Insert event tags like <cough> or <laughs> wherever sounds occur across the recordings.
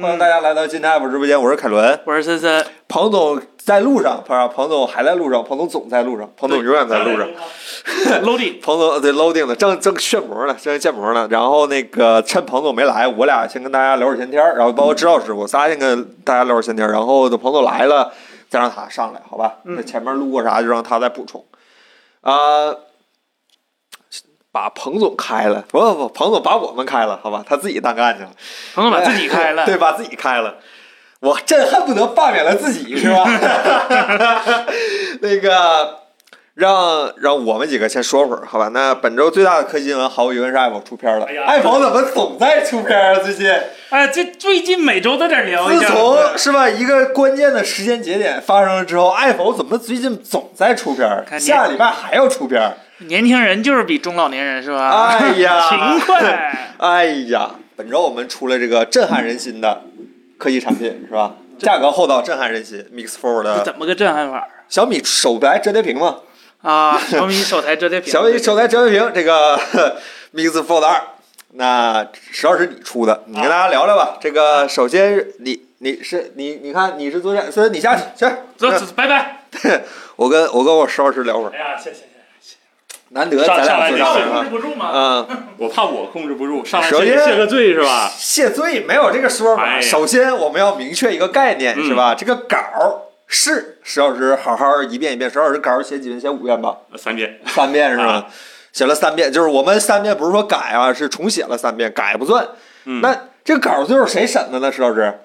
欢迎大家来到金泰 app 直播间，我是凯伦。我是森森，彭总在路上，不是彭总还在路上，彭总总在路上，彭总永远在路上。楼弟，彭总呃对 loading 呢，正正炫模呢，正建模呢。然后那个趁彭总没来，我俩先跟大家聊会儿闲天儿，然后包括支老师，我仨先跟大家聊会儿闲天儿。然后等彭总来了，再让他上来，好吧？那前面路过啥就让他再补充。啊、把彭总开了，不不不，彭总把我们开了，好吧？他自己单干去了。朋友们自己开了，对，把自己开了。我这恨不得罢免了自己，是吧？ <laughs> 那个，让让我们几个先说会儿，好吧？那本周最大的科技新闻，毫无疑问是 Apple 出片了。哎呀 Apple 怎么总在出片啊？最近，哎，这最近每周都得聊一自下。从是吧一个关键的时间节点发生了之后，Apple 怎么最近总在出片儿？看你下礼拜还要出片儿？年轻人就是比中老年人是吧？哎呀勤快。哎呀，本周我们出了这个震撼人心的科技产品，是吧？价格厚道，震撼人心。Mix Four 这的怎么个震撼法儿小米手台折叠屏嘛，啊？小米手台折叠屏，小米手台折叠屏这个 <laughs> 呵 Mix Fold 二，那石老师你出的，你跟大家聊聊吧。这个首先你你是你你看你是坐下，所以你下去去。走，走拜拜。 <laughs> 我跟我跟我石老师聊会儿，哎呀，谢谢谢难得咱俩坐那下我是控制吧？不住吗？嗯，我怕我控制不住，上来首谢先谢个罪是吧？谢罪没有这个说哎法。呀嗯首先我们要明确一个概念是吧？这个稿儿是石老师好好一遍一遍，石老师稿儿写几遍？写五遍吧。呃三遍， <laughs> 三遍是吧啊？写了三遍，就是我们三遍不是说改啊，是重写了三遍，改不算。嗯那这个稿儿最后谁审的呢？石老师，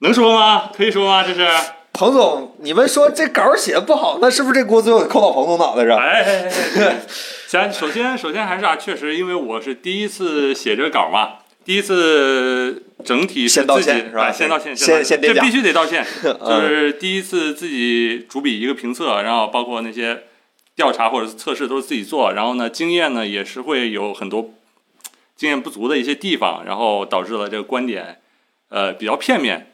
能说吗？可以说吗？这是？哎彭总，你们说这稿儿写的不好，那是不是这锅最后得扣到彭总脑袋上？哎哎哎哎，先首先首先还是啊，确实，因为我是第一次写这个稿嘛，第一次整体是先道自己歉是吧啊先道歉，先道先歉，垫这脚必须得 <laughs> 道歉，就嗯，是第一次自己主笔一个评测，然后包括那些调查或者是测试都是自己做，然后呢，经验呢也是会有很多经验不足的一些地方，然后导致了这个观点呃比较片面，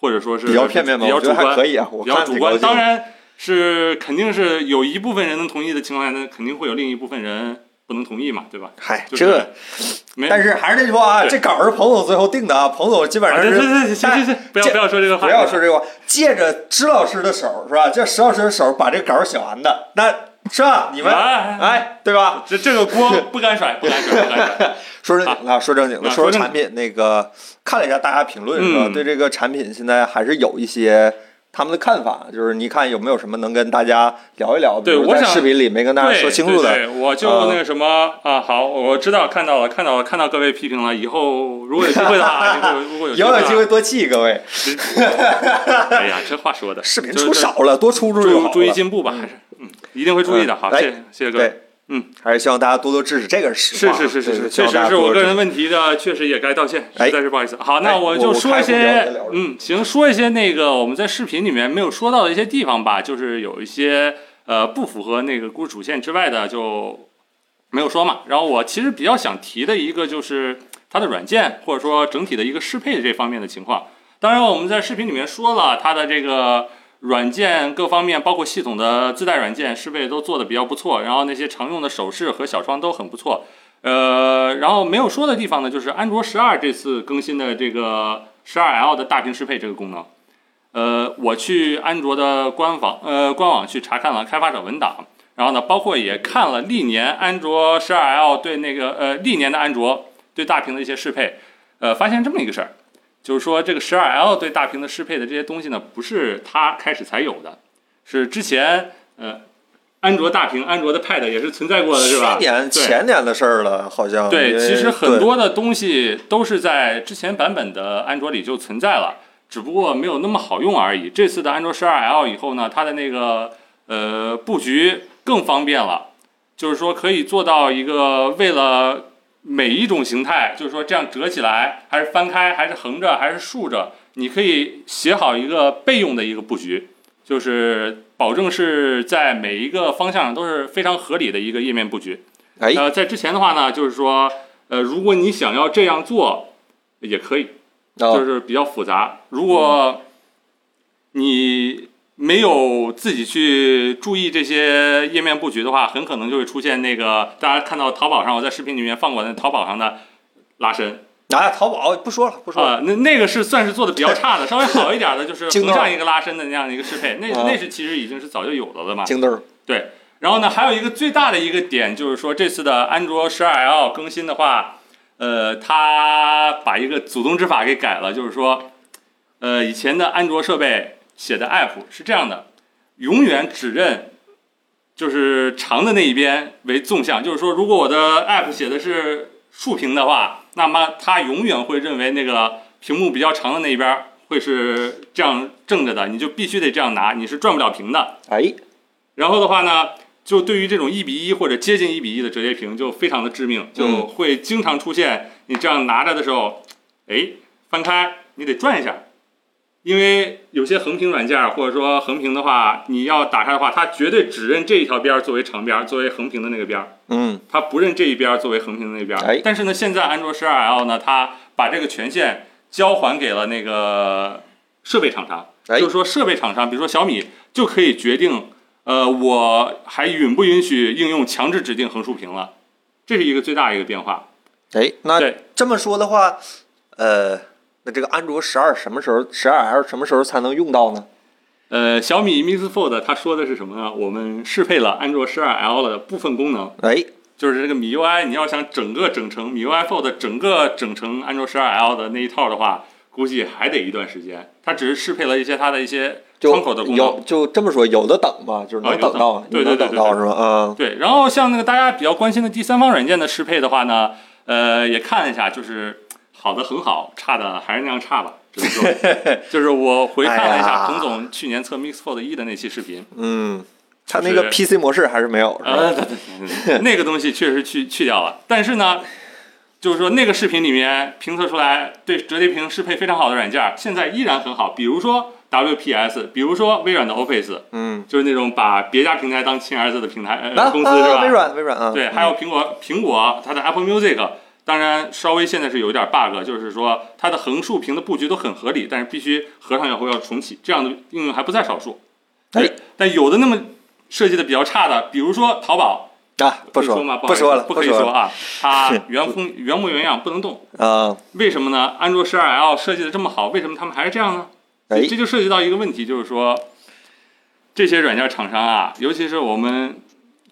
或者说是比较片面吧，比较我觉主得还观可，以啊，我比较看主挺观高。兴当，然是肯定是有一部分人能同意的情况下，那肯定会有另一部分人不能同意嘛，对吧？嗨，就是这没。但是还是那句话啊，对这稿儿是彭总最后定的啊，彭总基本啊，上对对是。对，行行行，不要这不要说这个话，不要说这个话，借着支老师的手是吧？借石老师的手把这稿儿写完的，那是吧？你们哎哎哎哎，对吧？这这个锅不敢甩，不敢甩，不敢 <laughs> 甩。说正经的，说正经的，说啊说说正产品那个，看了一下大家评论是吧？嗯对这个产品现在还是有一些他们的看法，就是你看有没有什么能跟大家聊一聊，比对如我在想视频里没跟大家对说清楚的，对对我就那个什么啊，好，我知道看到了，看到了，看到各位批评了。以后如果有机会的 <laughs> 话，以后如果有以后有机机会会多记各位，的话，哎呀，这话说 <laughs> 的，视频就是出少了，多出出就好注了。注意进步吧，还是嗯，一定会注意的。嗯好，来谢谢谢谢各位。对，嗯，还是希望大家多多支持，这个是实是话，是是是对是，希确望大实家是多我多支个持人问题的，确实也该道歉，哎实在是不好意思。好，哎那我就说一我开不了再些聊了，嗯，行，说一些那个我们在视频里面没有说到的一些地方吧，就是有一些呃不符合那个故事主线之外的就没有说嘛。然后我其实比较想提的一个就是它的软件或者说整体的一个适配的这方面的情况。当然，我们在视频里面说了它的这个软件各方面，包括系统的自带软件适配都做的比较不错，然后那些常用的手势和小窗都很不错。呃，然后没有说的地方呢，就是安卓十二这次更新的这个十二 L 的大屏适配这个功能。呃，我去安卓的官网呃官网去查看了开发者文档，然后呢，包括也看了历年安卓十二 L 对那个呃历年的安卓对大屏的一些适配，呃，发现这么一个事儿，就是说这个十二 L 对大屏的适配的这些东西呢，不是它开始才有的，是之前呃安卓大屏安卓的 Pad 也是存在过的，是吧？去年对前年的事儿了，好像因对，为其实很对多的东西都是在之前版本的安卓里就存在了，只不过没有那么好用而已。这次的安卓十二 L 以后呢，它的那个呃布局更方便了，就是说可以做到一个为了每一种形态，就是说这样折起来，还是翻开，还是横着，还是竖着，你可以写好一个备用的一个布局。就是保证是在每一个方向上都是非常合理的一个页面布局，哎，呃，在之前的话呢，就是说，呃，如果你想要这样做，也可以，就哦嗯是比较复杂。如果你没有自己去注意这些页面布局的话，很可能就会出现那个大家看到淘宝上，我在视频里面放过的淘宝上的拉伸，啊，淘宝不说了，不说了。啊、那那个是算是做的比较差的，稍微好一点的 <laughs> 就是京横东向一个拉伸的那样的一个适配，那啊那是其实已经是早就有了的嘛。京东儿对，然后呢，还有一个最大的一个点就是说，这次的安卓十二 L 更新的话，呃，它把一个祖宗之法给改了，就是说，呃，以前的安卓设备写的 app 是这样的，永远只认就是长的那一边为纵向，就是说，如果我的 app 写的是竖屏的话，那么它永远会认为那个屏幕比较长的那一边儿会是这样正着的，你就必须得这样拿，你是转不了屏的。哎，然后的话呢，就对于这种一比一或者接近一比一的折叠屏就非常的致命，就会经常出现你这样拿着的时候，哎，翻开你得转一下，因为有些横屏软件或者说横屏的话，你要打开的话，它绝对只认这一条边儿作为长边儿，作为横屏的那个边儿。嗯，它不认这一边儿作为横屏的那边儿。哎但是呢，现在安卓十二 L 呢，它把这个权限交还给了那个设备厂商，哎就是说设备厂商，比如说小米，就可以决定，呃，我还允不允许应用强制指定横竖屏了。这是一个最大的一个变化，哎，那对这么说的话，呃，那这个安卓十二什么时候，十二 L 什么时候才能用到呢？呃，小米 Mix Fold 它说的是什么呢？我们适配了安卓十二 L 的部分功能，哎，就是这个 MIUI，你要想整个整成 MIUI Fold 整个整成安卓十二 L 的那一套的话，估计还得一段时间。它只是适配了一些它的一些就窗口的功有能。就这么说，有的等吧，就是啊能有的等到，对有能对对等到对是吧？嗯，对，然后像那个大家比较关心的第三方软件的适配的话呢，呃，也看了一下，就是好的很好，差的还是那样差吧。只能说，就是我回看了一哎呀下彭总去年测 Mix Fold 一的那期视频，嗯，它那个是 PC 模式还是没有，是吧？呃，对对对对， <laughs> 那个东西确实去去掉了，但是呢，就是说那个视频里面评测出来对折叠屏适配非常好的软件儿，现在依然很好，比如说 WPS，比如说微软的 Office，嗯，就是那种把别家平台当亲儿子的平台、呃啊公司啊是吧？微软，微软啊，对，嗯还有苹果，苹果它的 Apple Music，当然稍微现在是有一点 bug，就是说它的横竖屏的布局都很合理，但是必须合上以后要重启，这样的应用还不在少数。对，哎但有的那么设计的比较差的，比如说淘宝，啊，不可以说说吗？不好意思了，不不可以说说了啊，它是原封原模原样不能动，啊，为什么呢？安卓十二 L 设计的这么好，为什么他们还是这样呢？哎这就涉及到一个问题，就是说，这些软件厂商啊，尤其是我们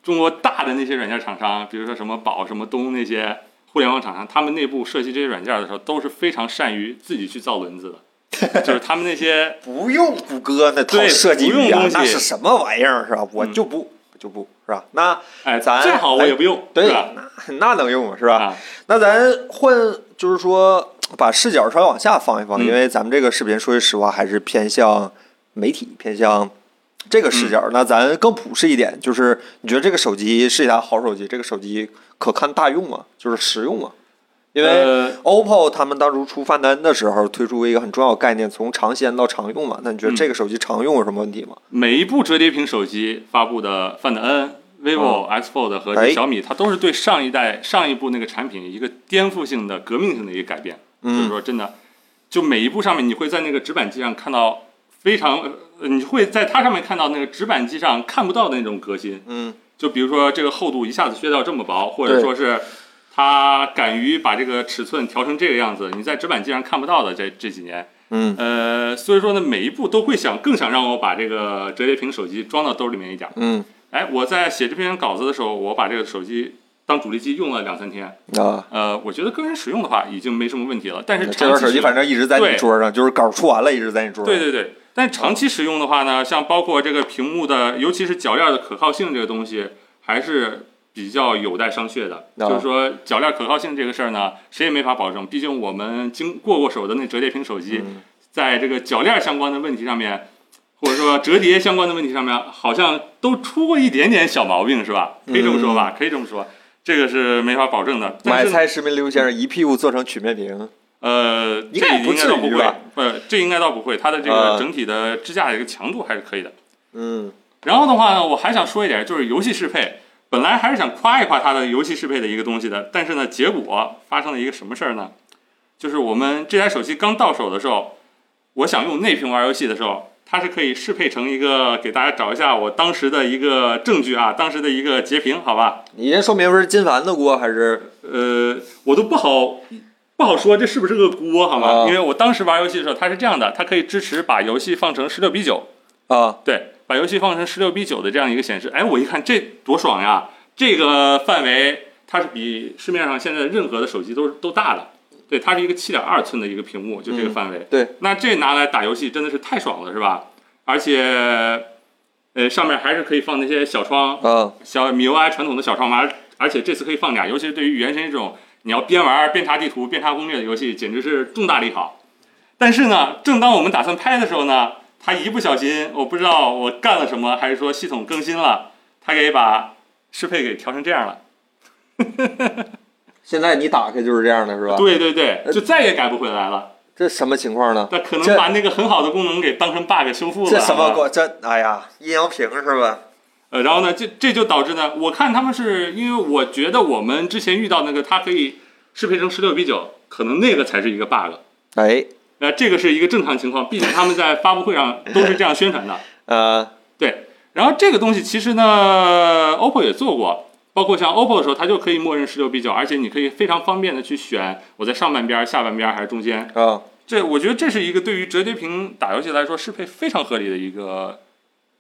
中国大的那些软件厂商，比如说什么宝、什么东那些互联网厂商，他们内部设计这些软件的时候，都是非常善于自己去造 <laughs> 轮子的，就是他们那些不用谷歌那套对设计语不用言东，西嗯那是什么玩意儿是吧？我就不就不是吧？那哎，咱再好我也不用，对，是吧？那那能用吗？是吧？啊，那咱换，就是说把视角稍微往下放一放，嗯因为咱们这个视频说句实话还是偏向媒体，偏向这个视嗯角。那咱更普适一点，就是你觉得这个手机是一台好手机，这个手机可看大用吗？就是实用吗？因为呃 OPPO 他们当初出范单的时候推出一个很重要的概念，从尝鲜到常用嘛。那你觉得嗯这个手机常用有什么问题吗？每一部折叠屏手机发布的 Find N、vivo、X Fold 和哎这小米，它都是对上一代、上一部那个产品一个颠覆性的、革命性的一个改变。就是嗯，说，真的，就每一部上面，你会在那个直板机上看到非常，呃你会在它上面看到那个直板机上看不到的那种革新。嗯，就比如说这个厚度一下子削掉这么薄，或者对说是它敢于把这个尺寸调成这个样子，你在直板机上看不到的这这几年。嗯，呃，所以说呢，每一步都会想更想让我把这个折叠屏手机装到兜里面一点儿。嗯哎，我在写这篇稿子的时候，我把这个手机当主力机用了两三天。啊。呃，我觉得个人使用的话已经没什么问题了，但是这长款期手机使反正一直在你对桌上，就是稿出完了，一直在你桌上。对对对，但长期使用的话呢，像包括这个屏幕的，尤其是铰链的可靠性这个东西，还是比较有待商榷的。啊就是说，铰链可靠性这个事儿呢，谁也没法保证。毕竟我们经过过手的那折叠屏手机，嗯在这个铰链相关的问题上面，或者说折叠相关的问题上面，好像都出过一点点小毛病，是吧？可以这么说吧，可以这么说，这个是没法保证的。嗯但买是菜市民刘先生一屁股坐成曲面屏，呃，应这该不应该倒至不于会吧，呃，这应该倒不会，它的嗯这个整体的支架的一个强度还是可以的。嗯，然后的话呢，我还想说一点，就是游戏适配，本来还是想夸一夸它的游戏适配的一个东西的，但是呢，结果发生了一个什么事儿呢？就是我们这台手机刚到手的时候，我想用内屏玩游戏的时候，它是可以适配成一个，给大家找一下我当时的一个证据啊，当时的一个截屏，好吧？你这说明是金凡的锅还是呃，我都不好不好说这是不是个锅，好吗？啊因为我当时玩游戏的时候，它是这样的，它可以支持把游戏放成十六比九，啊，对，把游戏放成十六比九的这样一个显示。哎，我一看这多爽呀！这个范围它是比市面上现在任何的手机都是都大了。对，它是一个七点二寸的一个屏幕，就这个嗯范围。对，那这拿来打游戏真的是太爽了，是吧？而且，呃，上面还是可以放那些小窗，啊，小米 UI 传统的小窗玩，而且这次可以放俩，尤其是对于《原神》这种你要边玩边查地图、边查攻略的游戏，简直是重大利好。但是呢，正当我们打算拍的时候呢，他一不小心，我不知道我干了什么，还是说系统更新了，他给把适配给调成这样了。现在你打开就是这样的是吧？对对对，就再也改不回来了。这什么情况呢？那可这能把那个很好的功能给当成 bug 修复了。这什么啊过这？哎呀，阴阳屏是吧？呃，然后呢，这这就导致呢，我看他们是因为我觉得我们之前遇到那个，它可以适配成十六比九，可能那个才是一个 bug。哎，呃，这个是一个正常情况，毕竟他们在发布会上都是这样宣传的。呃，对，然后这个东西其实呢，OPPO 也做过，包括像 OPPO 的时候，它就可以默认十六比九，而且你可以非常方便的去选我在上半边儿、下半边儿还是中间。啊，这我觉得这是一个对于折叠屏打游戏来说适配非常合理的一个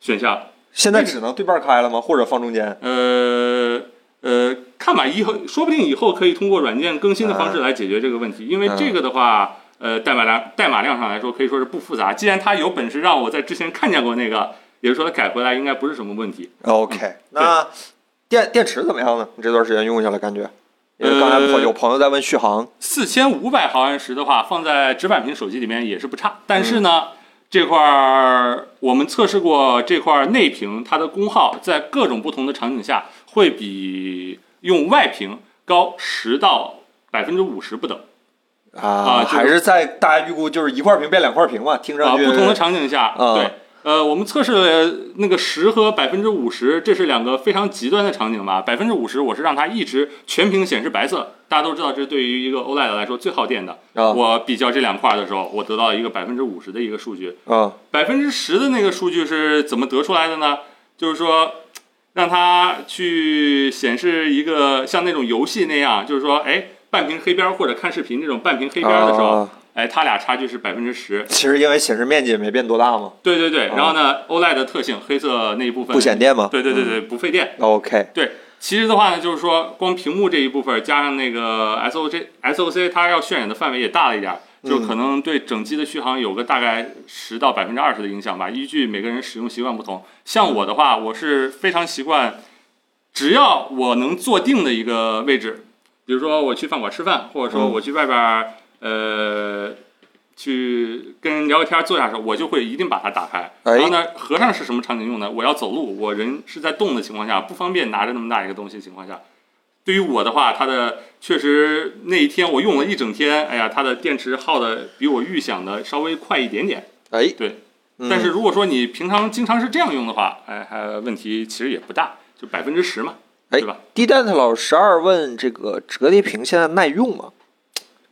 选项。现在只能对半开了吗？或者放中间？嗯呃呃，看吧，以后说不定以后可以通过软件更新的方式来解决这个问题，因为这个的话，呃，代码量代码量上来说可以说是不复杂。既然它有本事让我在之前看见过那个，也就是说它改回来应该不是什么问题。 OK，那电电池怎么样呢？你这段时间用下来感觉？因为刚才呃有朋友在问续航，四千五百毫安时的话，放在直板屏手机里面也是不差，但是呢。这块儿我们测试过，这块儿内屏它的功耗在各种不同的场景下会比用外屏高十到百分之五十不等。啊，啊就是还是在大家预估就是一块屏变两块屏嘛，听啊，上去不同的场景下，啊对，呃，我们测试了那个十和百分之五十，这是两个非常极端的场景吧。百分之五十，我是让它一直全屏显示白色，大家都知道这是对于一个 OLED 来说最耗电的。啊我比较这两块的时候，我得到一个百分之五十的一个数据，啊百分之十的那个数据是怎么得出来的呢？就是说，让它去显示一个像那种游戏那样，就是说，哎，半屏黑边儿或者看视频这种半屏黑边儿的时候，啊哎，它俩差距是百分之十。其实因为显示面积也没变多大嘛，对对对，啊然后呢，OLED 的特性，黑色那一部分不显电嗯嘛。对对对对，不费电。 OK，对，其实的话呢，就是说光屏幕这一部分加上那个 SOC SOC，它要渲染的范围也大了一点儿，嗯就可能对整机的续航有个大概十到百分之二十的影响吧，依据每个人使用习惯不同。像我的话，我是非常习惯，只要我能坐定的一个位置，比如说我去饭馆吃饭，或者说嗯我去外边儿、呃去跟人聊个天儿坐下的时候，我就会一定把它打开。哎然后呢，合上是什么场景用呢？我要走路，我人是在动的情况下，不方便拿着那么大一个东西的情况下。对于我的话，它的确实那一天我用了一整天，哎呀，它的电池耗的比我预想的稍微快一点点。哎，对嗯，但是如果说你平常经常是这样用的话，哎，还问题其实也不大，就百分之十嘛，哎对吧？ D d a t 老十二问这个折叠屏现在耐用吗？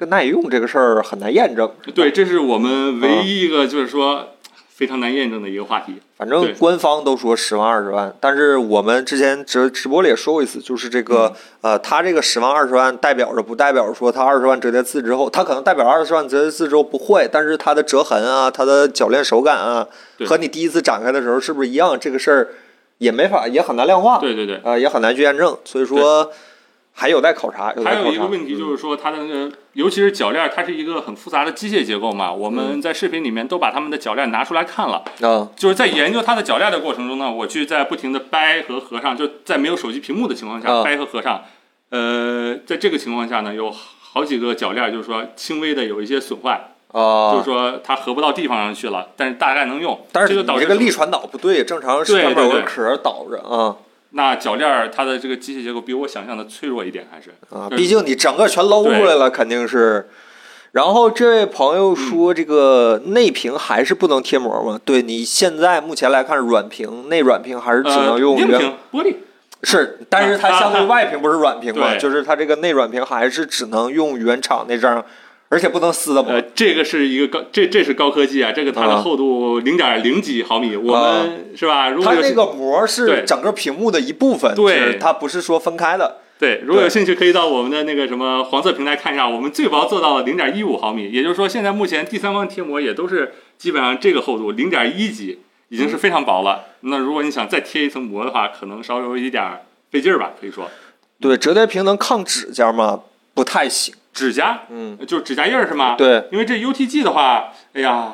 这个耐用这个事儿很难验证，对，这是我嗯们唯一一个就是说非常难验证的一个话题。反对正官方都说十万二十万，但是我们之前直直播里也说过一次，就是这个、呃，它这个十万二十万代表着不代表说它二十万折叠次之后，它可能代表二十万折叠次之后不坏，但是它的折痕啊，它的铰链手感啊，对和你第一次展开的时候是不是一样？这个事儿也没法，也很难量化，对对对。呃，也很难去验证，所以说还有待考察。有待还考察嗯有一个问题就是说，它的那个，尤其是铰链儿，它是一个很复杂的机械结构嘛。我们在视频里面都把它们的铰链拿出来看了，嗯啊就是在研究它的铰链的过程中呢，我去在不停的掰和合上，就在没有手机屏幕的情况下啊掰和合上。呃，在这个情况下呢，有好几个铰链儿就是说轻微的有一些损坏，啊，就是说它合不到地方上去了，但是大概能用。但是这就你导这致个什么力传导不对，正常是对上面有对个对壳儿导着啊那铰链儿它的这个机械结构比我想象的脆弱一点，还是啊，对毕竟你整个全搂过来了，肯定是。然后这位朋嗯友说，这个内屏还是不能贴膜吗？对你现在目前来看，软屏内软屏还是只能呃用硬原屏玻璃。是，但是它相对于外屏不是软屏嘛，对就是它这个内软屏还是只能用原厂那张，而且不能撕的膜呃，这个是一个高，这这是高科技啊，这个它啊的厚度零点零几毫米，我们是吧？如果它有那个膜是对整个屏幕的一部分，对嗯是它不是说分开的。对，如果有兴趣，可以到我们的那个什么黄色平台看一下，我们最薄做到了零点一五毫嗯米，也就是说，现在目前第三方贴膜也都是基本上这个厚度，零点一级已经是非常薄了。嗯那如果你想再贴一层膜的话，可能稍微有一点儿费劲儿吧，可以说对，折叠屏能抗指甲吗？不太行。指甲嗯，就是指甲印儿是吗？，对，因为这 UTG 的话，哎呀，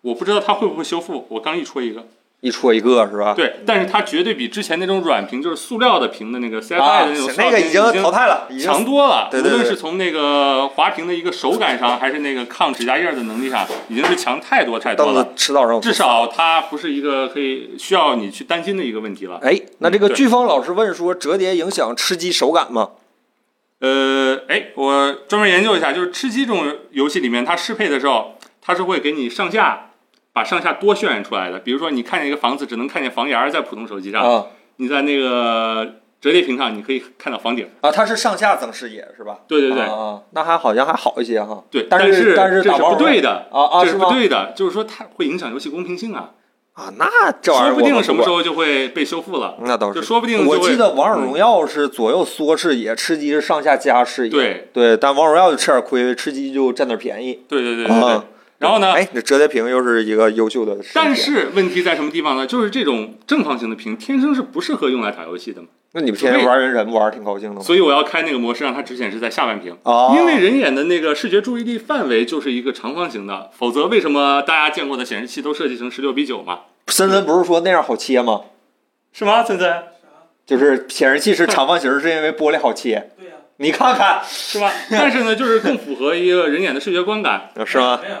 我不知道它会不会修复，我刚一戳一个，一戳一个是 <laughs> 吧？对，但是它绝对比之前那种软屏，就是塑料的屏的那个 CFI 啊，的那种塑那料屏个已已经淘汰了，已经强多了，对对对无论是从那个滑屏的一个手感上，还是那个抗指甲印儿的能力上，已经是强太多太多凳了。子吃到肉。至少它不是一个可以需要你去担心的一个问题了。哎，那这个对飓风老师问说，折叠影响吃鸡手感吗？呃，哎，我专门研究一下，就是吃鸡这种游戏里面，它适配的时候，它是会给你上下把上下多渲染出来的。比如说，你看见一个房子，只能看见房檐儿在普通手机上，啊你在那个折叠屏上，你可以看到房顶。啊，它是上下增视野是吧？对对对，啊啊，那还好像还好一些哈。对，但但是但是这打是包不对的。啊啊这是吗不？对的，就是说它会影响游戏公平性啊，啊，那这玩意儿说不定我嗯什么时候候就会被修复了，那倒。就是说不定我就会嗯记得王者荣耀是左右缩视野，吃鸡是上下加视野。对对，但王者荣耀就吃点亏，吃鸡就占点便宜。对对对对对啊。然后呢？哎，这折叠屏又是一个优秀的实践。但是问题在什么地方呢？就是这种正方形的屏天生是不适合用来打游戏的嘛，那你们天天玩人人不玩儿挺高兴的吗？所以我要开那个模式让它只显示在下半屏。啊，因为人眼的那个视觉注意力范围就是一个长方形的，否则为什么大家见过的显示器都设计成十六比九嘛？ <laughs> 森森不是说那样好切吗？是吗，森森？就是显示器是长方形，是因为玻璃好切。对呀、啊你看看，是吧？但是呢，就是更符合一个人眼的视觉观感。啊是吗？没有没有，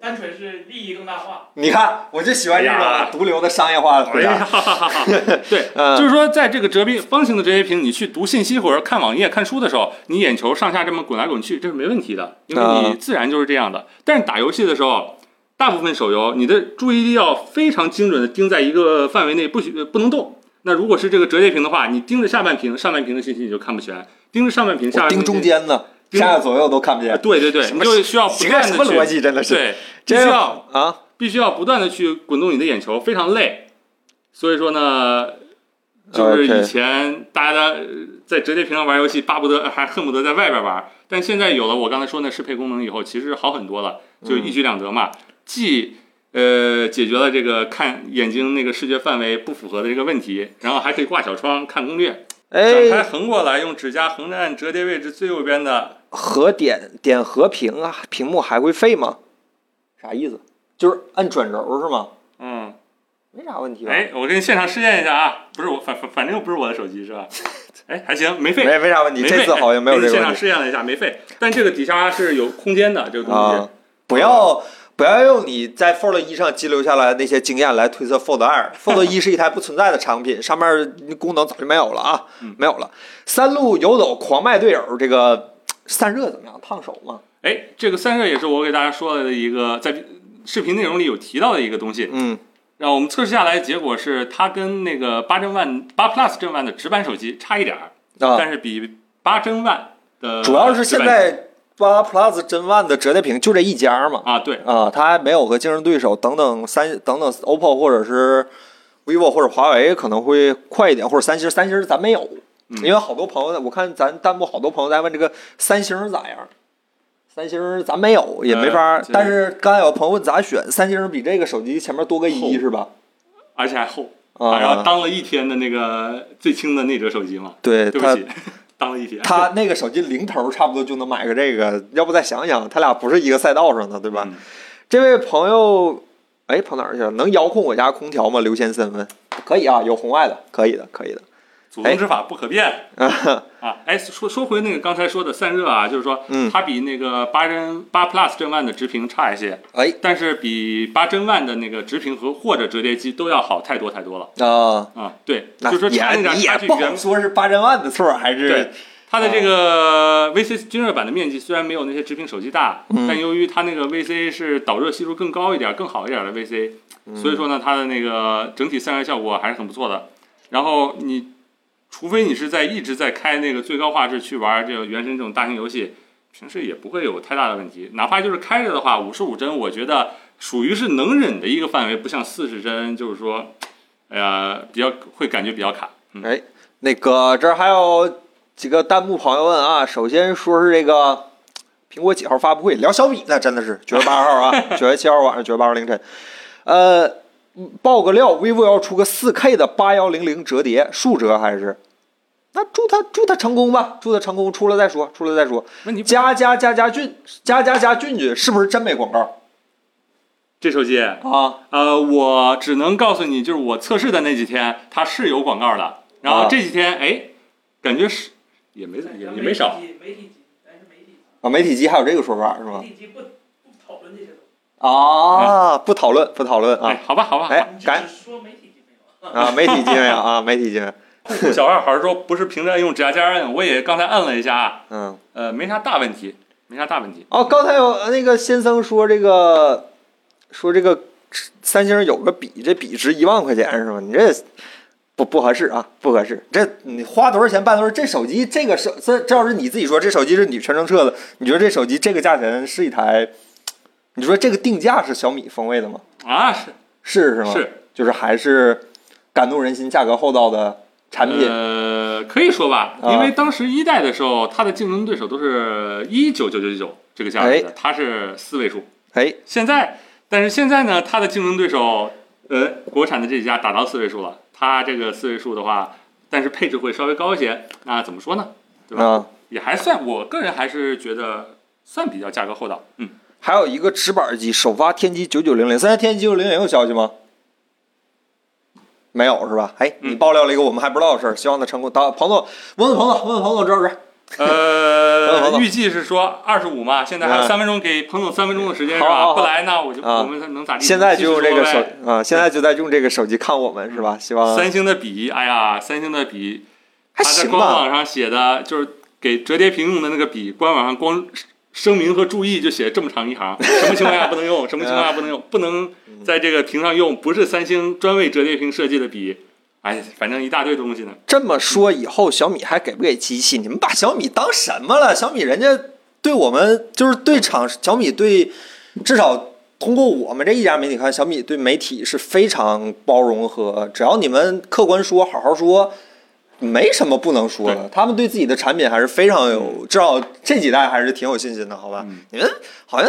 单纯是利益更大化。 <laughs> 你看，我就喜欢这哎呀种毒瘤的商业化的回哎呀，答。哈哈哈哈！对， <laughs> 嗯就是说，在这个折叠方形的折叠屏，你去读信息或者看网页、看书的时候，你眼球上下这么滚来滚去，这是没问题的，嗯因为你自然就是这样的。但是打游戏的时候，大部分手游你的注意力要非常精准的盯在一个范围内，不许不能动。那如果是这个折叠屏的话，你盯着下半屏，上半屏的信息你就看不全；盯着上半屏，我下半屏盯中。间呢，盯上下左右都看不啊见。对对对，什你么就需要不奇怪，断什么的逻去辑？真的是，对，必真须要啊，必须要不断的去滚动你的眼球，非常累。所以说呢，就是啊 OK 以前大家呃在折叠屏上玩游戏，巴不得呃还恨不得在外边玩，但现在有了我刚才说那适配功能以后，其实好很多了，就嗯一举两得嘛，既呃解决了这个看眼睛那个视觉范围不符合的这个问题，然后还可以挂小窗看攻略，展开哎，横过来，用指甲横着按折叠位置最右边的，和点点和屏啊，屏幕还会废吗？啥意思？就是按转轴是吗？嗯。没啥问题吧？哎，我给你现场试验一下啊！不是我反反反正又不是我的手机是吧？哎，还行，没废，没没啥问题，没废。这次好像没有哎给这个你现问场题试验了一下，没废。但这个底下是有空间的，这个东西。啊。不要不要用你在 Fold 一上积留下来的那些经验来推测 Fold <laughs> 二。Fold 一是一台不存在的产品，上面功能早就没有了啊嗯，没有了。三路游走狂卖队友，这个嗯散热怎么样？烫手吗？哎，这个散热也是我给大家说了的一个，在视频内容里有提到的一个东西。嗯，然后我们测试下来，结果是它跟那个八针万八 Plus 正万的直板手机差一点儿，啊，但是比八针万的主要是现直板在八 Plus 真 One 的折叠屏就这一家嘛，啊，对，啊，它还没有和竞争对手等等三等等 OPPO 或者是 vivo 或者华为可能会快一点，或者三星，三星咱没有，嗯因为好多朋友我看咱弹幕好多朋友在问这个三星咋样。三星咱没有，也没法儿。呃这但是刚才有朋友问咋选，三星比这个手机前面多个一厚是吧？而且还厚，啊，然后当了一天的那个最轻的内折手机嘛。对对不他起，当了一天。 <laughs> 他那个手机零头差不多就能买个这个，要不再想想，他俩不是一个赛道上的，对吧？嗯这位朋友，哎，跑哪儿去了？能遥控我家空调吗？刘先生问。可以啊，有红外的，可以的，可以的。祖宗之法不可变啊啊！哎，说说回那个刚才说的散热啊，就是说嗯它比那个八针八 Plus 正万的直屏差一些，哎但是比八针万的那个直屏和或者折叠机都要好太多太多了啊，啊！对，那就是说也差那点你差也距不好远。说是八千万的错儿还是对它的这个 VC 均热板的面积虽然没有那些直屏手机大，嗯但由于它那个 VC 是导热系数更高一点、更好一点的 VC，所以说呢，它的那个整体散热效果还是很不错的。然后你，除非你是在一直在开那个最高画质去玩这个《原神》这种大型游戏，平时也不会有太大的问题。哪怕就是开着的话，五十五帧，我觉得属于是能忍的一个范围，不像四十帧，就是说，哎呀，比较会感觉比较卡。嗯哎那个这儿还有几个弹幕朋友问啊，首先说是这个苹果几号发布会，聊小米呢，真的是九月八号啊，九月七号晚上，九月八号凌晨，呃，爆个料，vivo 要出个四 K 的八幺零零折叠，竖折还是？那祝他祝他成功吧，祝他成功，出了再说，出了再说。那你加加加加俊，加加加俊俊是不是真没广告这手机，啊？呃，我只能告诉你，就是我测试的那几天，它是有广告的。然啊后这几天，哎，感觉是也没怎也也没少。媒体机，媒体机，但是媒体机啊，媒体机还有这个说法是吗哎媒？体机不不讨论这些东西，啊，不讨论不讨论啊哎，好吧，好吧，好吧哎你赶只是说媒体机没有。啊，媒体机没有啊，媒体机没有， <laughs> 小二孩说不是平站用指甲尖儿摁，我也刚才摁了一下啊，嗯。呃，没啥大问题，没啥大问题。哦，刚才有呃那个先生说这个，说这个三星有个笔，这笔值一万块钱是吗？你这不不合适啊，不合适。这你花多少钱办多少？这手机这个手这这要是你自己说这手机是你全程测的，你觉得这手机这个价钱是一台？你说这个定价是小米风味的吗？啊，是是是吗？是，就是还是感动人心、价格厚道的产品。呃，可以说吧，啊因为当时一代的时候，它的竞争对手都是一九九九九九这个价位的，它是四位数。哎，现在，但是现在呢，它的竞争对手，呃，国产的这几家打到四位数了，它这个四位数的话，但是配置会稍微高一些，那怎么说呢？对吧啊，也还算，我个人还是觉得算比较价格厚道。嗯，还有一个直板机，首发天玑九九零零。现在天玑九九零零有消息吗？没有是吧？哎，嗯你爆料了一个我们还不知道的事儿，希望他成功。当彭总，问问彭总，问问彭总知不知道？好的好呃，的预计是说二十五嘛，现在还有嗯三分钟，给彭总三分钟的时间是好好吧？好不来那我就啊我们能咋地？现在继续就用这说个呗手嗯啊，现在就在用这个手机看我们是吧？希望三星的笔，哎呀，三星的笔，还它在行官吧。网上写的就是给折叠屏用的那个笔，官网上光声明和注意就写这么长一行，什么情况下不能用，什么情况下不能用，不能嗯在这个屏上用，不是三星专为折叠屏设计的笔，哎，反正一大堆东西呢。这么说以后，小米还给不给机器？你们把小米当什么了？小米人家对我们就是对厂，小米对至少通过我们这一家媒体看，小米对媒体是非常包容和只要你们客观说，好好说，没什么不能说的。他们对自己的产品还是非常有，至少这几代还是挺有信心的，好吧？嗯你们好像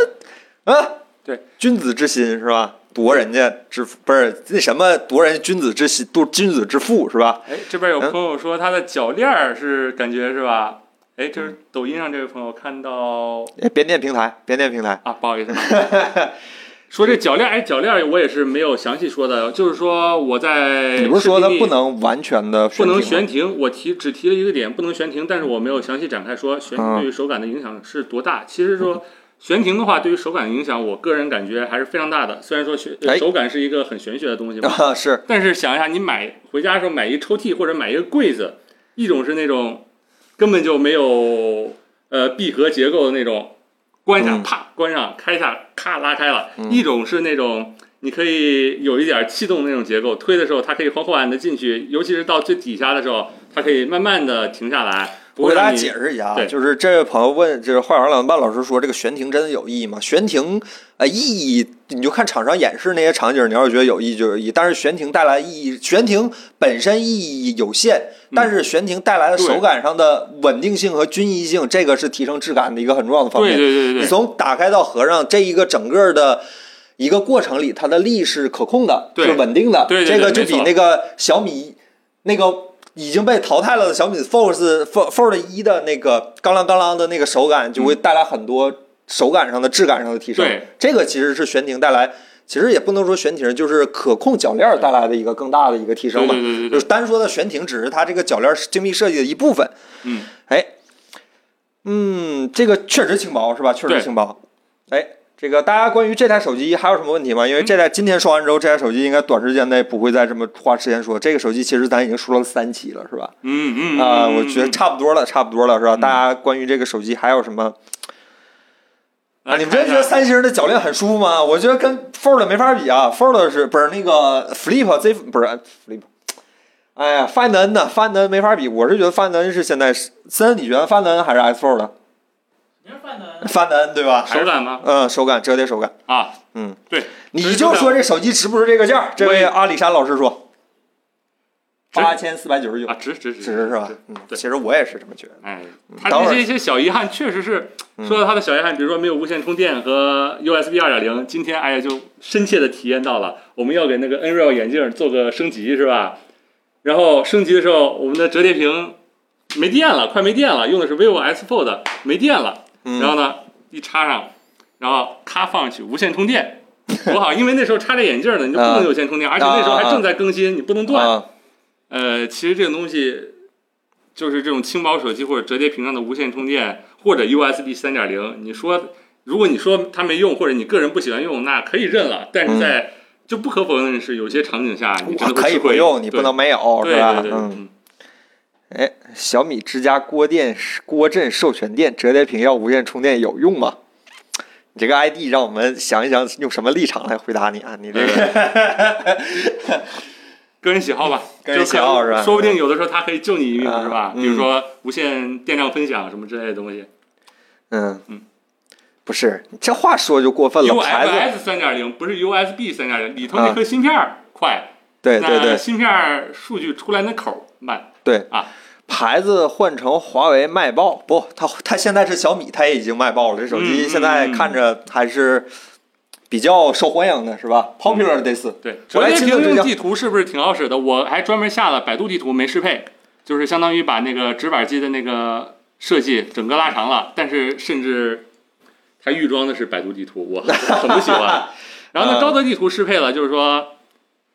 啊，对，君子之心是吧？夺人家之腹不是那什么夺人君子之心，夺君子之腹是吧？哎，这边有嗯朋友说他的脚链儿是感觉是吧？哎，这嗯是抖音上这位朋友看到哎，边店平台，边店平台， <laughs> 啊，不好意思，说这脚链儿，哎，脚链儿我也是没有详细说的，就是说我在你不是说视它频里不能完全的不能选悬停，我提只提了一个点，不能悬停，但是我没有详细展开说悬啊停对于手感的影响是多大。其实说悬停的话，对于手感的影响，我个人感觉还是非常大的。虽然说悬呃哎手感是一个很玄学的东西嘛，啊？是但是想一下，你买回家的时候买一抽屉或者买一个柜子，一种是那种根本就没有呃闭合结构的那种，关一下嗯啪关上，开一下咔拉开了；一种是那种你可以有一点气动的那种结构，推的时候它可以缓缓的进去，尤其是到最底下的时候，它可以慢慢的停下来。不我会给大让家你解释一下啊，对就是这位朋友问，就是坏王两半老师说这个悬停真的有意义吗？悬停呃意义，你就看厂商演示那些场景，你要是觉得有意义就有意义，但是悬停带来意义，悬停本身意义有限，但是悬停带来的嗯对手感上的稳定性和均宜性，这个是提升质感的一个很重要的方面对。对对对你对，从打开到合上这一个整个的一个过程里，它的力是可控的，对是稳定的。对对对这个就没比错那个小米那个已经被淘汰了的小米 Fold Fold Fold 一的那个刚啷刚啷的那个手感，就会带来很多手感上的、质感上的提升对。这个其实是悬停带来。其实也不能说悬停，就是可控铰链带来的一个更大的一个提升吧。对对对对对就是单说的悬停，只是它这个铰链精密设计的一部分。嗯，哎，嗯，这个确实轻薄是吧？确实对轻薄。哎，这个大家关于这台手机还有什么问题吗？因为这台今天说完之后，这台手机应该短时间内不会再这么花时间说。这个手机其实咱已经说了三期了，是吧？嗯嗯嗯啊、嗯我觉得差不多了，差不多了，是吧？大家关于这个手机还有什么？啊，来你们看真一觉下得三星的铰链很舒服吗？我觉得跟 Fold 没法比啊，Fold 是不是那个 Flip Z 不是 Flip？哎呀，Find N 呢？Find N 没法比，我是觉得 Find N 是现在是森，你觉得 Find N 还是 X Fold？Find 你是犯的 N 对吧？还手是感吗？嗯，手感折叠手感，啊，嗯，对，你就说这手机值不值这个价？这位阿里山老师说，值八千四百九十九啊，，值值值值是吧？嗯，对其实我也是这么觉得。哎嗯，它等会这儿些一些小遗憾，确实是嗯说到它的小遗憾，比如说没有无线充电和 USB 二点零。今天哎呀，就深切的体验到了，我们要给那个 Nreal 眼镜做个升级是吧？然后升级的时候，我们的折叠屏没电了，快没电了，用的是 vivo S Fold，没电了。嗯，然后呢，一插上，然后咔放上去，无线充电。 <laughs> 多好，因为那时候插着眼镜呢，你就不嗯能有线充电，而且那时候还正在更新，你不能断。啊，呃，其实这种东西就是这种轻薄手机或者折叠屏上的无线充电或者 USB 三点零，你说如果你说它没用或者你个人不喜欢用，那可以认了。但是在、就不可否认的是，有些场景下你真我的会嗯啊可以吃不亏用，你不对能没有，对是吧？对对，嗯，嗯，小米之家锅电锅镇授权店折叠屏要无线充电有用吗？你这个 ID 让我们想一想，用什么立场来回答你啊？你这个 <laughs> 个人喜好吧，个人就喜看好是吧说不定有的时候它可以救你一命，是吧？嗯比如说无线电量分享什么之类的东西嗯嗯，不是，你这话说就过分了。牌子，嗯，UFS 三点零不是 USB 三点零，里头那颗芯片儿快，对对那对芯片儿数据出来那口儿慢。对啊，牌子换成华为卖爆，不，它它现在是小米，它也已经卖爆了。这手嗯机嗯现在嗯看着还是比较受欢迎的，是吧？Popular 这次，对，我折来叠亲屏自对用焦地图是不是挺好使的？我还专门下了百度地图，没适配，就是相当于把那个直板机的那个设计整个拉长了，但是甚至它预装的是百度地图，我 <laughs> 很不喜欢。然后呢，嗯高德地图适配了，就是说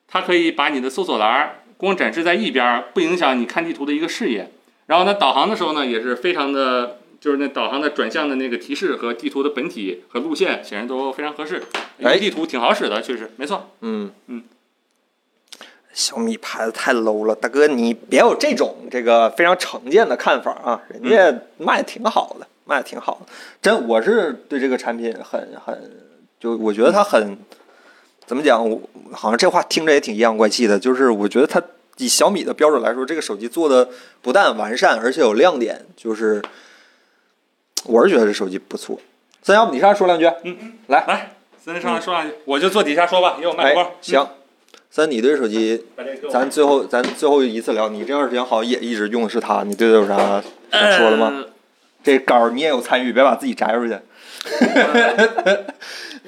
它可以把你的搜索栏儿光展示在一边儿，不影响你看地图的一个视野。然后呢，导航的时候呢，也是非常的，就是那导航的转向的那个提示和地图的本体和路线显然都非常合适。哎用地图挺好使的，确实没错。嗯嗯，小米牌子太 low 了，大哥，你别有这种这个非常成见的看法啊，人家卖的挺好的，卖的挺好的，真我是对这个产品很很，就我觉得它很怎么讲，我好像这话听着也挺阴阳怪气的，就是我觉得它以小米的标准来说，这个手机做的不但完善，而且有亮点，就是我是觉得这手机不错。三幺，你上来说两句。来，森上来说两句，我就坐底下说吧，给我麦哎克风。，行，三，你对手机把这个给我，咱最后咱最后一次聊，你这段时间好像也一直用的是它，你对它有啥想说的吗？呃这杆儿你也有参与，别把自己摘出去。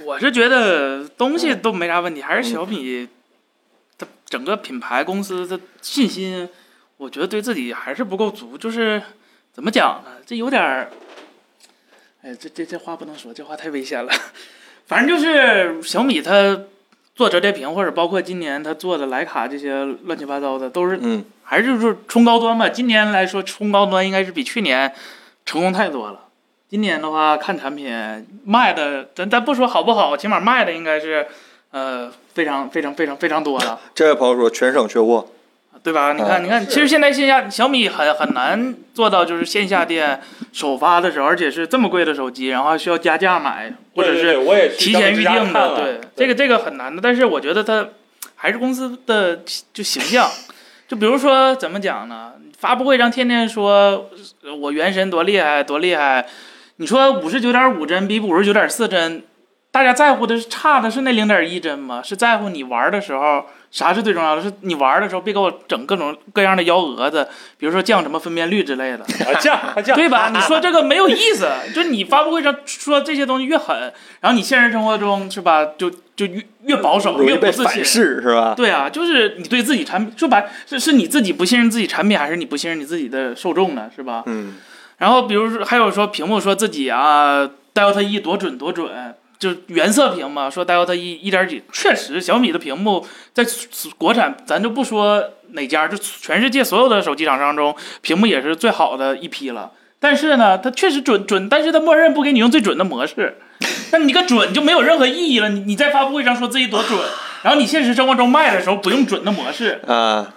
我是觉得东西都没啥问题，还是小米，它整个品牌公司的信心，我觉得对自己还是不够足。就是怎么讲呢？这有点儿，哎，这这这话不能说，这话太危险了。反正就是小米它做折叠屏，或者包括今年它做的徕卡这些乱七八糟的，都是嗯还是就是冲高端吧。今年来说，冲高端应该是比去年成功太多了。今年的话，看产品卖的，咱咱不说好不好，起码卖的应该是，呃，非常非常非常非常多了，呃这位朋友说全省缺货， <laughs> 对吧？你看，你看，是其实现在线下小米很很难做到，就是线下店首发的时候，而且是这么贵的手机，然后还需要加价买，或者是我也提前预定的，对，这个这个很难的。但是我觉得它还是公司的就形象，就比如说怎么讲呢？发布会上天天说呃我原神多厉害多厉害，你说五十九点五帧比五十九点四帧，大家在乎的是差的是那零点一帧吗？是在乎你玩的时候啥是最重要的？是你玩的时候别给我整各种各样的幺蛾子，比如说降什么分辨率 <laughs> 之类的。啊还降还降，对吧？你说这个没有意思， <laughs> 就是你发布会上说这些东西越狠，然后你现实生活中是吧，就就越越保守，容易越不被自反信。噬是吧？对啊，就是你对自己产品，说白是是你自己不信任自己产品，还是你不信任你自己的受众呢？是吧？嗯，然后比如说还有说屏幕说自己啊，Delta 一多准多准，就原色屏嘛，说 Delta 一一点几，确实小米的屏幕在国产，咱就不说哪家，就全世界所有的手机厂商中，屏幕也是最好的一批了。但是呢，它确实准准，但是它默认不给你用最准的模式，那你这个准就没有任何意义了。你你在发布会上说自己多准，然后你现实生活中卖的时候不用准的模式，啊，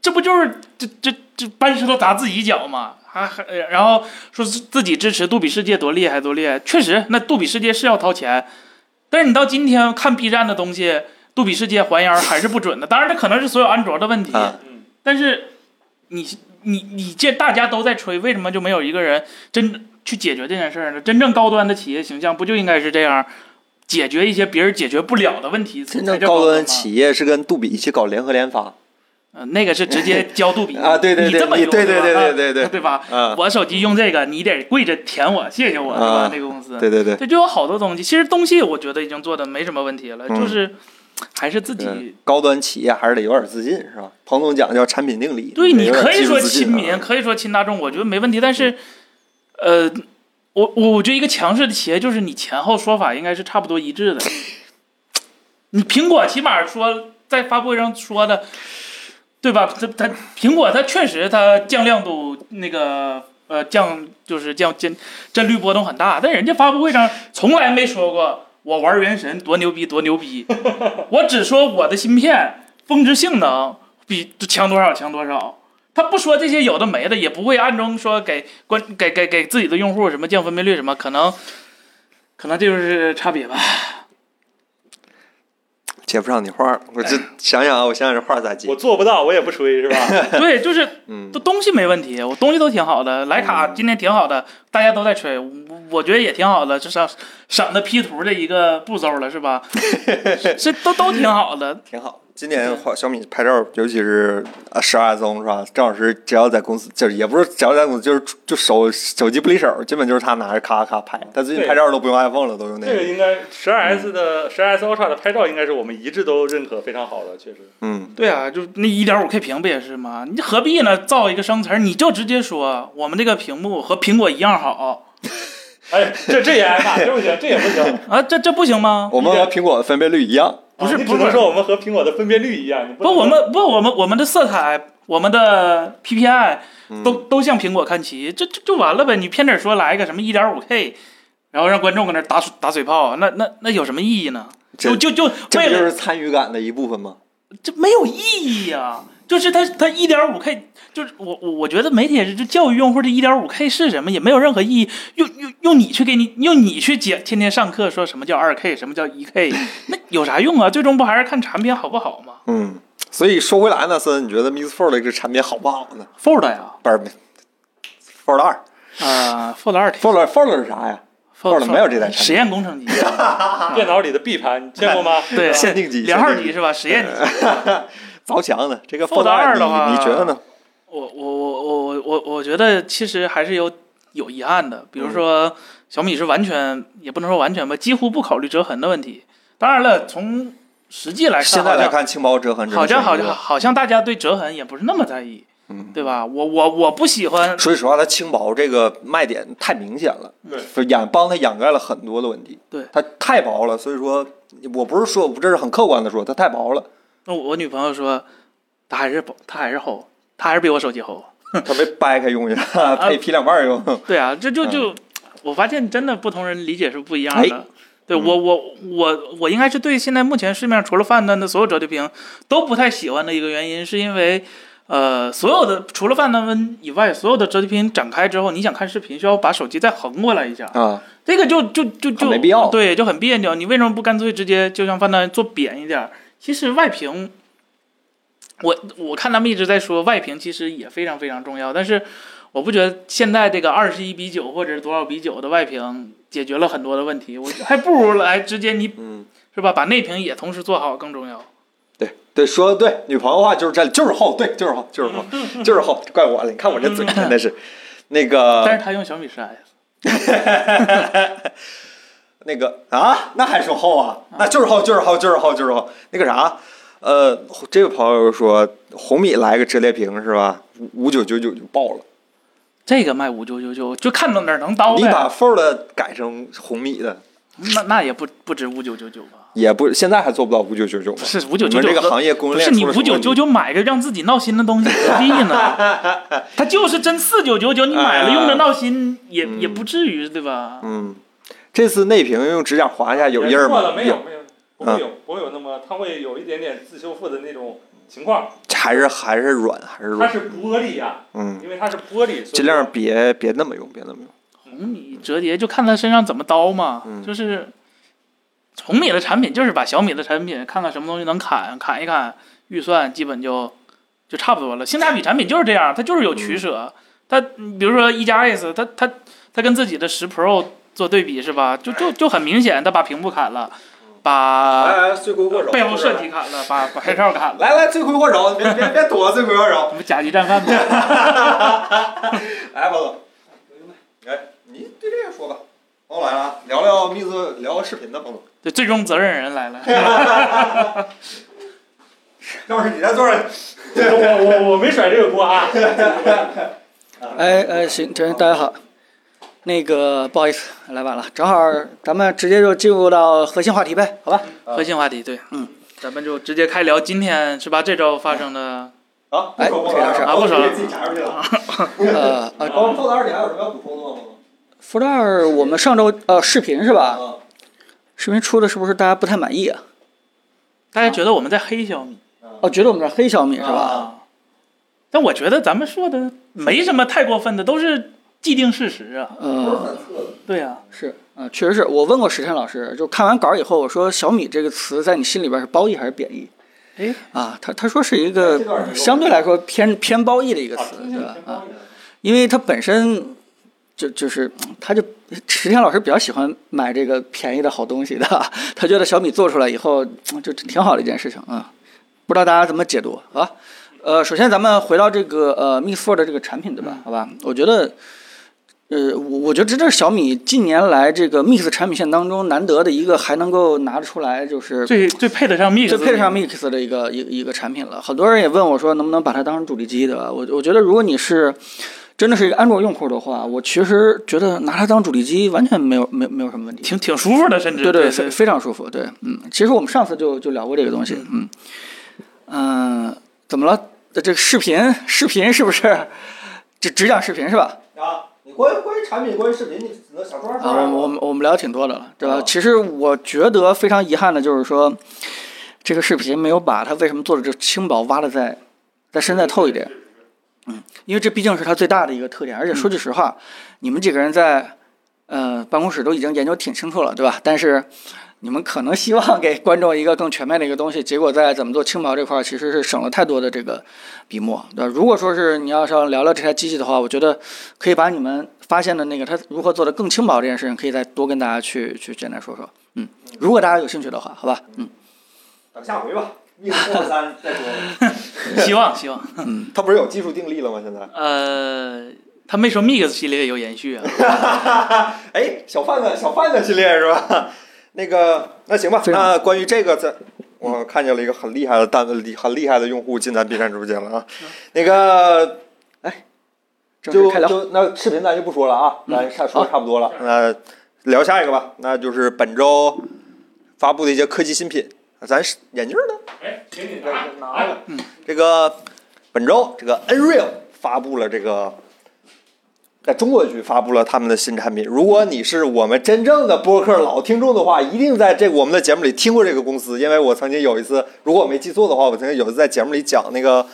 这不就是这这这搬石头砸自己脚吗？还还呃然后说自自己支持杜比世界多厉害多厉害，确实，那杜比世界是要掏钱，但是你到今天看 B 站的东西，杜比世界还原还是不准的。当然，这可能是所有安卓的问题，啊嗯但是你你你这大家都在吹，为什么就没有一个人真去解决这件事儿呢？真正高端的企业形象不就应该是这样，解决一些别人解决不了的问题才真叫正高高端端吗？企业是跟杜比一起搞联合联发，呃，那个是直接交杜 <laughs> 比啊对对对你这么你用对吧对对对对啊对对对吧？啊，我手机用这个，你得跪着舔我，谢谢我，是吧啊？这个公司，对对对，这就有好多东西。其实东西我觉得已经做的没什么问题了，嗯就是还是自嗯己。高端企业还是得有点自信，是吧？彭总讲叫产品定理，对，得你有点可以技术说自信亲民，啊嗯可以说亲大众，我觉得没问题。但是，呃，我我我觉得一个强势的企业就是你前后说法应该是差不多一致的。你苹果起码说在发布会上说的，对吧？它它苹果它确实它降亮度那个呃降就是降降帧率波动很大，但人家发布会上从来没说过我玩原神多牛逼多牛逼，我只说我的芯片峰值性能比强多少强多少。他不说这些有的没的，也不会暗中说给关给给给自己的用户什么降分辨率什么，可能可能这就是差别吧。接不上你话儿，我这想想啊，我想想这话儿咋接我，做不到，我也不吹，是吧？对，就是嗯都东西没问题，我东西都挺好的，徕卡今天挺好的，大家都在吹，我我觉得也挺好的，至少省得 P 图的一个步骤了，是吧？ <laughs> 这都都挺好的，挺好。今年花小米拍照，尤其是呃十二宗是吧？郑老师只要在公司，就是也不是只要在公司，就是就手手机不离手，基本就是他拿着咔咔拍。他最近对拍照都不用 iPhone 了，都用那这个个。应该十二嗯 S 的十二 S Ultra 的拍照应该是我们一致都认可非常好的，确实。嗯，对啊，就那一点五 K 屏不也是吗？你何必呢？造一个生词儿，你就直接说我们这个屏幕和苹果一样好哎，这这也挨骂，这不行，这也不 <laughs> 行。啊，这这不行吗？我们和苹果的分辨率一样，不是啊你不只是能说我们和苹果的分辨率一样，你不，能我们不，我们我们的色彩，我们的 PPI 嗯都、都向苹果看齐，这这就完了呗。你偏点说来个什么一点五 K，然后让观众搁那打水打水泡，那那那有什么意义呢？这就就就这为不就了是参与感的一部分吗？这没有意义呀、就是它它一点五 K，就是我我我觉得媒体也是就教育用户这一点五 K 是什么，也没有任何意义。用用用你去给你用你去解天天上课说什么叫二 K，什么叫一 K，那有啥用啊？最终不还是看产品好不好吗嗯，所以说回来呢，森，你觉得 Mix Fold 这个产品好不好呢？ ？Fold 呀，不是 Fold 二啊，Fold 二 T。 ，Fold Fold 是啥呀？Ford 没有这台产品实验工程 <laughs> 机，啊电脑里的 B 盘，你见过吗？对，限定机零号限定机机是吧？实验机。凿墙的这个 Fold Fold 二， 2的话你你觉得呢？我我我我我我我觉得其实还是有有遗憾的，嗯比如说小米是完全也不能说完全吧，几乎不考虑折痕的问题。当然了，从实际来看，现在来看，轻薄折痕，哎好像好像好像好像大家对折痕也不是那么在意，嗯对吧？我我我不喜欢，说句实话，它轻薄这个卖点太明显了，对就掩帮它掩盖了很多的问题。对，它太薄了，所以说我不是说，我这是很客观的说，它太薄了，那我女朋友说，她还是她还是厚，她还是比我手机厚。它没掰开用去，配批量瓣用。对啊，这就就、我发现真的不同人理解是不一样的。嗯哎对嗯我我我我应该是对现在目前市面上除了范端的所有折叠屏都不太喜欢的一个原因，是因为呃所有的除了范端以外，所有的折叠屏展开之后，你想看视频需要把手机再横过来一下，啊，这个就就就就很没必要对，就很别扭。你为什么不干脆直接就像范端做扁一点儿？其实外屏，我我看他们一直在说外屏其实也非常非常重要，但是我不觉得现在这个二十一比九或者是多少比九的外屏解决了很多的问题，我还不如来直接你嗯，是吧，把内屏也同时做好更重要。呃对对，说的对，女朋友话就是这里，就是厚，对，就是厚，就是厚，就是厚，怪我了，你看我这嘴真的是，那但个是他用小米十 S， <laughs> 那个啊，那还说厚啊，那就是厚，就是厚，就是厚，就是厚，那个啥。呃，这位朋友说红米来个折叠屏是吧？五五九九九就爆了。这个卖五九九九，就看到哪儿能刀你把呗， Fold 改成红米的，那那也不不止五九九九吧。也不现在还做不到五九九九吗不？是五九你九们九，这个行业供应不链是你出了五什么九问题九九买个让自己闹心的东西，何必呢？ <laughs> 它就是真四九九九，你买了用着闹心也嗯也不至于对吧？嗯，这次内屏用指甲划一下有嗯印儿过吗了？没有，没有，不会有不会有那么，它会有一点点自修复的那种情况。还是还是软，还是它软。是玻璃呀，嗯，因为它是玻璃，所以尽量别别那么用，别那么用。红米折叠就看它身上怎么刀嘛嗯，就是红米的产品就是把小米的产品看看什么东西能砍砍一砍，预算基本就就差不多了。性价比产品就是这样，它就是有取嗯舍。它比如说一加 S，它它它跟自己的十 Pro 做对比是吧？就就就很明显，它把屏幕砍了。把来来，罪魁祸首，啊背后设计砍了，把把黑哨砍了，来来，罪魁祸首，别别别 <laughs> 躲，罪魁祸首。我们甲级战犯吧。来，包总，哎，你对这个说吧。我来了啊，聊聊密斯，聊聊视频的包总。对，最终责任人 <laughs> 来了。要是你在座上，我我我没甩这个锅啊。哎哎，行，这大家好，那个不好意思，来晚了，正好咱们直接就进入到核心话题呗，好吧？核心话题，对，嗯，呃咱们就直接开聊今天是吧？这周发生的，啊，哎不说这点事儿了啊不说了自己夹出去啊了。嗯呃啊，包包老师，你还有什么要补充的吗？福袋儿，我们上周呃视频是吧？啊，视频出的是不是大家不太满意啊？大家觉得我们在黑小米啊哦，觉得我们这黑小米是吧？啊？但我觉得咱们说的没什么太过分的，都是既定事实啊。呃，对啊，是，呃，确实是我问过石天老师，就看完稿以后，我说“小米”这个词在你心里边是褒义还是贬义？哎，啊，他他说是一个这段儿是相对来说偏偏褒义的一个词，对吧？啊，因为它本身就就是他就石天老师比较喜欢买这个便宜的好东西的， <laughs> 他觉得小米做出来以后就挺好的一件事情啊。不知道大家怎么解读啊？呃，首先咱们回到这个呃 Mi 4的这个产品对吧？好吧，我觉得。呃，我我觉得这是小米近年来这个 Mix 产品线当中难得的一个还能够拿得出来，就是最最配得上 Mix，这配得上 Mix 的一个一个一个产品了。很多人也问我说，能不能把它当成主力机，对吧？我我觉得如果你是真的是一个安卓用户的话，我其实觉得拿它当主力机完全没有没有没有什么问题。挺挺舒服的，甚至对对非非常舒服。对，嗯，其实我们上次就就聊过这个东西，嗯，嗯、怎么了？呃这个视频视频是不是？只只讲视频是吧？啊，你关于关于产品，关于视频，你能想说啥说啊，啥我我们我们聊挺多的了，对吧？啊其实我觉得非常遗憾的就是说，这个视频没有把他为什么做的这轻薄挖的再再深再透一点。嗯，因为这毕竟是他最大的一个特点，而且说句实话，你们几个人在呃办公室都已经研究挺清楚了，对吧？但是你们可能希望给观众一个更全面的一个东西，结果在怎么做轻薄这块儿，其实是省了太多的这个笔墨，对吧？如果说是你要是要聊聊这台机器的话，我觉得可以把你们发现的那个它如何做的更轻薄这件事情，可以再多跟大家去去简单说说。嗯，如果大家有兴趣的话，好吧，嗯，等下回吧。密斯破三再 <laughs> 说。希望希望。他不是有技术定力了吗？现在，呃，他没说 Mix 系列有延续 <laughs> 啊。哎，小贩子，小贩子系列是吧？ <laughs> 那个，那行吧。非常那关于这个，在我看见了一个很厉害的单，很厉害的用户进咱 B 站直播间了啊。那个正式就开聊。嗯就那视频咱就不说了啊，咱差说好得差不多了，那聊下一个吧，那就是本周发布的一些科技新品。咱是眼镜呢？哎，给你拿着。这个本周这个 Nreal 发布了这个，在中国区发布了他们的新产品。如果你是我们真正的播客老听众的话，一定在这我们的节目里听过这个公司，因为我曾经有一次，如果我没记错的话，我曾经有一次在节目里讲那个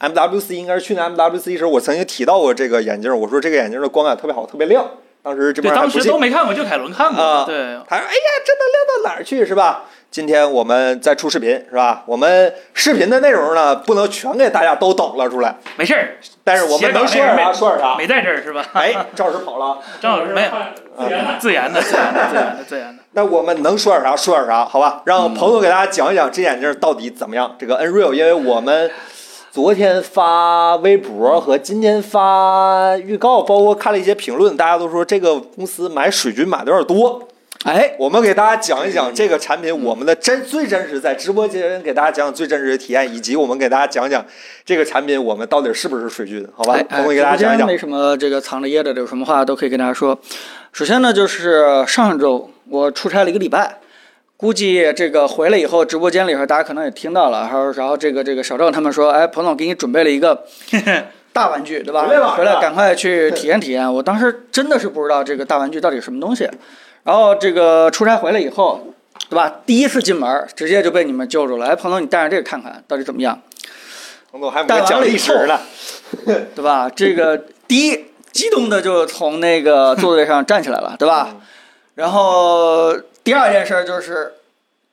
MWC 应该是去年 MWC 时，候，我曾经提到过这个眼镜，我说这个眼镜的光感啊特别好，特别亮。当时这对，边还当不时信都没看过，就凯伦看过。啊对，他说：“哎呀，这能亮到哪儿去是吧？”今天我们再出视频是吧？我们视频的内容呢，不能全给大家都抖了出来，没事儿，但是我们能说点啥说点啥。没在这儿是 <laughs> 吧？哎，赵老师跑了，正好是啊没有，呃自然的，自然的，自然的，自然的。那我们能说点啥说点啥，好吧？让朋友给大家讲一讲这眼镜到底怎么样。这个 Nreal，因为我们昨天发微博和今天发预告，包括看了一些评论，大家都说这个公司买水军买的有点多。哎，我们给大家讲一讲这个产品，我们的真最真实，在直播间给大家讲讲最真实的体验，以及我们给大家讲讲这个产品我们到底是不是水军，好吧哎，？哎我们给大家讲一直播间没讲。什么这个藏着掖着的，有什么话都可以跟大家说。首先呢，就是上上周我出差了一个礼拜，估计这个回来以后，直播间里头大家可能也听到了，还有然后这个这个小郑他们说，哎，彭总给你准备了 <laughs> 一个大玩具，对吧？回来吧回来赶快去体验体验。我当时真的是不知道这个大玩具到底什么东西，然后这个出差回来以后，对吧？第一次进门直接就被你们救住了，哎，彭总你带上这个看看到底怎么样？彭总还没讲历史呢，对吧？这个第一，激动的就从那个座位上站起来 <laughs> 了，对啊吧？然后第二件事儿就是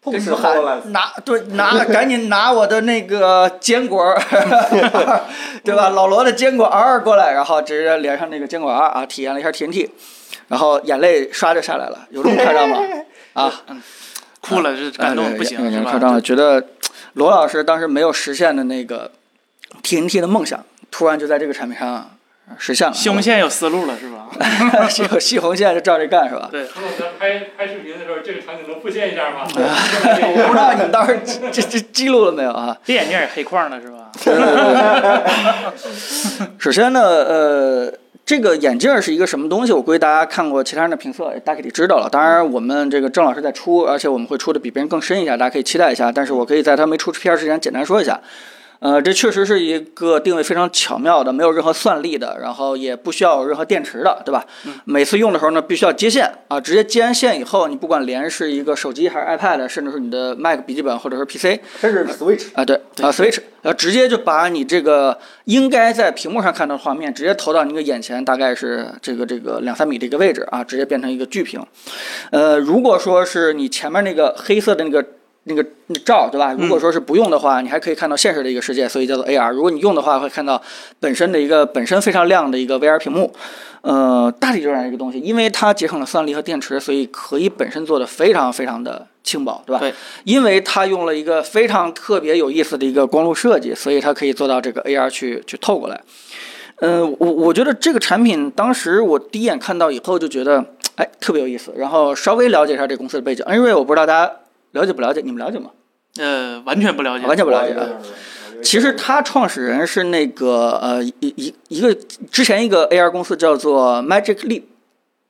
碰瓷跟后了喊，拿对拿，赶紧拿我的那个坚 <laughs> 果儿，对吧？老罗的坚果儿过来，然后直接连上那个坚果儿啊，体 <laughs> 验了一下 TNT，然后眼泪唰就下来了，有这么夸张吗？啊，哭了，是感哎动对不行有点是夸张吧？了。觉得罗老师当时没有实现的那个 TNT 的梦想，突然就在这个产品上呃实现了。西红线有思路了是吧？是有 <laughs> 西红柿就照这干是吧？对，彭总在拍拍视频的时候，这个场景能复现一下吗？我不知道你们到时候这这记录了没有啊？这眼镜也黑框了是吧？ <laughs> 首先呢，呃，这个眼镜儿是一个什么东西？我估计大家看过其他人的评测，大概也知道了。当然，我们这个郑老师在出，而且我们会出的比别人更深一下，大家可以期待一下。但是我可以在他没出片儿之前简单说一下。呃，这确实是一个定位非常巧妙的，没有任何算力的，然后也不需要有任何电池的，对吧？每次用的时候呢，必须要接线啊，直接接完线以后，你不管连是一个手机还是 iPad，甚至是你的 Mac 笔记本或者是 PC，这是 Switch，啊，对啊，Switch，呃，直接就把你这个应该在屏幕上看到的画面，直接投到你的眼前，大概是这个这个两三米的一个位置啊，直接变成一个巨屏。呃，如果说是你前面那个黑色的那个。那个那个罩对吧？如果说是不用的话，你还可以看到现实的一个世界，所以叫做 AR。如果你用的话，会看到本身的一个本身非常亮的一个 VR 屏幕。呃，大体就是这样一个东西，因为它节省了算力和电池，所以可以本身做的非常非常的轻薄，对吧？对。因为它用了一个非常特别有意思的一个光路设计，所以它可以做到这个 AR 去去透过来。呃，我我觉得这个产品当时我第一眼看到以后就觉得，哎，特别有意思。然后稍微了解一下这公司的背景，因为我不知道大家了解不了解，你们了解吗？ <laughs> 呃，完全不了解，完全不了解。啊。解其实他创始人是那个呃一一一个之前一个 AR 公司叫做 Magic Leap，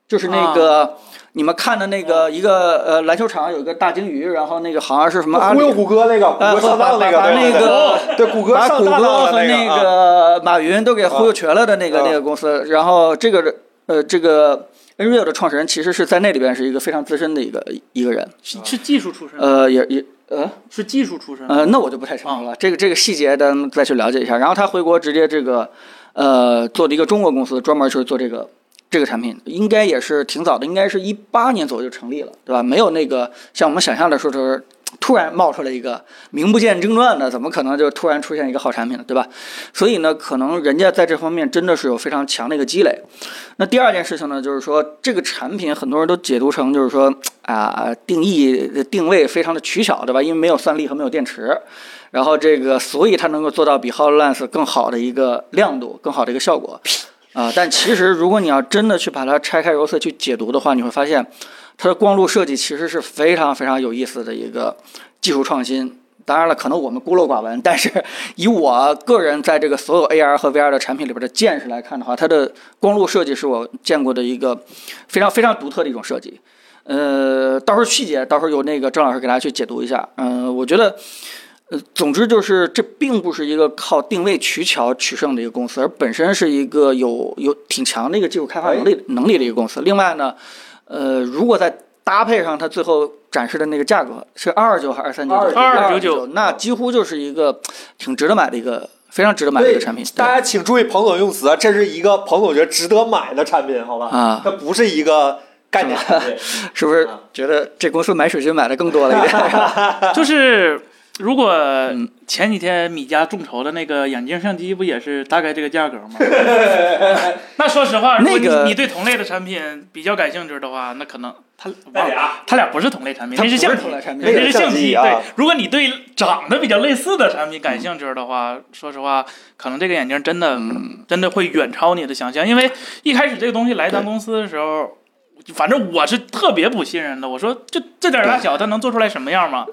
就是那个、你们看的那个一个呃篮球场有一个大鲸鱼，然后那个好像是什么阿忽里悠谷歌那个，呃谷歌上当那把把个，把对那个对 <laughs> 对对谷歌把上谷当歌了和那那啊个马云都给忽悠瘸了的那个啊那个公司，然后这个呃这个 Nreal 的创始人其实是在那里边是一个非常资深的一个一个人，是是技术出身，嗯呃也也呃是技术出身。呃，那我就不太清楚了。这个这个细节咱们再去了解一下。然后他回国直接这个，呃，做的一个中国公司，专门就是做这个这个产品，应该也是挺早的，应该是一八年左右就成立了，对吧？没有那个像我们想象的说是突然冒出来一个名不见经传的，怎么可能就突然出现一个好产品呢，对吧？所以呢，可能人家在这方面真的是有非常强的一个积累。那第二件事情呢，就是说这个产品很多人都解读成就是说啊、定义定位非常的取巧，对吧？因为没有算力和没有电池，然后这个所以它能够做到比 Hololens 更好的一个亮度，更好的一个效果。啊、但其实如果你要真的去把它拆开揉碎去解读的话，你会发现它的光路设计其实是非常非常有意思的一个技术创新。当然了，可能我们孤陋寡闻，但是以我个人在这个所有 AR 和 VR 的产品里边的见识来看的话，它的光路设计是我见过的一个非常非常独特的一种设计。呃，到时候细节到时候由那个郑老师给大家去解读一下。嗯、我觉得，呃，总之就是这并不是一个靠定位取巧取胜的一个公司，而本身是一个有有挺强的一个技术开发能力能力的一个公司。另外呢，呃，如果在搭配上它最后展示的那个价格是二二九还是二三九九？ 2299那几乎就是一个挺值得买的一个非常值得买的一对个产品。对大家请注意彭总用词啊，这是一个彭总觉得值得买的产品，好吧？啊它不是一个概念产 <laughs> 品。是不是啊觉得这公司买水军买的更多了一点？就是如果嗯前几天米家众筹的那个眼镜相机，不也是大概这个价 <laughs> 格吗？那说实话，如果你那个你对同类的产品比较感兴趣的话，那可能他那俩他俩不是同类产品，它那是不是相同类产品那那啊是是相相机。机啊对，如果你对长得比较类似的产品感兴趣的话，说实话，可能这个眼镜真的嗯真的会远超你的想象，因为一开始这个东西来咱公司的时候。反正我是特别不信任的，我说这这点儿大小，它能做出来什么样 <laughs> 吗？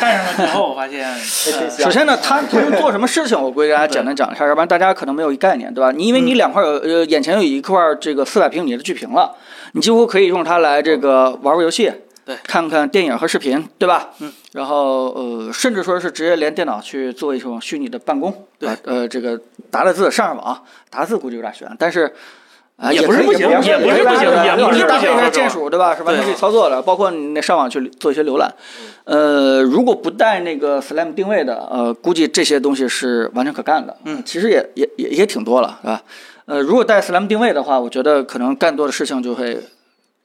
戴上了之后，我发哎现，啊呃首先呢，他他们做什么事情，我估计大家简单讲一下，要不然大家可能没有一概念，对吧？你因为嗯你两块有呃眼前有一块这个四百平米的巨屏了，你几乎可以用它来这个玩玩游戏，对，看看电影和视频，对吧？嗯。然后呃，甚至说是直接连电脑去做一种虚拟的办公，对吧，呃，这个打打字上上网，打字估计有点悬，但是。啊，也不是可以不行也可以也不是不行对吧也不是你搭配一不下行键鼠，对吧？是完全对可以操作的，包括你那上网去做一些浏览。嗯呃，如果不带那个 SLAM 定位的，呃，估计这些东西是完全可干的。嗯其实也也也也挺多了，是吧？呃，如果带 SLAM 定位的话，我觉得可能干多的事情就会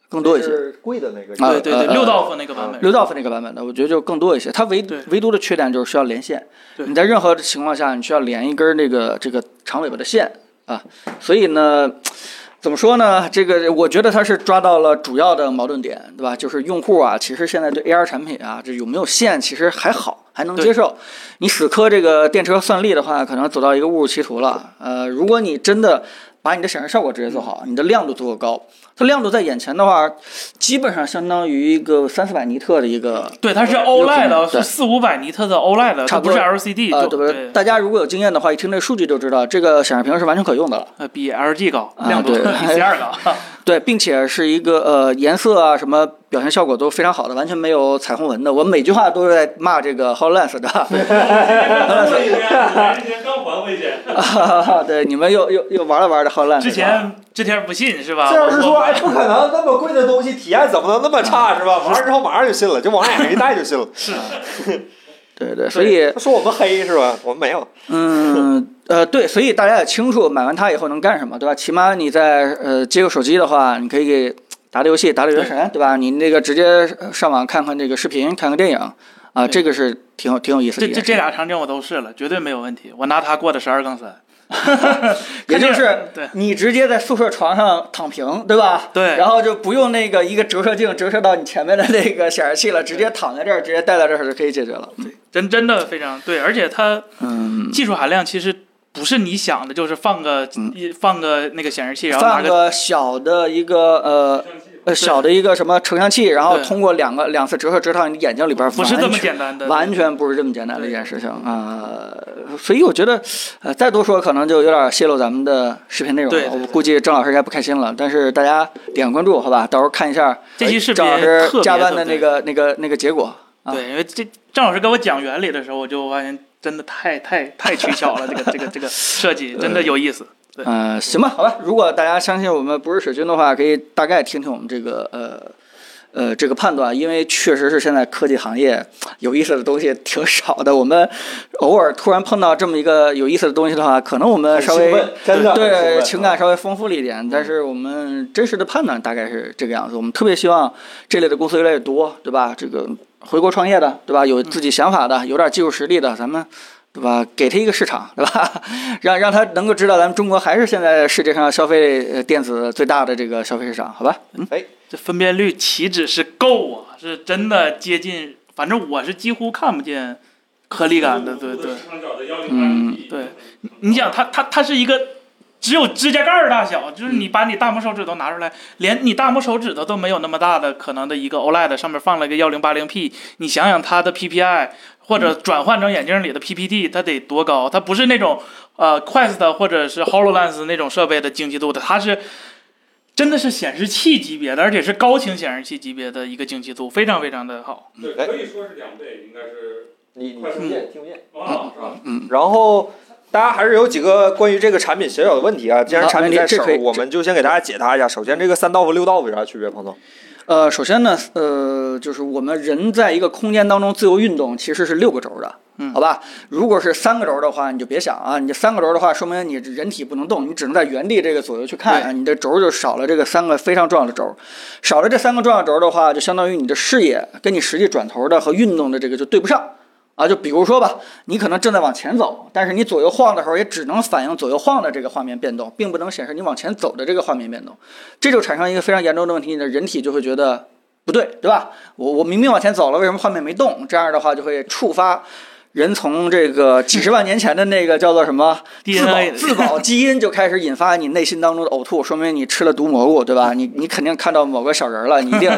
更多一些。是贵的那个。啊对对呃对，呃六道夫那个版本，刘道夫那个版本的，我觉得就更多一些。它唯对唯独的缺点就是需要连线，对你在任何情况下你需要连一根那个这个长尾巴的线啊。所以呢，怎么说呢？这个我觉得它是抓到了主要的矛盾点，对吧？就是用户啊，其实现在对 AR 产品啊，这有没有线其实还好，还能对接受。你死磕这个电车算力的话，可能走到一个误入歧途了。呃，如果你真的把你的显示效果直接做好，你的亮度足够高，它亮度在眼前的话，基本上相当于一个三四百尼特的一个呃对，它是有 OLED，可能对是四五百尼特的 OLED，它差不不多是 LCD，啊，就对不对？大家如果有经验的话，一听这数据就知道，这个显示屏是完全可用的了。呃，比 LG 高，啊亮度对 <laughs> 比 C2 高。 <laughs> 对，并且是一个呃颜色啊什么表现效果都非常好的，完全没有彩虹纹的。我每句话都是在骂这个 Hololens 的。 <laughs> 之前刚还回去，啊，对，你们又又又玩了玩这 Hololens。之前之前不信是吧？这啊要是我说，我哎，不可能，那么贵的东西体验怎么能那么差 <laughs> 是吧？玩完之后马上就信了，就往眼上一戴就信了。对 <laughs> 对，所以他说我们黑是吧？我们没有。嗯呃对，所以大家也清楚买完它以后能干什么，对吧？起码你在呃接个手机的话，你可以给打打游戏、打打原神，对吧？你那个直接上网看看这个视频、看看电影啊、对这个是挺有挺有意思的这这一件事。这俩场景我都试了，绝对没有问题。我拿它过的十二杠三， <laughs> 也就看这是个对你直接在宿舍床上躺平，对吧？对然后就不用那个一个折射镜折射到你前面的那个显示器了，直接躺在这儿，直接带到这儿就可以解决了。真真的非常对，而且它嗯，技术含量其实不是你想的，就是放个、一放个那个显示器，然后拿放个个小的一个呃呃小的一个什么成像器，然后对通过两个两次折射折到你眼睛里边儿，不是这么完全简单的。完全不是这么简单的一件事情啊、呃所以我觉得，呃，再多说可能就有点泄露咱们的视频内容对了。对对我估计郑老师应该不开心了，但是大家点关注好吧，到时候看一下这期视频郑老特师别加班的特别那个那个那个结果。啊对，因为这郑老师跟我讲原理的时候，我就发现真的太太太取巧了，这个这个这个设 <laughs> 计真的有意思。对呃，行吧，好吧，如果大家相信我们不是水军的话，可以大概听听我们这个呃。呃，这个判断，因为确实是现在科技行业有意思的东西挺少的。我们偶尔突然碰到这么一个有意思的东西的话，可能我们很稍兴微奋，真的很兴对奋情感稍微丰富了一点，但是我们真实的判断大概是这个样子。我们特别希望这类的公司越来越多，对吧？这个回国创业的，对吧？有自己想法的，有点技术实力的，咱们。对吧？给他一个市场，对吧？让让他能够知道咱们中国还是现在世界上消费呃电子最大的这个消费市场，好吧？这分辨率岂止是够啊，是真的接近，反正我是几乎看不见颗粒感的。对对，嗯对，你想它它它是一个只有指甲盖儿大小，就是嗯你把你大拇手指头拿出来，连你大拇手指头都没有那么大的可能的一个 OLED 上面放了一个幺零八零 P，你想想它的 PPI 或者转换成眼镜里的 PPD 它得多高？它不是那种呃 Quest 或者是 Hololens 那种设备的精细度的，它是。真的是显示器级别的，而且是高清显示器级别的一个精细度，非常非常的好。对，哎可以说是两倍，应该是你你快速听不见，听不见。啊，嗯是吧？然后大家还是有几个关于这个产品小小的问题啊。既然好产品没在问题手这可以，我们就先给大家解答一下。首先，这个三道夫、六道夫有啥区别，彭总？呃，首先呢，呃，就是我们人在一个空间当中自由运动，其实是六个轴的，嗯好吧？如果是三个轴的话，你就别想啊，你这三个轴的话，说明你人体不能动，你只能在原地这个左右去看，啊，你的轴就少了这个三个非常重要的轴，少了这三个重要轴的话，就相当于你的视野跟你实际转头的和运动的这个就对不上。啊，就比如说吧，你可能正在往前走，但是你左右晃的时候，也只能反映左右晃的这个画面变动，并不能显示你往前走的这个画面变动。这就产生一个非常严重的问题，你的人体就会觉得不对，对吧？我我明明往前走了，为什么画面没动？这样的话就会触发人从这个几十万年前的那个叫做什么自保 DNA 自保基因就开始引发你内心当中的呕吐，说明你吃了毒蘑菇，对吧？你你肯定看到某个小人了，你一定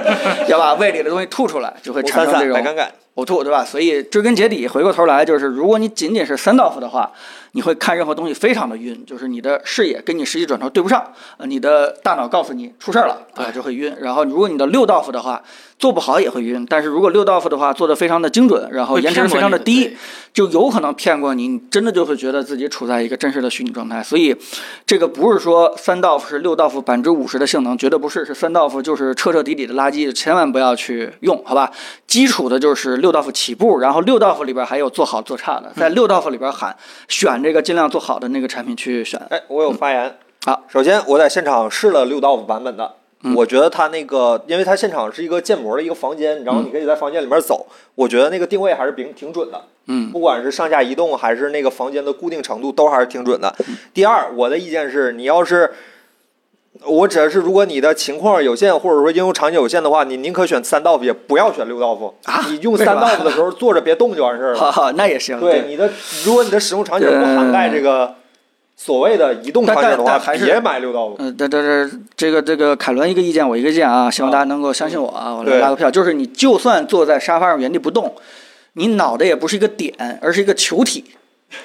要把胃里的东西吐出来，就会吴产三生三、这种白杆杆，呕吐，对吧？所以追根结底，回过头来就是，如果你仅仅是三道夫的话，你会看任何东西非常的晕，就是你的视野跟你实际转头对不上，呃，你的大脑告诉你出事儿了，啊，就会晕。然后如果你的六道夫的话，做不好也会晕，但是如果六道夫的话做的非常的精准，然后会延迟骗过非常的你低对，就有可能骗过你，你真的就会觉得自己处在一个真实的虚拟状态。所以这个不是说三道夫是六道夫百分之五十的性能，绝对不是，是三道夫就是彻彻底底的垃圾，千万不要去用，好吧？基础的就是六道夫起步，然后六道夫里边还有做好做差的，在六道夫里边喊选这个尽量做好的那个产品去选。哎，我有发言。好，嗯首先我在现场试了六道夫版本的。我觉得它那个，因为它现场是一个建模的一个房间，然后你可以在房间里面走，我觉得那个定位还是挺挺准的。嗯不管是上下移动还是嗯那个房间的固定程度，都还是挺准的。第二，我的意见是，你要是我只是如果你的情况有限，或者说应用场景有限的话，你宁可选三道夫，也不要选六道夫。啊你用三道夫的时候坐着别动就完事儿了。 <laughs> 哈哈，那也行。对你的，如果你的使用场景不涵盖这个所谓的移动场景的但但话，还是别买六道夫。嗯，这这这这个这个凯伦一个意见，我一个意见啊，希望大家能够相信我啊，我来对拉个票。就是你就算坐在沙发上原地不动，你脑袋也不是一个点，而是一个球体，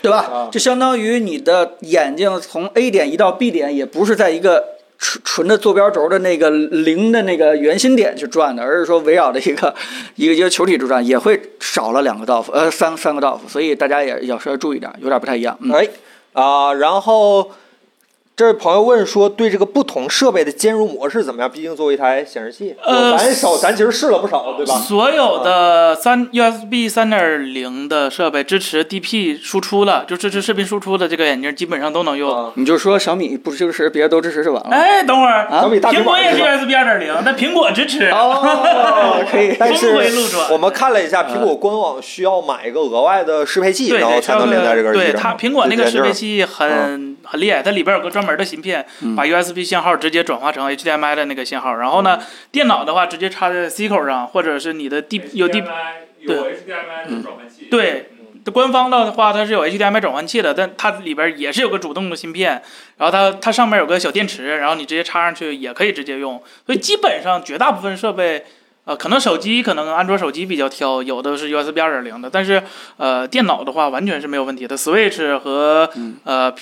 对吧啊？就相当于你的眼睛从 A 点移到 B 点，也不是在一个纯纯的坐标轴的那个零的那个圆心点去转的，而是说围绕着一个一个一个球体去转，也会少了两个道夫，呃，三三个道夫，所以大家也要稍微注意点，有点不太一样。嗯，哎，啊、然后这位朋友问说，对这个不同设备的兼容模式怎么样？毕竟作为一台显示器，呃咱少，咱其实试了不少，对吧？所有的三 USB 三点零的设备支持 DP 输出了，就支持视频输出的这个眼镜基本上都能用。啊，你就说小米不支持，别的都支持就完了。哎，等会儿，啊小米大苹平果板也是是吧 USB 二点零，但苹果支持。啊 <laughs> 哦，可以。但是峰回路转我们看了一下，苹果官网需要买一个额外的适配器，对，然后对才要能连在这个耳机对上。它苹果那个这适件事儿啊配器很很厉害，它里边有个专门的芯片，把嗯 USB 信号直接转化成 HDMI 的那个信号。然后呢，电脑的话直接插在 C 口上，或者是你的 D 有 D 有 HDMI 嗯的转换器，嗯对，官方的话它是有 HDMI 转换器的，但它里边也是有个主动的芯片，然后它它上面有个小电池，然后你直接插上去也可以直接用，所以基本上绝大部分设备。呃，可能手机可能安卓手机比较挑，有的是 USB 二点零的，但是呃，电脑的话完全是没有问题的，Switch 和、嗯呃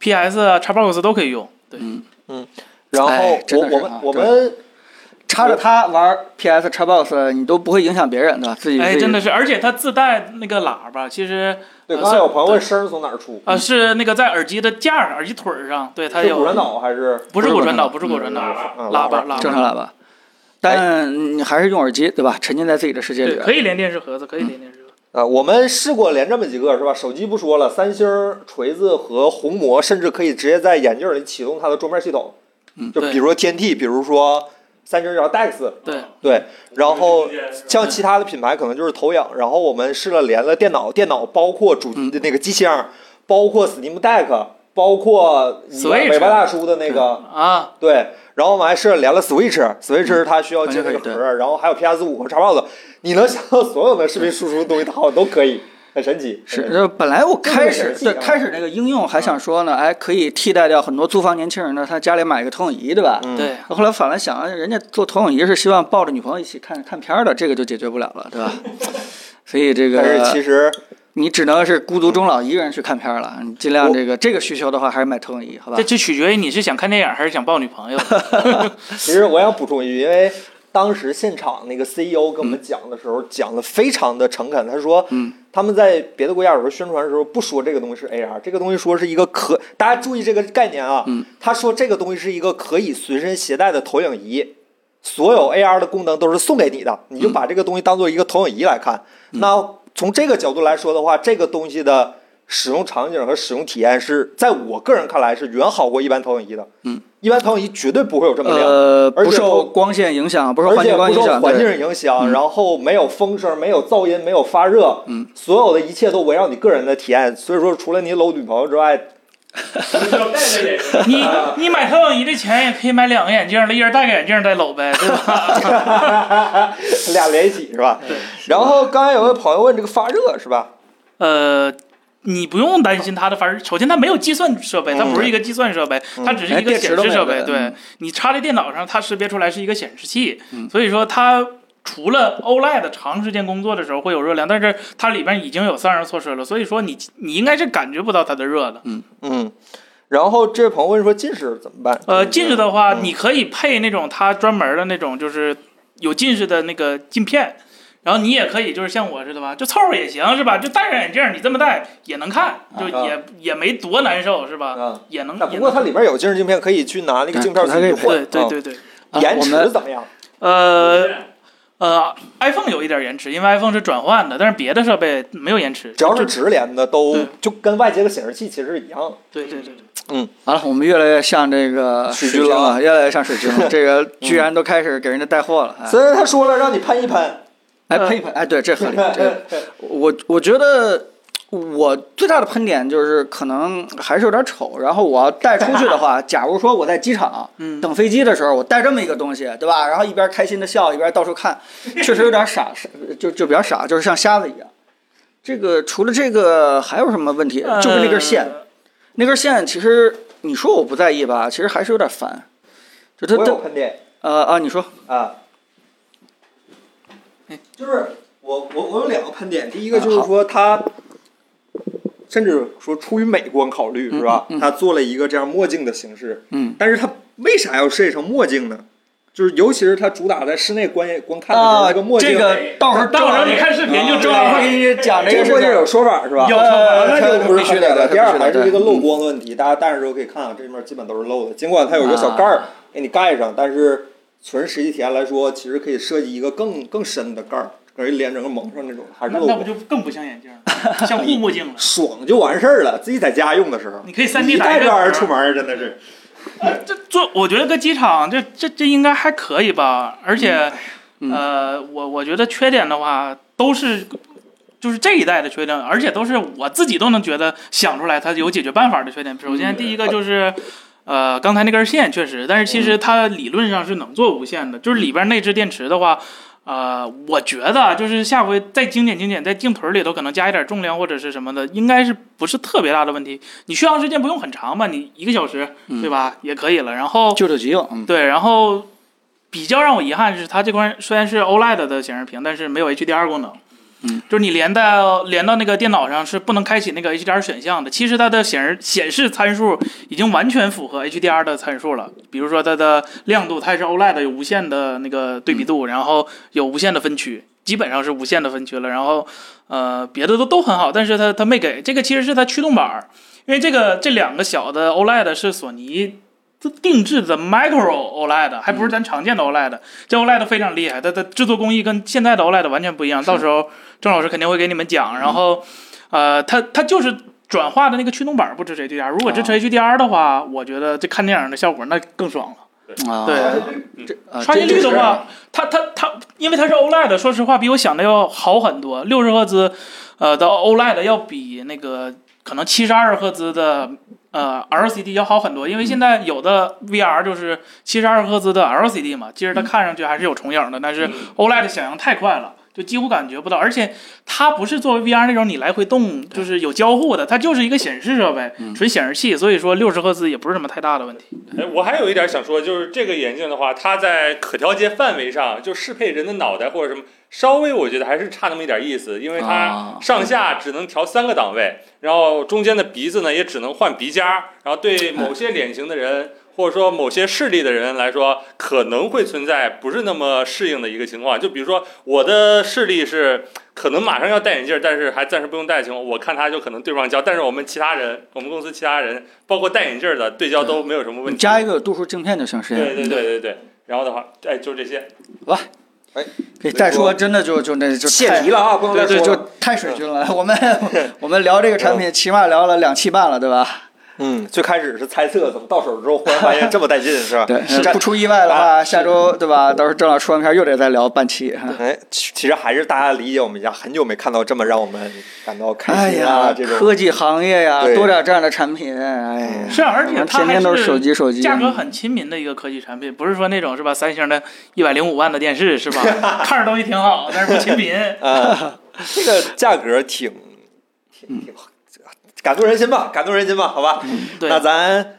PS 啊、Xbox 都可以用。对，然后哎真的我是我啊们我们插着它玩 PS、Xbox，你都不会影响别人，对吧？自己哎，自己真的是，而且它自带那个喇叭，其实对呃刚才有是朋友问声儿从哪儿出？呃是那个在耳机的架儿、耳机腿儿上，对它嗯是有骨传导还是不是不是骨骨传传导，导不是骨传导，嗯喇叭叭？喇正叭，常喇叭。但你还是用耳机，对吧？沉浸在自己的世界里对，边。可以连电视盒子，可以连电视盒子。啊，我们试过连这么几个是吧？手机不说了，三星儿、锤子和红魔甚至可以直接在眼镜里启动它的桌面系统，就嗯对比如说天 t 比如说三星叫 Dex，嗯对，对，然后像嗯其他的品牌可能就是投影，然后我们试了连了电脑，电脑包括主嗯那个机箱，包括 Steam Deck，包括你 Switch 尾巴大叔的那个。啊，对，然后我们还是连了 Switch，Switch 它需要接那个完全可以盒儿，然后还有 PS 五和 Xbox，你能想到所有的视频输出东西，它好像都可以，很神奇。是，很神奇呃本来我开始这个也是对啊开始那个应用还想说呢，哎，可以替代掉很多租房年轻人呢，他家里买个投影仪，对吧？嗯对，后来反来想，人家做投影仪是希望抱着女朋友一起看看片儿的，这个就解决不了了， <laughs> 对吧？所以这个但是其实你只能是孤独终老一个人去看片儿了。你尽量我这个这个需求的话，还是买投影仪，好吧这？就取决于你是想看电影还是想抱女朋友。 <laughs> <laughs> 其实我想补充一句，因为当时现场那个 CEO 跟我们讲的时候，讲的非常的诚恳，他说，他们在别的国家有时候宣传的时候不说这个东西是 AR，这个东西说是一个可，大家注意这个概念啊，他说这个东西是一个可以随身携带的投影仪。所有 AR 的功能都是送给你的，你就把这个东西当做一个投影仪来看。那从这个角度来说的话，这个东西的使用场景和使用体验是在我个人看来是远好过一般投影仪的。嗯，一般投影仪绝对不会有这么亮。呃，而不且受不光线影响，不受而环且境不光影受响，环对嗯境影响，然后没有风声，没有噪音，没有发热，嗯，所有的一切都围绕你个人的体验。所以说，除了你搂女朋友之外， <laughs> 你你买投影仪的钱也可以买两个眼镜了，一人戴个眼镜再搂呗，对 <laughs> 吧？俩连一起是吧？然后刚才有位朋友问这个发热是吧？呃。你不用担心它的，反正首先它没有计算设备，它不是一个计算设备，它只是一连个嗯哎电显池都示没设有备。对对嗯你插在电脑上，它识别出来是一个显示器，所以说它除了 OLED 长时间工作的时候会有热量，但是它里边已经有散热措施了，所以说你你应该是感觉不到它的热的。嗯。然后这位朋友问说近视怎么办？呃，近视的话，嗯你可以配那种它专门的那种，就是有近视的那个镜片，然后你也可以就是像我似的吧，就凑合也行是吧？就戴上眼镜，你这么戴也能看，就啊也也没多难受是吧？啊，也能那，也不过能它里面有近视镜片，可以去拿那个镜片嗯它可以去配换对。对对对，啊延我迟们怎么样？呃哎呃，iPhone 有一点延迟，因为 iPhone 是转换的，但是别的设备没有延迟。只要是就直连的，都对就跟外接的显示器其实是一样的。对对对对，完了，我们越来越像这个水军军了啊了，越来越像水军 <laughs> 了。这个居然都开始给人家带货了，哎虽然他说了让你喷一喷，哎 <laughs> 呃喷一喷，哎对，这合理。这个我我觉得我最大的喷点就是可能还是有点丑，然后我要带出去的 <laughs> 话，假如说我在机场嗯，等飞机的时候，我带这么一个东西，对吧？然后一边开心的笑，一边到处看，确实有点傻， <laughs> 傻就就比较傻，就是像瞎子一样。这个除了这个还有什么问题？就是那根线，那根线其实你说我不在意吧，其实还是有点烦。就它我它有喷点呃啊，你说啊哎，就是我我我有两个喷点，第一个啊就是说他。甚至说出于美观考虑，嗯是吧嗯嗯？他做了一个这样墨镜的形式，嗯，但是他为啥要设计成墨镜呢？就是尤其是他主打在室内观观看的时候，啊那个墨镜这个到时候到时候你看视频就知周道老了师。给你讲这这个个事墨镜情有说法是吧？有呃那就不是必须很简的单第二还是一个漏对光的问题，大家戴上之后可以看啊，这面基本都是漏的。尽管它有一个小盖儿啊给你盖上，但是纯实际体验来说，其实可以设计一个更更深的盖儿，给脸整个蒙上那种，还是那漏那不光。就更不像眼镜了， <laughs> 像护目镜了。爽就完事儿了，自己在家用的时候，你可以三 D 你打带一这个玩意儿出门儿真的是。这做，我觉得搁机场这这这应该还可以吧，而且，嗯呃，我我觉得缺点的话都是。就是这一代的缺点，而且都是我自己都能觉得想出来，它有解决办法的缺点。首嗯先，第一个就是，呃，刚才那根线确实，但是其嗯实它理论上是能做无线的，就是里边内置电池的话，呃，我觉得就是下回再精简精简，在镜腿里头可能加一点重量或者是什么的，应该是不是特别大的问题。你续航时间不用很长吧，你一个小时嗯对吧、也可以了。然后就这急用，嗯，对，然后比较让我遗憾的是，它这款虽然是 OLED 的显示屏，但是没有 HDR 功能。嗯，就是你连到连到那个电脑上是不能开启那个 HDR 选项的。其实它的显示显示参数已经完全符合 HDR 的参数了，比如说它的亮度，它是 OLED 有无限的那个对比嗯度，然后有无限的分区，基本上是无限的分区了。然后呃，别的都都很好，但是它它没给这个其实是它驱动板儿，因为这个这两个小的 OLED 是索尼自定制的 Micro OLED，还不是咱常见的 OLED、这 OLED 非常厉害，它的制作工艺跟现在的 OLED 完全不一样。到时候郑老师肯定会给你们讲。然后，呃，它它就是转化的那个驱动板不支持 HDR，如果支持 HDR 的话，我觉得这看电影的效果那更爽了。啊，对这啊刷新这率的就是话，它它它，因为它是 OLED，说实话比我想的要好很多。六十赫兹，呃的 OLED 要比那个可能七十二赫兹的呃 LCD 要好很多，因为现在有的 VR 就是七十二赫兹的 LCD 嘛，其实它嗯看上去还是有重影的，但是 OLED 响应太快了。就几乎感觉不到，而且它不是作为 VR 那种你来回动，就是有交互的，它就是一个显示设备，嗯纯显示器，所以说六十赫兹也不是什么太大的问题。哎，我还有一点想说，就是这个眼镜的话，它在可调节范围上，就适配人的脑袋或者什么，稍微我觉得还是差那么一点意思，因为它啊上下只能调三个档位，然后中间的鼻子呢也只能换鼻尖，然后对某些脸型的人。 <laughs> 或者说某些视力的人来说，可能会存在不是那么适应的一个情况。就比如说我的视力是可能马上要戴眼镜，但是还暂时不用戴的情况，我看他就可能对不上焦。但是我们其他人，我们公司其他人，包括戴眼镜的对焦都没有什么问你题。加一个度数镜片就行，实对验对对对对。然后的话，哎，就这些。可以再说，真的就就那就泄太题了啊，不能再对对，说就了。太水军了。我们我们聊这个产品，起码聊了两期半了，对吧？嗯，最开始是猜测，怎么到手之后忽然发现这么带劲，是吧？对是，不出意外的话，下周对吧？到时候郑老师出完片儿又得再聊半期。哈哎，其其实还是大家理解我们一下，很久没看到这么让我们感到开哎心呀啊，这，种。科技行业呀，对多点这样的产品，哎呀，是啊而嗯且它天天都是手机手机，价格很亲民的一个科技产品，不是说那种是吧？三星的一百零五万的电视是吧？看着东西挺好，但是不 <laughs> 亲民。啊，这个价格挺挺嗯挺感动人心吧，感动人心吧，好吧。对嗯那，咱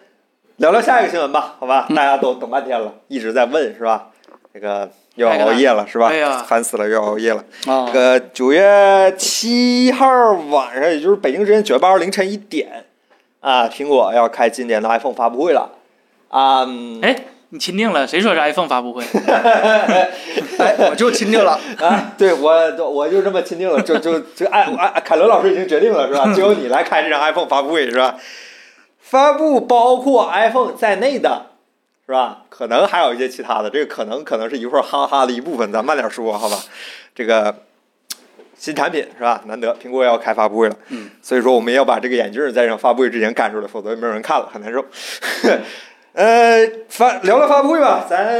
聊聊下一个新闻吧，好吧？大家都等半天了，一直在问是吧？这个又要熬夜了是吧哎呀？烦死了，又要熬夜了。啊这，个九月七号晚上，也就是北京时间九月八号凌晨一点，啊，苹果要开今年的 iPhone 发布会了。啊、嗯哎，你钦定了，谁说是 iPhone 发布会？哎，我就亲定了，啊，对我我就这么钦定了，就就就哎哎，凯伦老师已经决定了是吧？就由你来开这场 iPhone 发布会是吧？发布包括 iPhone 在内的，是吧？可能还有一些其他的，这个可能可能是一会儿哈哈的一部分，咱慢点说好吧？这个新产品是吧？难得苹果要开发布会了，嗯，所以说我们要把这个眼镜在这场发布会之前干出来，否则没有人看了，很难受。 <laughs> 呃，发聊聊发布会吧，咱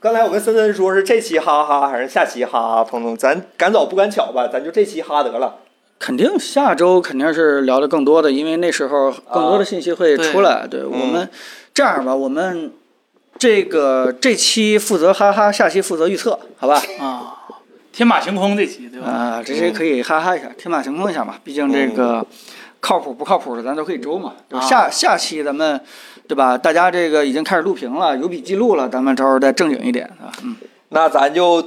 刚才我跟森森说是这期哈哈还是下期哈哈，鹏鹏，咱赶早不赶巧吧，咱就这期哈得了。肯定下周肯定是聊的更多的，因为那时候更多的信息会出来。对我们这样吧，我们这个这期负责哈哈，下期负责预测，好吧？啊，天马行空这期对嗯吧？啊，这些可以哈哈一下，天马行空一下嘛。毕竟这个靠谱不靠谱的，咱都可以周嘛。对吧啊下下期咱们对吧？大家这个已经开始录屏了，有笔记录了，咱们到时候再正经一点啊。嗯，那咱就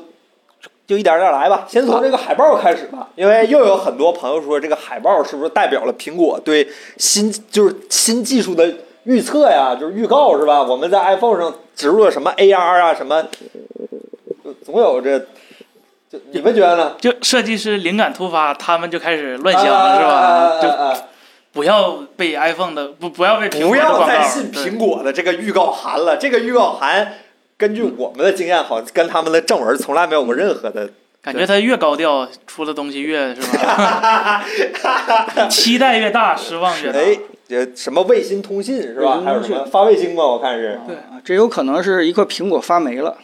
就一点点来吧，先从这个海报开始吧，因为又有很多朋友说这个海报是不是代表了苹果对新就是新技术的预测呀，就是预告是吧？我们在 iPhone 上植入 <laughs> 了什么 AR 啊，什么，就总有这，就你们觉得 <laughs> 呢？就设计师灵感突发，他们就开始乱想啊了，是吧？就啊啊啊不要被 iPhone 的不不要被苹不果的要广再告，信对苹果的这个预告函了，这个预告函。根据我们的经验，好像跟他们的正文从来没有过任何的感觉他越高调，出的东西越是吧？ <laughs> 期待越大，失望越大。哎，这什么卫星通信是嗯吧？还有什么发卫星吗？我看是。对啊这有可能是一块苹果发霉了。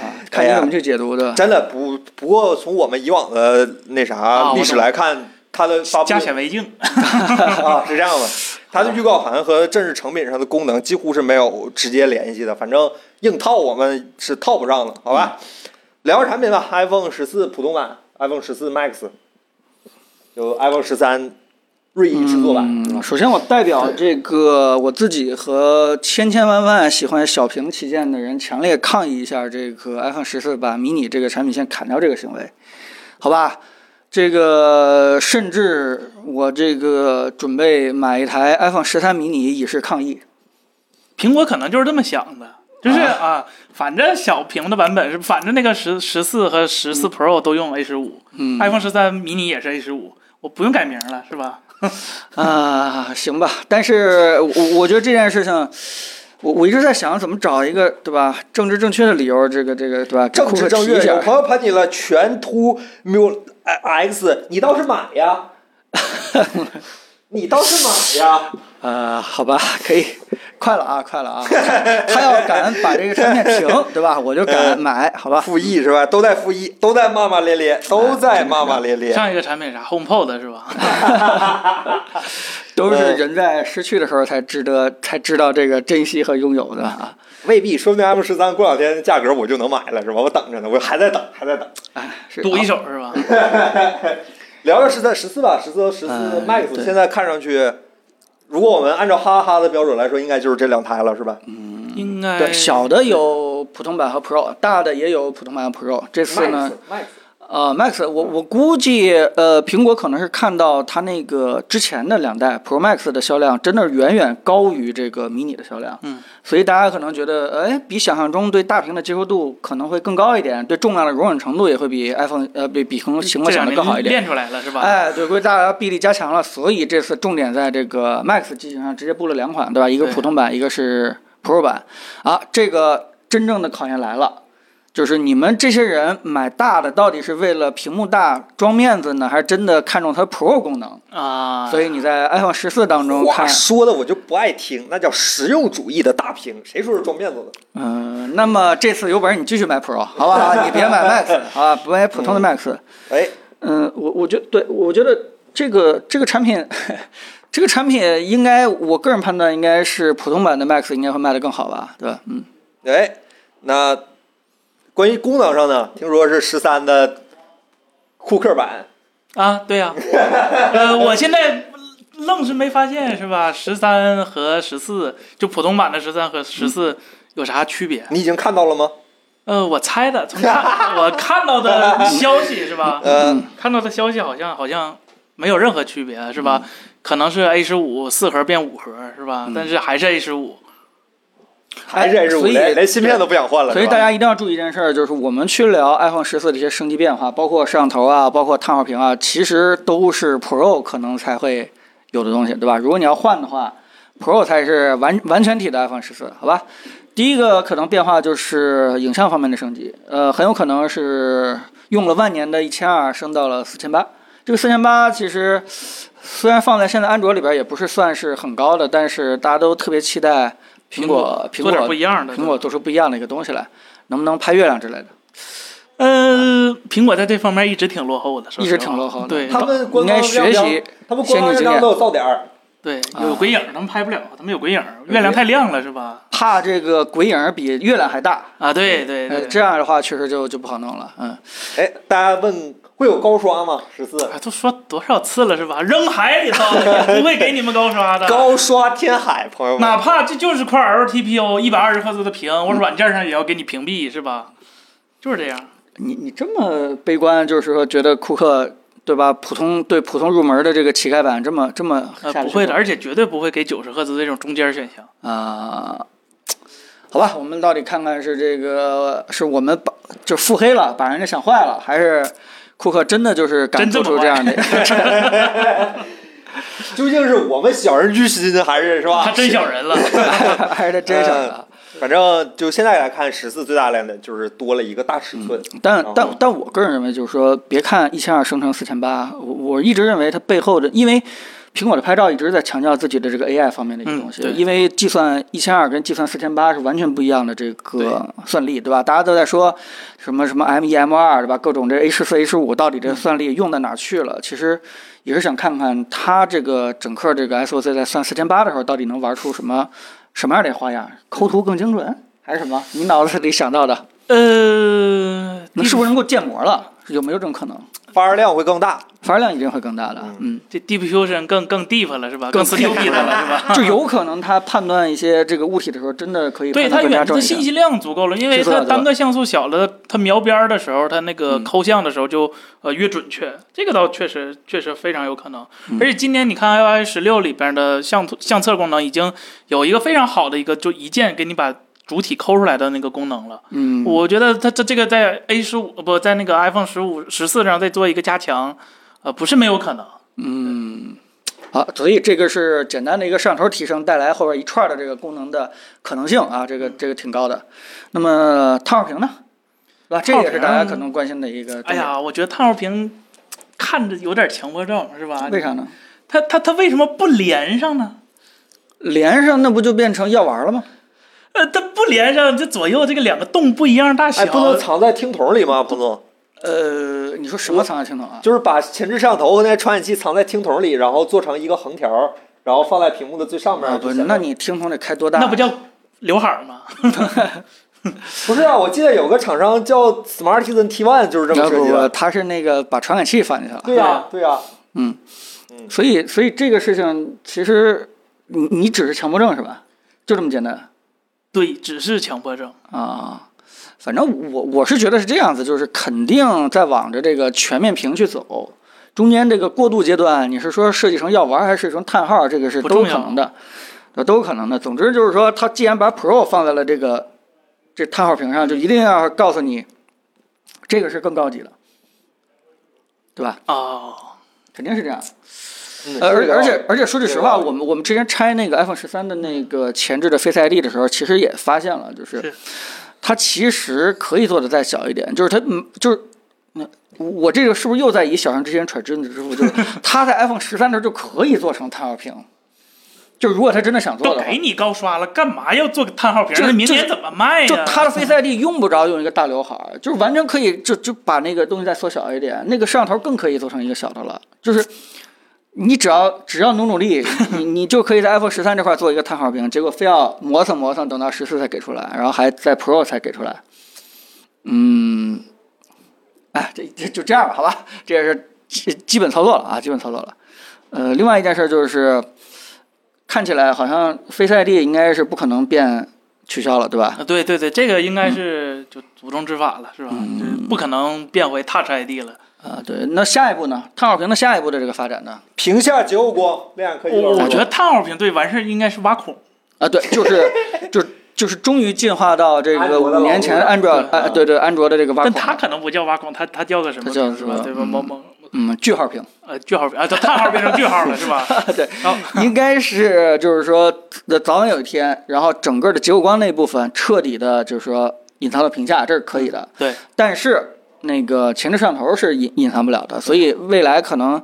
啊，看你怎么去解读的。哎真的不，不过从我们以往的那啥啊历史来看，它的发布加显微镜， <laughs> 啊是这样的，它的预告函和正式成品上的功能几乎是没有直接联系的，反正硬套我们是套不上的，好吧？聊聊产品吧，iPhone 十四普通版，iPhone 十四 Max，就 iPhone 十三锐意制作版，是吧嗯，首先我代表这个我自己和千千万万喜欢小屏旗舰的人强烈抗议一下这个 iPhone 十四把迷你这个产品线砍掉这个行为，好吧？这个甚至我这个准备买一台 iPhone 十三迷你以示抗议。苹果可能就是这么想的，就是啊，反正小屏的版本是，反正那个十十四和十四 Pro 都用 A 十五嗯，iPhone 十三迷你也是 A 十五，我不用改名了，是吧？啊，行吧，但是我我觉得这件事情，我我一直在想怎么找一个对吧政治正确的理由，这个这个对吧？给正库直克正提一月，下有朋友喷你了，全图 mu x，你倒是买呀，你倒是买呀，呃，好吧，可以，快了啊，快了啊！他要敢把这个产品停，对吧？我就敢买，好吧？ <laughs> 复议是吧？都在复议，都在骂骂咧咧，都在骂骂咧咧。上一个产品啥 HomePod 是吧？都是人在失去的时候才值得，才知道这个珍惜和拥有的啊！未必，说不定 M 十三过两天价格我就能买了，是吧？我等着呢，我还在等，还在等。是啊赌一手是吧？聊聊十三、十四吧，十四、十四嗯 Max，对现在看上去，如果我们按照哈哈的标准来说，应该就是这两台了，是吧？应该嗯对小嗯的有普通版和 Pro，大的也有普通版和 Pro。这次呢 Max，Max，呃，Max，我我估计，呃，苹果可能是看到它那个之前的两代 Pro Max 的销量，真的是远远高于这个迷你的销量。嗯，所以大家可能觉得，哎，比想象中对大屏的接受度可能会更高一点，对重量的容忍程度也会比 iPhone，呃，比比可能这情况想两的更好一年点。练出来了是吧？哎，对，估计大家臂力加强了，所以这次重点在这个 Max 机型上直接布了两款，对吧？一个对普通版，一个是 Pro 版。啊，这个真正的考验来了，就是你们这些人买大的到底是为了屏幕大装面子呢，还是真的看中它 Pro 功能？啊，所以你在 iPhone 十四当中话看，说的我就不爱听，那叫实用主义的大屏，谁说是装面子的？嗯、那么这次有本事你继续买 Pro，好不好？你别买 Max，好 <laughs> 吧，不买普通的 Max。哎，嗯，我我觉得对，我觉得这个这个产品， <laughs> 这个产品应该，我个人判断应该是普通版的 Max 应该会卖得更好吧，对吧？嗯，哎，那关于功能上呢？听说是十三的库克版，啊，对呀、呃，我现在愣是没发现是吧？十三和十四，就普通版的十三和十嗯四有啥区别？你已经看到了吗？呃，我猜的，从 <laughs> 看我看到的消息是吧？嗯呃，看到的消息好像好像没有任何区别是嗯吧？可能是 A 十五四核变五核是吧？但是还是 A 十五。还是 S 五，哎所以连连芯片都不想换了。所以是吧大家一定要注意一件事儿，就是我们去聊 iPhone 十四这些升级变化，包括摄像头啊，包括碳化屏啊，其实都是 Pro 可能才会有的东西，对吧？如果你要换的话，Pro 才是完完全体的 iPhone 十四，好吧？第一个可能变化就是影像方面的升级，呃，很有可能是用了万年的一千二升到了四千八。这个四千八其实虽然放在现在安卓里边也不是算是很高的，但是大家都特别期待苹果苹做点果不一样的，苹果做出不一样的一个东西来，能不能拍月亮之类的？呃，苹果在这方面一直挺落后的，说一实直话挺落后的 <laughs> 对他们官应该方学要不习要，他们官方先进经要验都有噪点儿，对，啊有鬼影，他们拍不了，他们有鬼影，月亮太亮了是吧？怕这个鬼影儿比月亮还大。啊，对对呃，对，这样的话确实就就不好弄了，嗯，哎，大家问会有高刷吗？十四啊都说多少次了是吧？扔海里头也不会给你们高刷 <laughs> 的。高刷天海，朋友哪们，怕这就是块 LTPO 一百二十赫兹的屏，我软件上也要给你屏蔽，是吧？就是这样。你你这么悲观，就是说觉得库克对吧？普通对普通入门的这个乞丐版这么这么呃，下不会的，而且绝对不会给九十赫兹这种中间选项。啊、好吧，我们到底看看是这个是我们把就腹黑了，把人家想坏了，还是库克真的就是敢真这做么出这样的？ <laughs> 究竟是我们小人之心，还是是吧？ <laughs> 他真小人了，还是他真想的？反正就现在来看，十四最大亮点就是多了一个大尺寸。嗯嗯但然哦后但但我个人认为，就是说，别看一千二升成四千八，我我一直认为它背后的，因为苹果的拍照一直在强调自己的这个 AI 方面的一个嗯东西，对因为计算一千二跟计算四千八是完全不一样的这个算力，对吧？大家都在说什么什么 M 一 M 二，对吧？各种这 A 十四 A 十五到底嗯这算力用到哪儿去了？其实也是想看看它这个整个这个 SOC 在算四千八的时候，到底能玩出什么什么样的花样？抠图更精准还是什么？你脑子里想到的，呃，那是不是能够建模了？有没有这种可能？发热量会更大，反而量一定会更大的，嗯，这 Deep Fusion 更更 deep 了是吧？更 stupid 了是吧？就有可能他判断一些这个物体的时候，真的可以对判它断更加远它准信确。息量足够了，因为是的它是的单个像素小了，它描边儿的时候，它那个嗯抠像的时候就呃越准确，这个倒确实确实非常有可能。嗯而且今年你看 i o i 十六里边的相图相册功能已经有一个非常好的一个，就一键给你把主体抠出来的那个功能了。嗯，我觉得它这这个在 A 十五不在那个 iPhone 十五十四上再做一个加强，呃，不是没有可能。嗯，好，所以这个是简单的一个摄像头提升带来后边一串的这个功能的可能性啊，这个嗯这个挺高的。那么烫手屏呢，对吧？这也是大家可能关心的一个重哎点。呀，我觉得烫手屏看着有点强迫症，是吧？为啥呢？它它它为什么不连上呢？连上那不就变成药丸了吗？呃，它不连上，这左右这个两个洞不一样大小，哎，不能藏在听筒里吗，彭总？呃，你说什么藏在听筒啊？就是把前置摄像头和那个传感器藏在听筒里，然后做成一个横条，然后放在屏幕的最上面。就啊，不，显得那你听筒得开多大？那不叫刘海儿吗？不是啊？我记得有个厂商叫 Smartisan T1，就是这么啊设不计不，的。他是那个把传感器放进去了。对呀、对呀、所以，所以这个事情其实你你只是强迫症是吧？就这么简单对，只是强迫症。啊。反正我我是觉得是这样子，就是肯定在往着这个全面屏去走，中间这个过渡阶段，你是说设计成药丸还是设计成叹号，这个是不都重有要可能的，呃都有可能的。总之就是说，它既然把 Pro 放在了这个这叹号屏上，就一定要告诉你，这个是更高级的，对吧？哦，肯定是这样。嗯呃，而是的而且而且说句实有道话，理我们我们之前拆那个 iPhone 十三的那个前置的 Face ID 的时候，其实也发现了，就是是它其实可以做的再小一点，就是它嗯就是。那我这个是不是又在以小人之心揣君子之腹？就是 <laughs> 它在 iPhone 十三的时候就可以做成碳化屏，就如果他真的想做都的话，给你高刷了，干嘛要做个叹号屏？就那明就年怎么卖呀？就它的 Face ID 用不着用一个大刘海儿，就是完全可以就就把那个东西再缩小一点，那个摄像头更可以做成一个小的了，就是。你只要只要努努力，你你就可以在 iPhone 十三这块做一个碳化屏，结果非要磨蹭磨蹭，等到十四才给出来，然后还在 Pro 才给出来。嗯，哎，这这就这样吧，好吧，这也是基基本操作了啊，基本操作了。呃，另外一件事就是，看起来好像 Face ID 应该是不可能变取消了，对吧？啊，对对对，这个应嗯该是就祖宗之法了，是吧？就是不可能变回 Touch ID 了。啊，对，那下一步呢？碳化屏的下一步的这个发展呢？屏下结构光，亮哎眼科技。我觉得叹号屏对完事儿应该是挖孔，啊，对，就是就是就是终于进化到这安个卓的五年前老安卓，啊，对对，安卓的这个挖但孔，它可能不叫挖孔，它它叫个什么它叫屏是吧什？么对吧？嗯某某嗯，句号屏，呃句号屏啊，叫叹号 <laughs> 变成句号了是吧？对然后，应该是就是说，呃早晚有一天，然后整个的结构光那部分彻底的，就是说隐藏到屏下，这是可以的，对，但是那个前置摄像头是隐隐藏不了的，所以未来可能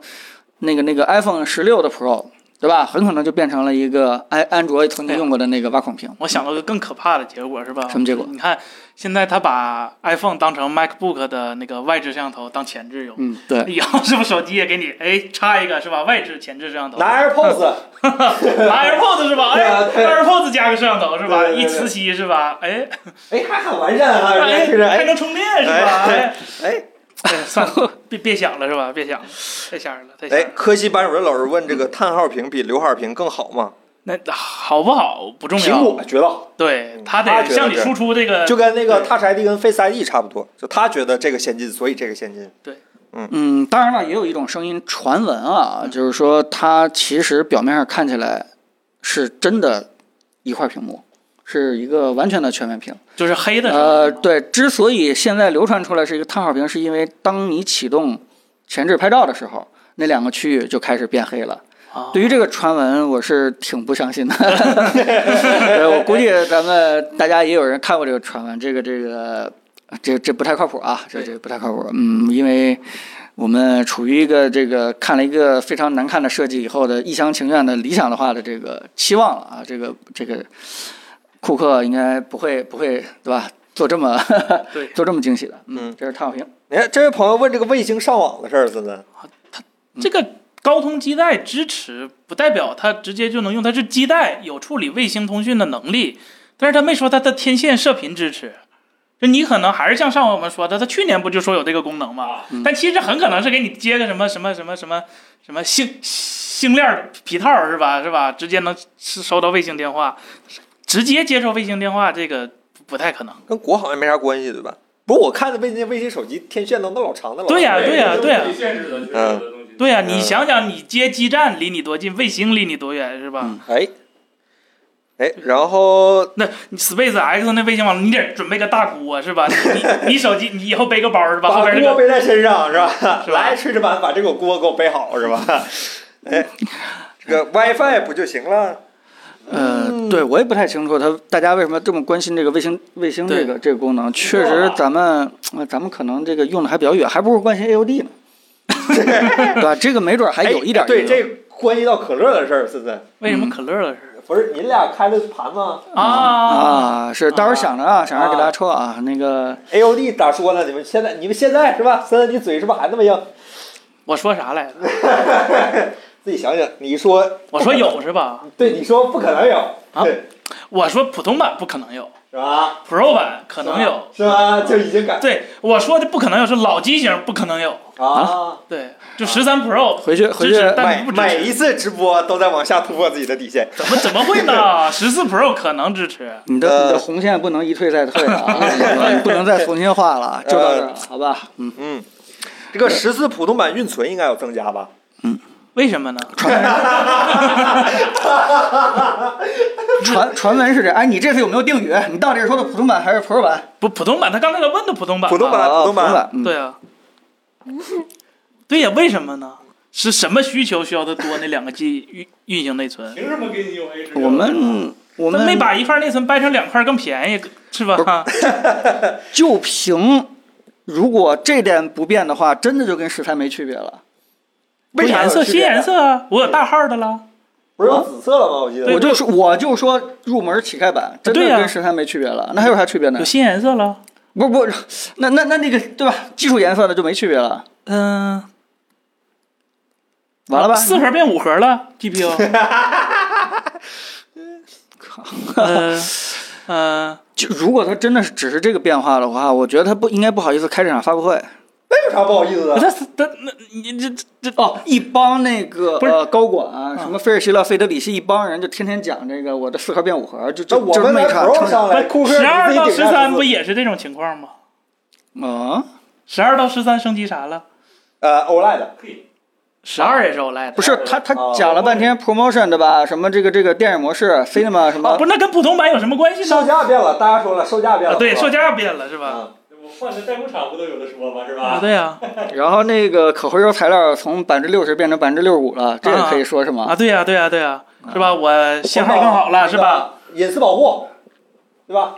那个那个 iPhone 十六的 Pro 对吧？很可能就变成了一个安安卓曾啊经用过的那个挖孔屏。我想到个更可怕的结果是吧？什么结果你看，现在他把 iPhone 当成 MacBook 的那个外置摄像头当前置用， <laughs> 嗯，对，以后是不是手机也给你哎插一个是吧？外置前置摄像头，拿 AirPods，拿 AirPods 是吧？对啊哎对，AirPods 加个摄像头是吧？对对对一磁吸是吧？哎，哎，还很完善啊，人哎家听着，还哎能充电是吧？哎哎，哎哎算了，别别想了是吧？别想了，太吓人了，太吓哎人了。，科技班主任老师问这个叹号屏比刘海屏更好吗？那好不好不重苹要，果觉得好，对他他得觉得向你是输出这个就跟那个对 Touch ID 跟 Face ID 差不多，就他觉得这个先进，所以这个先进。嗯，当然了，也有一种声音传闻啊，嗯就是说它其实表面上看起来是真的一块屏幕，是一个完全的全面屏。就是黑的时候呃，是吗对，之所以现在流传出来是一个叹号屏，是因为当你启动前置拍照的时候，那两个区域就开始变黑了。啊对于这个传闻，我是挺不相信的。 <laughs> 对我估计咱们大家也有人看过这个传闻，这个这个这这不太靠谱啊，这这不太靠谱。嗯，因为我们处于一个这个看了一个非常难看的设计以后的一厢情愿的理想的话的这个期望了啊，这个这个库克应该不会不会对吧？做这么对 <laughs> 做这么惊喜的，嗯嗯，这是汤小平。你看这位朋友问这个卫星上网的事儿，森森，这个高通基带支持，不代表它直接就能用，它是基带有处理卫星通讯的能力，但是它没说它的天线射频支持。就你可能还是像上回我们说的，它去年不就说有这个功能吗？但其实很可能是给你接个什么什么什么什么什么星星链皮套是吧？是吧？直接能收收到卫星电话，直接接收卫星电话这个不不太可能。跟国行也没啥关系，对吧？不是，我看的卫星卫星手机天线都那老长的了。对呀对对呀自己限制的就是嗯有的东西对呀、你嗯想想，你接基站离你多近，卫星离你多远是吧？嗯哎，哎，然后那你 Space X 那卫星网络，你得准备个大锅是吧？你你你手机，你以后背个包是吧？后把边这锅个背在身上是吧？是吧来，炊事班把这个锅给我背好是吧？ <laughs> 哎，这个 WiFi 不就行了？呃，嗯对我也不太清楚他大家为什么这么关心这个卫星卫星这个这个功能。确实，咱们、呃咱们可能这个用的还比较远，还不 <laughs> 如关心 AOD 呢，对吧？这个没准还有一点哎对，用这关系到可乐的事儿，森森，为什么可乐的事不是你俩开的盘吗儿啊？啊，是到时候想着啊，想着给大家抽啊，那个？AOD 咋说呢？你们现在你们现在是吧？森森，你嘴是不是还那么硬？我说啥来着？自己想想，你说我说有是吧？对，你说不可能有，啊对，我说普通版不可能有是吧？ ，Pro 版可能有。是吧？就已经改对，我说的不可能有是老机型不可能有。啊！对，就十三 Pro 回去回支去持但每不支持每一次直播都在往下突破自己的底线。怎么怎么会呢？十四 Pro 可能支持。你的你呃的红线不能一退再退 <laughs> 了啊，你不能再重新画呃了，就到这儿了，好吧？嗯，嗯，这个十四普通版运存应该有增加吧？为什么呢？传传闻是这，哎，你这次有没有定语？你到底是说的普通版还是 Pro 版？不，普通版他刚才问的普通版嘛。普通版啊普通版版，嗯对啊，对呀、为什么呢？是什么需求需要它多那两个 G 运运行内存？凭什么给你用 A 十六？我们我那们没把一块内存掰成两块更便宜，是吧？就凭如果这点不变的话，真的就跟十三没区别了。不是为啥颜有色区新别颜呢？色啊，我有大号的了。不是有紫色了吗？我记对我得。就说我就说入门乞丐版，真的对呀啊跟十三没区别了。那还有啥区别呢有？新颜色了，不是不是，那那那那个对吧？基础颜色的就没区别了。嗯、完了吧？四核变五核了，GPU。呃呃，就如果它真的是只是这个变化的话，我觉得它不应该不好意思开这场发布会。那有啥不好意思啊的？那那那你这这这哦，一帮那个不是啊呃高管、什么菲尔希勒、费德里希一帮人就天天讲这个我的四核变五核，就那就我就这们么来一场 Pro 上来，库克十二到十三不一也是这种情况吗？嗯，十二到十三升级啥了？呃 OLED 十二也是 E OLED，不是他他哦讲了哦半天 promotion 对吧？什么这个这个电影模式 cinema 什么？啊， <laughs> 不是那跟普通版有什么关系售呢？价变了，大家说了售价变啊，了，对，售价价变了是吧？我换成代工厂不都有的说吗？是啊，吧？对呀，然后那个可回收材料从百分之六十变成百分之六十五了，这也可以说是啊，吗？对呀，对呀，对呀，是吧？我信号更好了是吧？？隐私保护，对吧？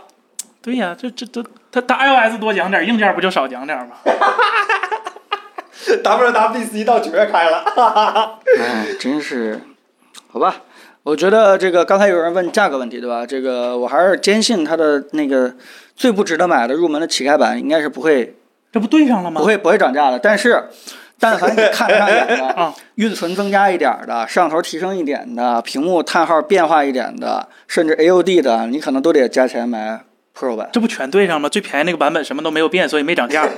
对呀，这这这，它它 iOS 多讲点，硬件不就少讲点吗？ WWDC 到九月开了，哦哎，真是好吧，我觉得这个刚才有人问价格问题，对吧？这个我还是坚信它的那个最不值得买的入门的乞丐版应该是不会这不对上了吗不？会不会涨价的。但是，但凡你看得上眼的 <laughs> 啊，运存增加一点儿的，摄像头提升一点的，屏幕叹号变化一点的，甚至 AOD 的，你可能都得加钱买 Pro 版。这不全对上吗？最便宜那个版本什么都没有变，所以没涨价。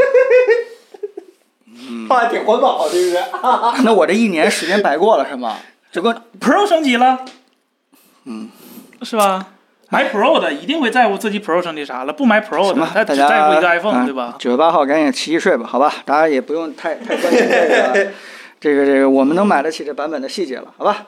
看挺环保，对不 <laughs> 对？ <laughs> 那我这一年时间白过了是吗？这个 <laughs> Pro 升级了，嗯，是吧？买 Pro 的一定会在乎自己 Pro 升级啥了，不买 Pro 什的么，他大只家在乎一个 iPhone，、啊对吧？九月八号赶紧洗洗睡吧，好吧，大家也不用太太关心 <laughs> 这个这个这个，我们能买得起这版本的细节了，好吧？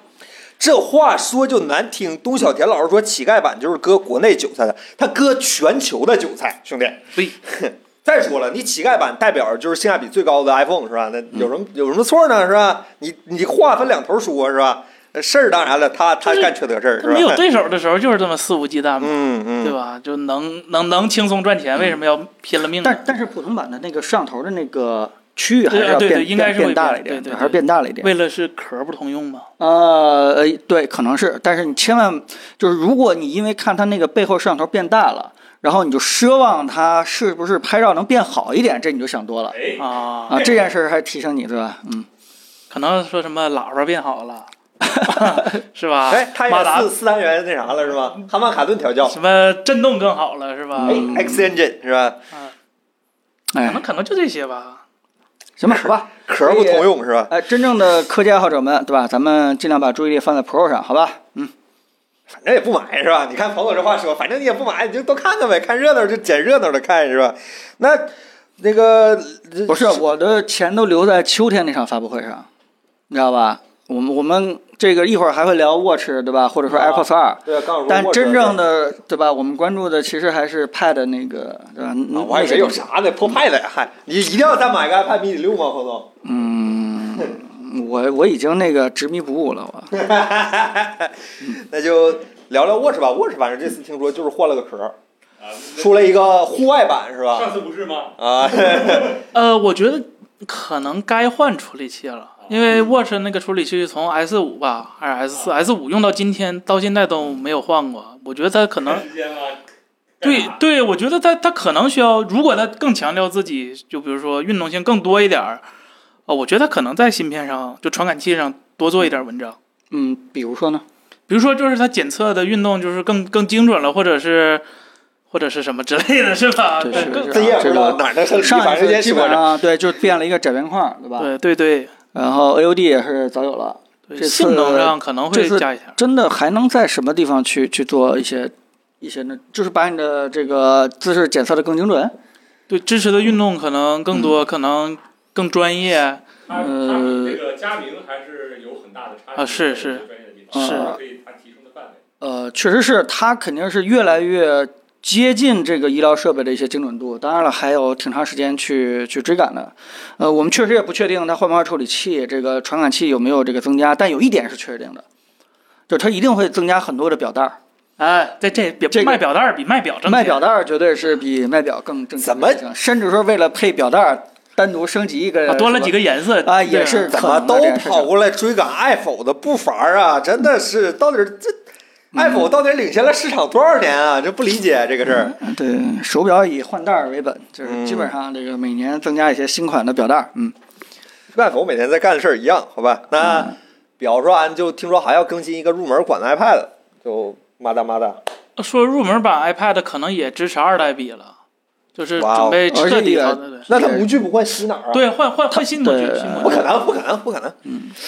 这话说就难听，东小田老师说乞丐版就是割国内韭菜的，他割全球的韭菜，兄弟。对， <laughs> 再说了，你乞丐版代表就是性价比最高的 iPhone 是吧？嗯那有什么有什么错呢？是吧？你你话分两头说是吧？呃事儿当然了，他他就是干缺德事儿是他没有吧？对手的时候就是这么肆无忌惮嘛，嗯对嗯，吧？就能能能轻松赚钱，为什么要拼了命呢？但但是普通版的那个摄像头的那个区域还是对啊要对变对应该变是会变大了一变点，对对对还是变大了一点。为了是壳不通用嘛，呃，呃对，可能是，但是你千万就是，如果你因为看它那个背后摄像头变大了，然后你就奢望它是不是拍照能变好一点，这你就想多了哎，啊，啊。这件事儿还提醒你，对吧？嗯，可能说什么喇叭变好了，是吧？哎，他马也达四四单元那啥了是吧？哈曼卡顿调教，什么震动更好了，是吧哎？，X Engine 是吧？可哎能，可能就这些吧。行吧，好吧。壳不通用是吧？哎，真正的科技爱好者们，对吧？咱们尽量把注意力放在 Pro 上，好吧？反正也不买是吧？你看彭总这话说，反正你也不买，你就都看看呗，看热闹就捡热闹的看是吧？那那个不是，我的钱都留在秋天那场发布会上，你知道吧？我们我们这个一会儿还会聊 Watch，对吧？或者说啊 AirPods 二，对，刚说但过这真正的对吧？我们关注的其实还是 Pad 那个对吧？啊我还以为有啥呢，破派的呀，嗨，你一定要再买个 iPad mini 六吗，彭总？我我已经那个执迷不悟了，我那就聊聊 Watch 吧，Watch 反正这次听说就是换了个壳，出了一个户外版是吧？啊上次不是吗？啊， <laughs> 呃，我觉得可能该换处理器了，因为 Watch 那个处理器从 S 五吧，还是 S 啊四，S 五用到今天到现在都没有换过。我觉得它可能 <laughs> 赶时间啊吗？对对，我觉得它它可能需要，如果它更强调自己，就比如说运动性更多一点儿，呃，我觉得它可能在芯片上就传感器上多做一点文章。嗯，比如说呢，比如说就是它检测的运动就是更更精准了，或者是或者是什么之类的，是吧？对对是更是这也不知道这个哪儿能上反一正次先基说本着。上对就变了一个窄边框，对吧？对对对然后 AOD 也是早有了，对这次性能上可能会这次加一下。真的还能在什么地方去去做一些一些呢？就是把你的这个姿势检测的更精准。对支持的运动可能更多，嗯可能更专业。它它比这个佳明还是有很大的差距呃啊是是专业的地方是所以它提升的范围。呃，确实是它肯定是越来越接近这个医疗设备的一些精准度。当然了，还有挺长时间去去追赶的。呃，我们确实也不确定它换不换处理器，这个传感器有没有这个增加，但有一点是确定的，就它一定会增加很多的表带儿，哎，在这别这个卖表带儿比卖表挣钱。卖表带儿绝对是比卖表更挣钱怎么的事情，甚至说为了配表带儿单独升级一个啊多了什么几个颜色啊也对是怎可么能的都这件事情跑过来追赶 iPhone 的步伐啊？真的是，到底这嗯 iPhone 到底领先了市场多少年啊？这不理解这个事儿。嗯对，手表以换代儿为本，就是基本嗯上这个每年增加一些新款的表带儿。嗯， iPhone 每天在干的事儿一样，好吧？那表说完就听说还要更新一个入门款的 iPad，就嘛哒嘛哒。说入门版 iPad 可能也支持二代笔了，就是哇哦准备而且彻底也淘汰对那它不去不换洗哪儿啊？，对换换换新模具，对新不模可具。能，不可能，不可能。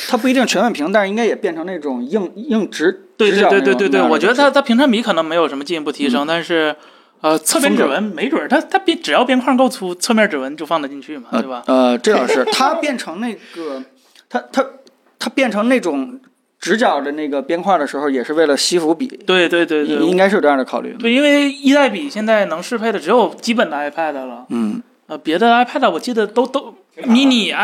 它不一定全面屏，但是应该也变成那种硬硬直。对直对角对那对种对对，那样的我觉得东它西它屏占比可能没有什么进一步提嗯升，但是呃，侧边指纹没准儿它它边只要边框够粗，侧面指纹就放得进去嘛，对吧？呃，呃这倒是它变成那个， <laughs> 它它它变成那种直角的那个边框的时候，也是为了吸附笔，对对对应应对，该是有这样的考虑。对，因为一代笔现在能适配的只有基本的 iPad 了，嗯，呃，别的 iPad 我记得都都 mini、Air，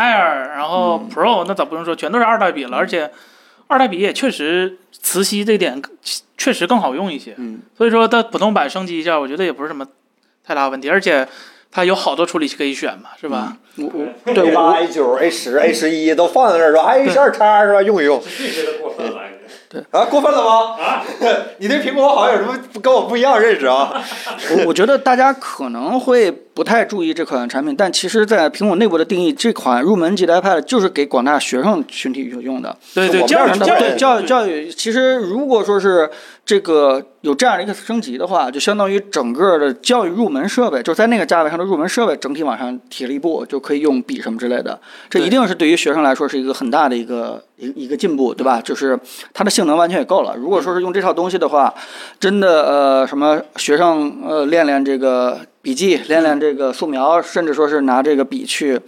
然后嗯 Pro 那咋不用说，全都是二代笔了，而且二代笔也确实磁吸这点确实更好用一些，嗯，所以说它普通版升级一下，我觉得也不是什么太大问题，而且它有好多处理器可以选嘛，是吧？我 <laughs> 我对对八、我 A 九、A 十、A 十一都放在那儿说，哎，A 十二叉是吧？用一用。这些都过分了，啊，过分了吗？ <laughs> 你对苹果好像有什么不跟我不一样认识嗯啊？我我觉得大家可能会不太注意这款产品，但其实，在苹果内部的定义，这款入门级的 iPad 就是给广大学生群体所用的。对对，我们教这育儿对教育对教育教育，其实如果说是这个有这样的一个升级的话，就相当于整个的教育入门设备，就是在那个价位上的入门设备整体往上提了一步，就可以用笔什么之类的。这对一定是对于学生来说是一个很大的一个一一个进步，对吧？就是它的性能完全也够了。如果说是用这套东西的话，真的呃什么学生呃练练这个笔记，练嗯练这个素描，甚至说是拿这个笔去。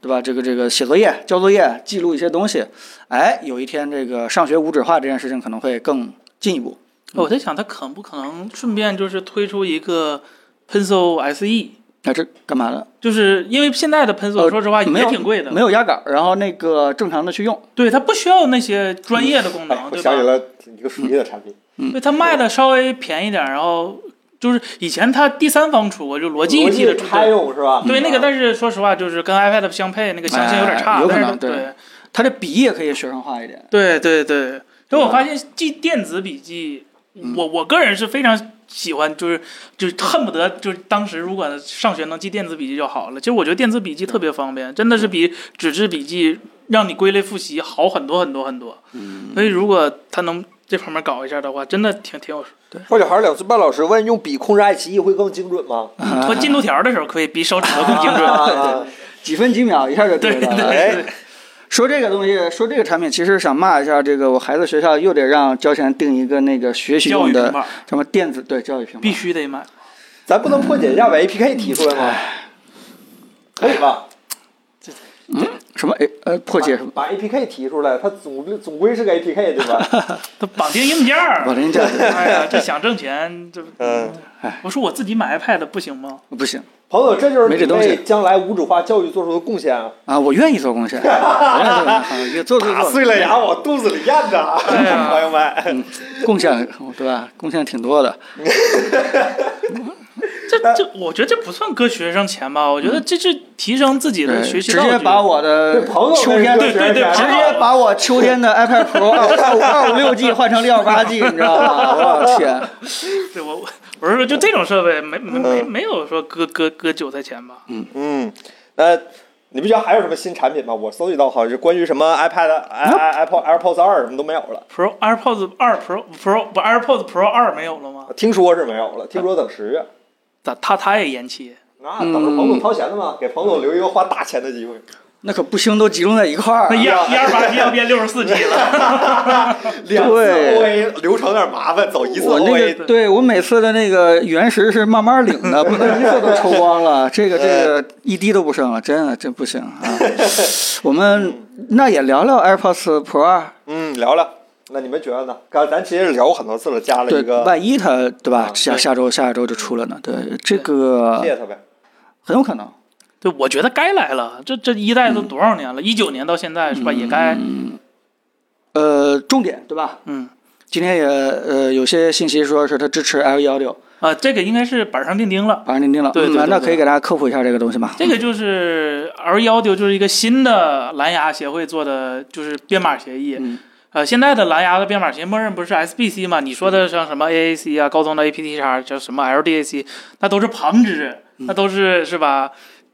对吧？这个这个写作业、交作业、记录一些东西，哎，有一天这个上学无纸化这件事情可能会更进一步。我在想，他可不可能顺便就是推出一个 Pencil SE，那、这干嘛呢？就是因为现在的 Pencil 呃说实话没也有挺贵的，没有压杆儿，然后那个正常的去用。对，它不需要那些专业的功哎能，我对想起吧？了一个熟悉的产品，对，它卖的稍微便宜点，然后就是以前它第三方出过，就罗技逻替辑的出开的。用是吧？对，那个，是但是说实话，就是跟 iPad 相配，那个相性有点哎差。有可能但是对它这笔也可以学生化一点。对对对，所以我发现记电子笔记，我我个人是非常喜欢，就是就是恨不得就是当时如果上学能记电子笔记就好了。其实我觉得电子笔记特别方便，真的是比纸质笔记让你归类复习好很多很多很多。所以如果他能这方面搞一下的话，真的挺挺有。嗯或者还是两岁半老师问，用笔控制爱奇艺会更精准吗？拖进度条的时候可以比手指 <laughs> 头更精准。啊啊啊几分几秒一下就对到了。哎，说这个东西，说这个产品，其实想骂一下这个，我孩子学校又得让交钱定一个那个学习教用育平的板什么电子对教育平板必。须得买，咱不能破解一下把 APK 提出来吗？可以吧？什么哎呃破解什么？把把 APK 提出来，它总总归是个 APK 对吧？都绑定硬件儿我。跟你讲，哎呀，这想挣钱，这嗯，我说我自己买 iPad 不行吗？呃不行彭总，这就是没这你东西为将来无纸化教育做出的贡献啊！啊，我愿意做贡献，我愿意做贡献，也做做啊打做 <laughs> 碎了牙往肚子里咽的，呀 <laughs> 朋友们。贡献，对吧？贡献挺多的。呃这这，我觉得这不算搁学生钱吧？我觉得这是提升自己的嗯对，学习直道具。接把我的对朋友秋天那是对对对直朋友接把我秋天的 iPad Pro 二五二五六 G 换成六二八 G，你知道吗？ <laughs> 我的天，对我我我是说，就这种设备没没没嗯没有说搁搁搁韭菜钱吧？ <laughs> 嗯，那你们觉得还有什么新产品吗？我搜集到好像是关于什么 iPad、i i Apple AirPods 二什么都没有了， Pro AirPods 二 Pro Pro 不 AirPods Pro 二没有了吗？听说是没有了，听说等十月。咋他他也延期？那啊等着嗯彭总掏钱的嘛，给彭总留一个花大钱的机会。那可不兴都集中在一块儿那啊。一二一二八 G 要变六十 <laughs> 四 G 了。两次对 OA 流程有点麻烦，走一次我那 OA 个，对我每次的那个原石是慢慢领的，不能一次都抽光了。这个这个一滴都不剩了，真的真不行 <laughs> 啊！我们那也聊聊 AirPods Pro 二，嗯，聊聊。那你们觉得呢？刚才咱其实聊过很多次了，加了对一，个万一它对吧？啊下对下周下周就出了呢。对，这个 get 呗。很有可能。对，我觉得该来了。这这一代都多少年了？一九年到现在是嗯吧？也该呃，重点对吧？嗯今天也呃有些信息说是它支持 L E 幺六，啊，这个应该是板上钉钉了。反正您听了，对对对嗯那对可以给大家科普一下这个东西吧。 <laughs> 这个就是 L 幺六，就是一个新的蓝牙协会做的，就是编码协议。嗯呃，现在的蓝牙的编码协议默认不是 SBC 嘛？你说的像什么 AAC 啊，高通的 APT 叉，叫什么 LDAC，那都是旁支，那都是是吧？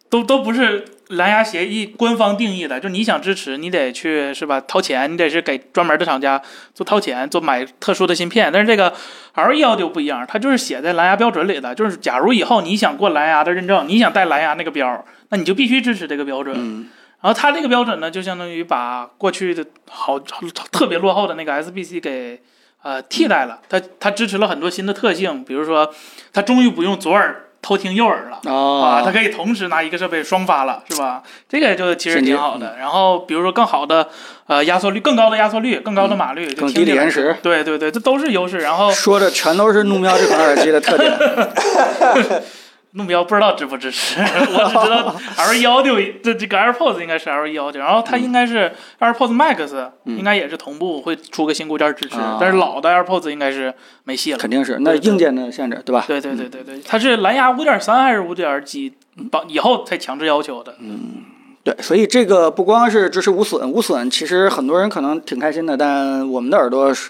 都都不是蓝牙协议官方定义的，就你想支持，你得去是吧？掏钱，你得是给专门的厂家做掏钱，做买特殊的芯片。但是这个 L 幺六不一样，它就是写在蓝牙标准里的，就是假如以后你想过蓝牙的认证，你想带蓝牙那个标儿，那你就必须支持这个标准。嗯然后它这个标准呢，就相当于把过去的好特别落后的那个 SBC 给呃替代了，它它支持了很多新的特性，比如说它终于不用左耳偷听右耳了。啊，它哦，可以同时拿一个设备双发了，是吧？这个就其实挺好嗯的。然后比如说更好的呃压缩率、更高的压缩率、更高的码率，就更听低的起来延时，对对对，这都是优势。然后说的全都是怒喵这款耳机的特 <laughs> 点。目标不知道支不支 <laughs> 持，我只知道 L 幺六这这个 AirPods 应该是 L 幺六，然后它嗯应该是 AirPods Max，、应该也是同步会出个新固件支持，啊但是老的 AirPods 应该是没戏了。肯定是，那对对硬件的限制，对吧？对对对对对，它是蓝牙五点三还是五点几？以后才强制要求的，对，所以这个不光是支持无损，无损其实很多人可能挺开心的，但我们的耳朵是，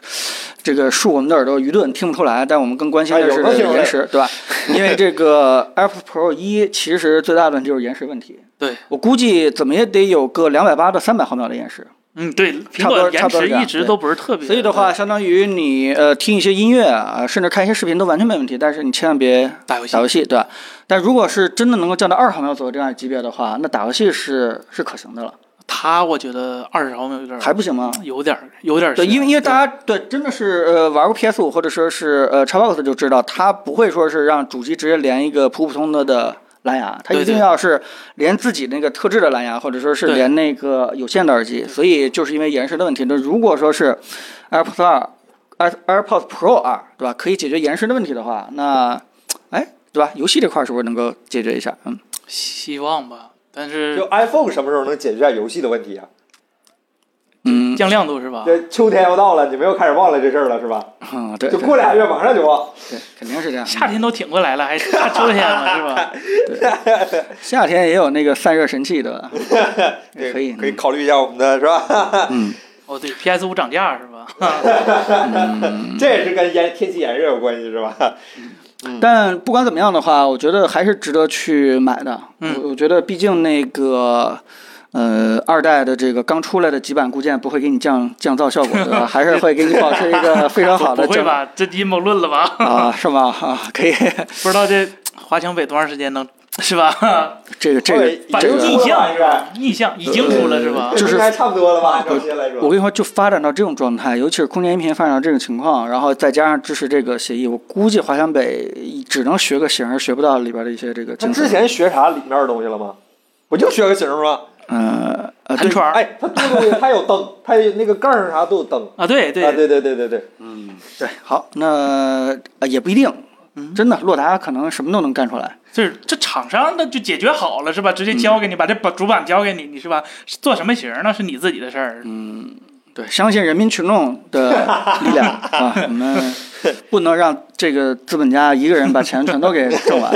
这个恕我们的耳朵愚钝，听不出来。但我们更关心的哎有是关系有延时，对吧？ <laughs> 因为这个 Apple Pro 一其实最大的问题就是延时问题。对我估计怎么也得有个两百八到三百毫秒的延时。嗯，对，苹差不果多延差不多迟是这样一直都不是特别。所以的话，，相当于你呃听一些音乐啊，甚至看一些视频都完全没问题，但是你千万别打游戏打游戏，对吧？但如果是真的能够降到二毫秒左右这样的级别的话，那打游戏是是可行的了，它我觉得二十毫秒有点儿还不行吗？有点儿有点儿对，是因为因为大家对真的是呃玩过 PS 五或者说是呃 Xbox 就知道，它不会说是让主机直接连一个普普通通的蓝牙，它一对对定要是连自己那个特制的蓝牙，或者说是对连那个有线的耳机。所以就是因为延时的问题，那如果说是 AirPods 二、Air AirPods Pro 二，对吧？可以解决延时的问题的话，那哎，对吧？游戏这块儿是不是能够解决一下？嗯，希望吧，但是就 iPhone 什么时候能解决一下游戏的问题啊？嗯降亮度是吧？这秋天要到了，你们又开始忘了这事儿了是吧？嗯，对就对过俩月马上就忘。对，肯定是这样。夏天都挺过来了，还是秋天了是吧？ <laughs> 夏天也有那个散热神器，对吧？也可以，可以考虑一下我们的是吧？嗯。哦，对，PS 五涨价是吧？嗯这也是跟炎天气炎热有关系是吧？嗯但不管怎么样的话，我觉得还是值得去买的。嗯我我觉得毕竟那个。呃，二代的这个刚出来的几版固件不会给你降降噪效果 <laughs> 的，还是会给你保持一个非常好不 <laughs> 的不会降吧？这阴谋论了吧？ <laughs> 啊，是吗？啊， <laughs> 可以，不知道这华强北多长时间能是吧？ <laughs> 这个这会个反这正出逆个，了吧向应该逆向已经出了是吧呃？啊就是应该差不多了吧？按照现在来说我，跟你说，就发展到这种状态，尤其是空间音频发展到这种情况，然后再加上支持这个协议，我估计华强北只能学个形儿，学不到里边的一些这个他精之髓。前学啥里面的东西了吗？不就学个形吗？呃呃，弹对，窗儿哎，它这个东西它有灯，它有那个盖儿上啥都有灯。啊，对啊，对，对对对对对，对，好，那、呃、也不一定，嗯真的，洛达可能什么都能干出来。就是这厂商那就解决好了是吧？嗯直接交给你，把这把主板交给你，你是吧？做什么型儿那是你自己的事儿。对，相信人民群众的力 <laughs> 量啊，我们不能让这个资本家一个人把钱全都给 <laughs> 挣完。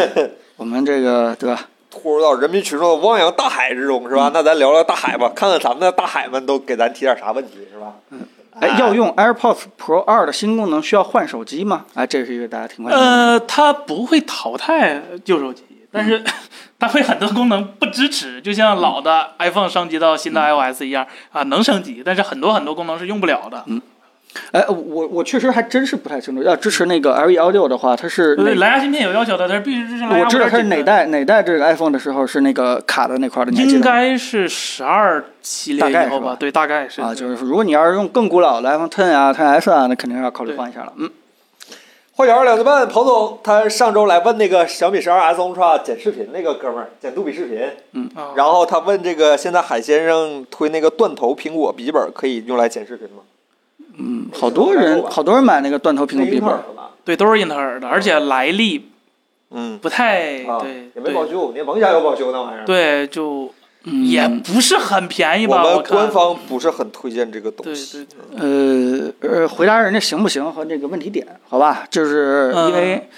我们这个对吧？拖入到人民群众的汪洋大海之中，是吧？那咱聊聊大海吧，看看咱们的大海们都给咱提点啥问题，是吧？哎，要用 AirPods Pro 二的新功能，需要换手机吗？哎，这是一个大家挺关心的。呃，它不会淘汰旧手机，但嗯是 <laughs> 它会很多功能不支持，就像老的嗯 iPhone 升级到新的 iOS 一样啊，能升级，但是很多很多功能是用不了的。呃哎，我我确实还真是不太清楚，要支持那个 LE Audio 的话，它是对，哪？呃蓝牙芯片有要求的，它是必须支持蓝牙。我知道它是哪代。代哪代这个 iPhone 的时候是那个卡的那块儿的，你还记得应吗该是十二系列大概以后是吧对，大概是啊，就是说如果你要是用更古老的 iPhone Ten 啊、Ten S 啊，那肯定要考虑换一下了。嗯，花园两点半，彭总他上周来问那个小米十二 S Ultra 剪视频那个哥们儿，剪杜比视频，啊然后他问这个现在海先生推那个断头苹果笔记本可以用来剪视频吗？嗯好多人好多人买那个断头屏那幕笔记英特本尔，的吧？对，都是英特尔的，而且来历嗯，不太啊对，也没保对修，连盟家有保修那玩意儿。对，就嗯也不是很便宜我吧？我们看官方不是很推荐这个东对西。对对，呃呃，回答人家行不行和那个问题点，好吧？就是嗯因为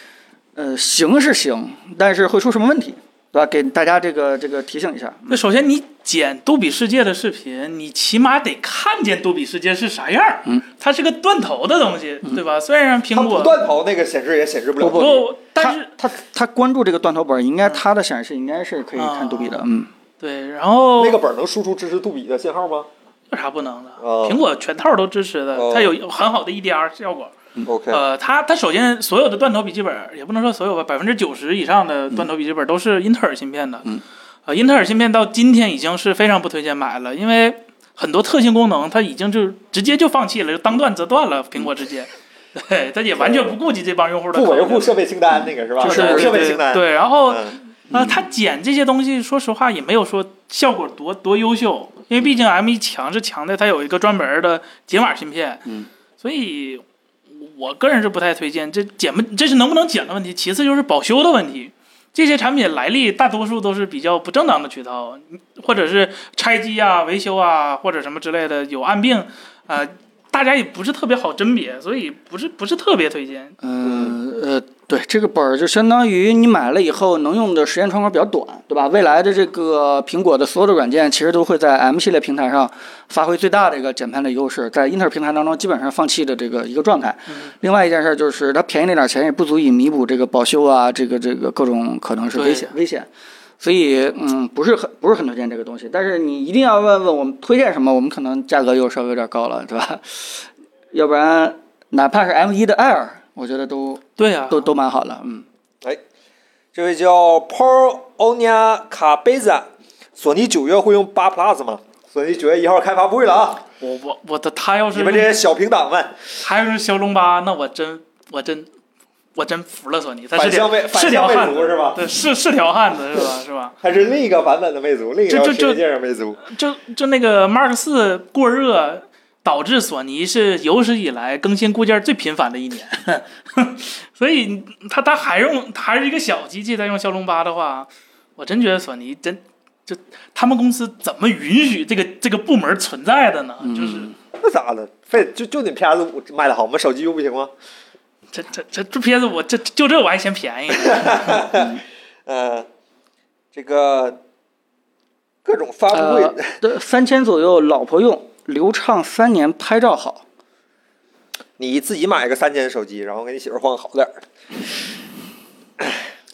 呃行是行，但是会出什么问题，对吧？给大家这个这个提醒一下。那首先你剪杜比世界的视频，你起码得看见杜比世界是啥样儿，它是个断头的东西，对吧？虽然苹它不果断头那个显示也显示不了。不不，但是嗯他他他关注这个断头本，应该他的显示器应该是可以啊看杜比的，嗯。对，然后那个本儿能输出支持杜比的信号吗有啥不能的？哦苹果全套都支持的，哦它有很好的 EDR 效果。 ？OK，呃，它它首先所有的断头笔记本儿，也不能说所有吧，百分之九十以上的断头笔记本儿都是英特尔芯片的。嗯，呃，英特尔芯片到今天已经是非常不推荐买了，因为很多特性功能它已经就直接就放弃了，就当断则断了。苹果直接， <laughs> 对，它也完全不顾及这帮用户的不考虑维护设备清单那个是吧？就就是维护设备对清单。对，然后嗯啊，它剪这些东西，说实话也没有说效果多多优秀，因为毕竟 M 一强是强在它有一个专门的解码芯片，嗯，所以我个人是不太推荐这剪不，这是能不能剪的问题，其次就是保修的问题。这些产品来历大多数都是比较不正当的渠道，或者是拆机啊、维修啊，或者什么之类的有暗病啊、大家也不是特别好甄别，所以不是不是特别推荐。嗯呃，对，这个本儿就相当于你买了以后能用的时间窗口比较短，对吧？未来的这个苹果的所有的软件其实都会在 M 系列平台上发挥最大的一个减盘的优势，在英特尔平台当中基本上放弃的这个一个状态。另外一件事儿就是它便宜那点儿钱也不足以弥补这个保修啊，这个这个各种可能是危险危险。所以，嗯，不是很不是很推荐这个东西，但是你一定要问问我们推荐什么，我们可能价格又稍微有点高了，对吧？要不然哪怕是 M 一的 Air，我觉得都对呀、都都蛮好的，嗯，这位叫 Paul Onia Cabeza，索尼九月会用八 Plus 吗？索尼九月一号开发布会了啊！我我我的他要是你们这些小屏党们，他要是骁龙八，那我真我真我真服了索尼，他是反向条魅反向是条汉魅族子，是吧？对，是是条汉子是吧？ <laughs> 是吧？还是另一个版本的魅族，另一这个这这世界上魅族。就就那个 Mark 四过热，导致索尼是有史以来更新固件最频繁的一年， <laughs> 所以他他还用它还是一个小机器在用骁龙八的话，我真觉得索尼真就他们公司怎么允许这个这个部门存在的呢？就是那咋的？非就就你 PS 五卖的好，我们手机就不行吗？这这这这片子我这就这我还嫌便宜，呃，这个各种发啊布会，呃，三千左右，老婆用，流畅三年，拍照好。你自己买个三千的手机，然后给你媳妇儿换个好点儿。来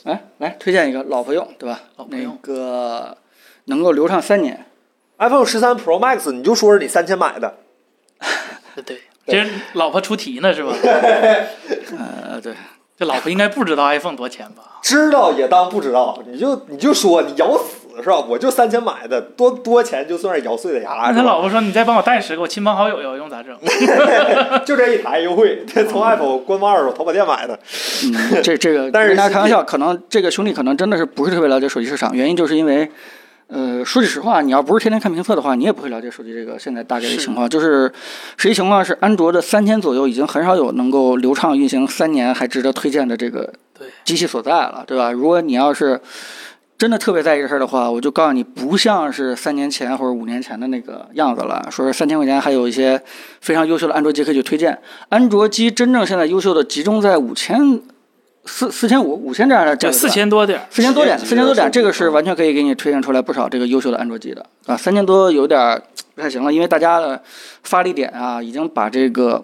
哎来，推荐一个老婆用，对吧？老婆用那个能够流畅三年， iPhone 十三 Pro Max，你就说是你三千买的，对，这是老婆出题呢是吧？呃，对，这老婆应该不知道 iPhone 多钱吧？知道也当不知道，你就你就说你咬死是吧？我就三千买的，多多钱就算是咬碎了牙，那啊是他吧？老婆说：“你再帮我带十个，我亲朋好友要用咋整？”就这一台优惠，这从 Apple 官方二手淘宝店买的。嗯，这这个但是跟大家是开玩笑，可能这个兄弟可能真的是不是特别了解手机市场，原因就是因为，呃，说句实话，你要不是天天看评测的话，你也不会了解手机这个现在大概的是情况。就是实际情况是，安卓的三千左右已经很少有能够流畅运行三年还值得推荐的这个对机器所在了，对吧？如果你要是真的特别在意这事儿的话，我就告诉你，不像是三年前或者五年前的那个样子了。说是三千块钱还有一些非常优秀的安卓机可以去推荐，安卓机真正现在优秀的集中在五千四四千五五千这样的就价格，四千多点儿，四千多点， 4000四千多点，是这个是完全可以给你推荐出来不少这个优秀的安卓机的啊。三千多有点儿不太行了，因为大家的发力点啊，已经把这个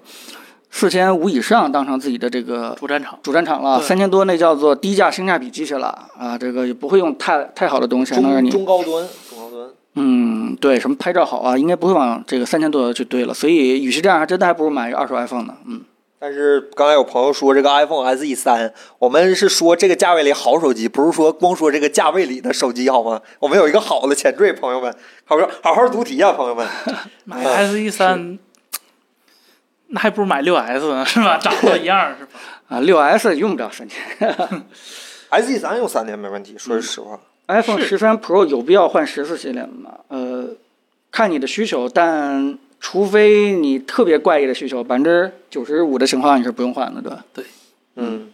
四千五以上当成自己的这个主战场。主战场了，对三千多那叫做低价性价比机器了啊，这个也不会用太太好的东西，还啊能让中你中高端，中高端。嗯对什么拍照好啊，应该不会往这个三千多的去堆了，所以与其这样，还真的还不如买一个二手 iPhone 呢，嗯，但是刚才有朋友说这个 iPhone SE 三，我们是说这个价位里好手机，不是说光说这个价位里的手机好吗？我们有一个好的前缀，朋友们，好好好好读题啊，朋友们。买 S E 三，那还不如买六 S 呢，是吧？长得一样是吧？啊六 S 用不了三千 <laughs> SE E 三用三年没问题，说实话， ，iPhone 十三 Pro 有必要换十四系列吗？呃，看你的需求，但除非你特别怪异的需求，百分之九十五的情况你是不用换的，对吧？嗯，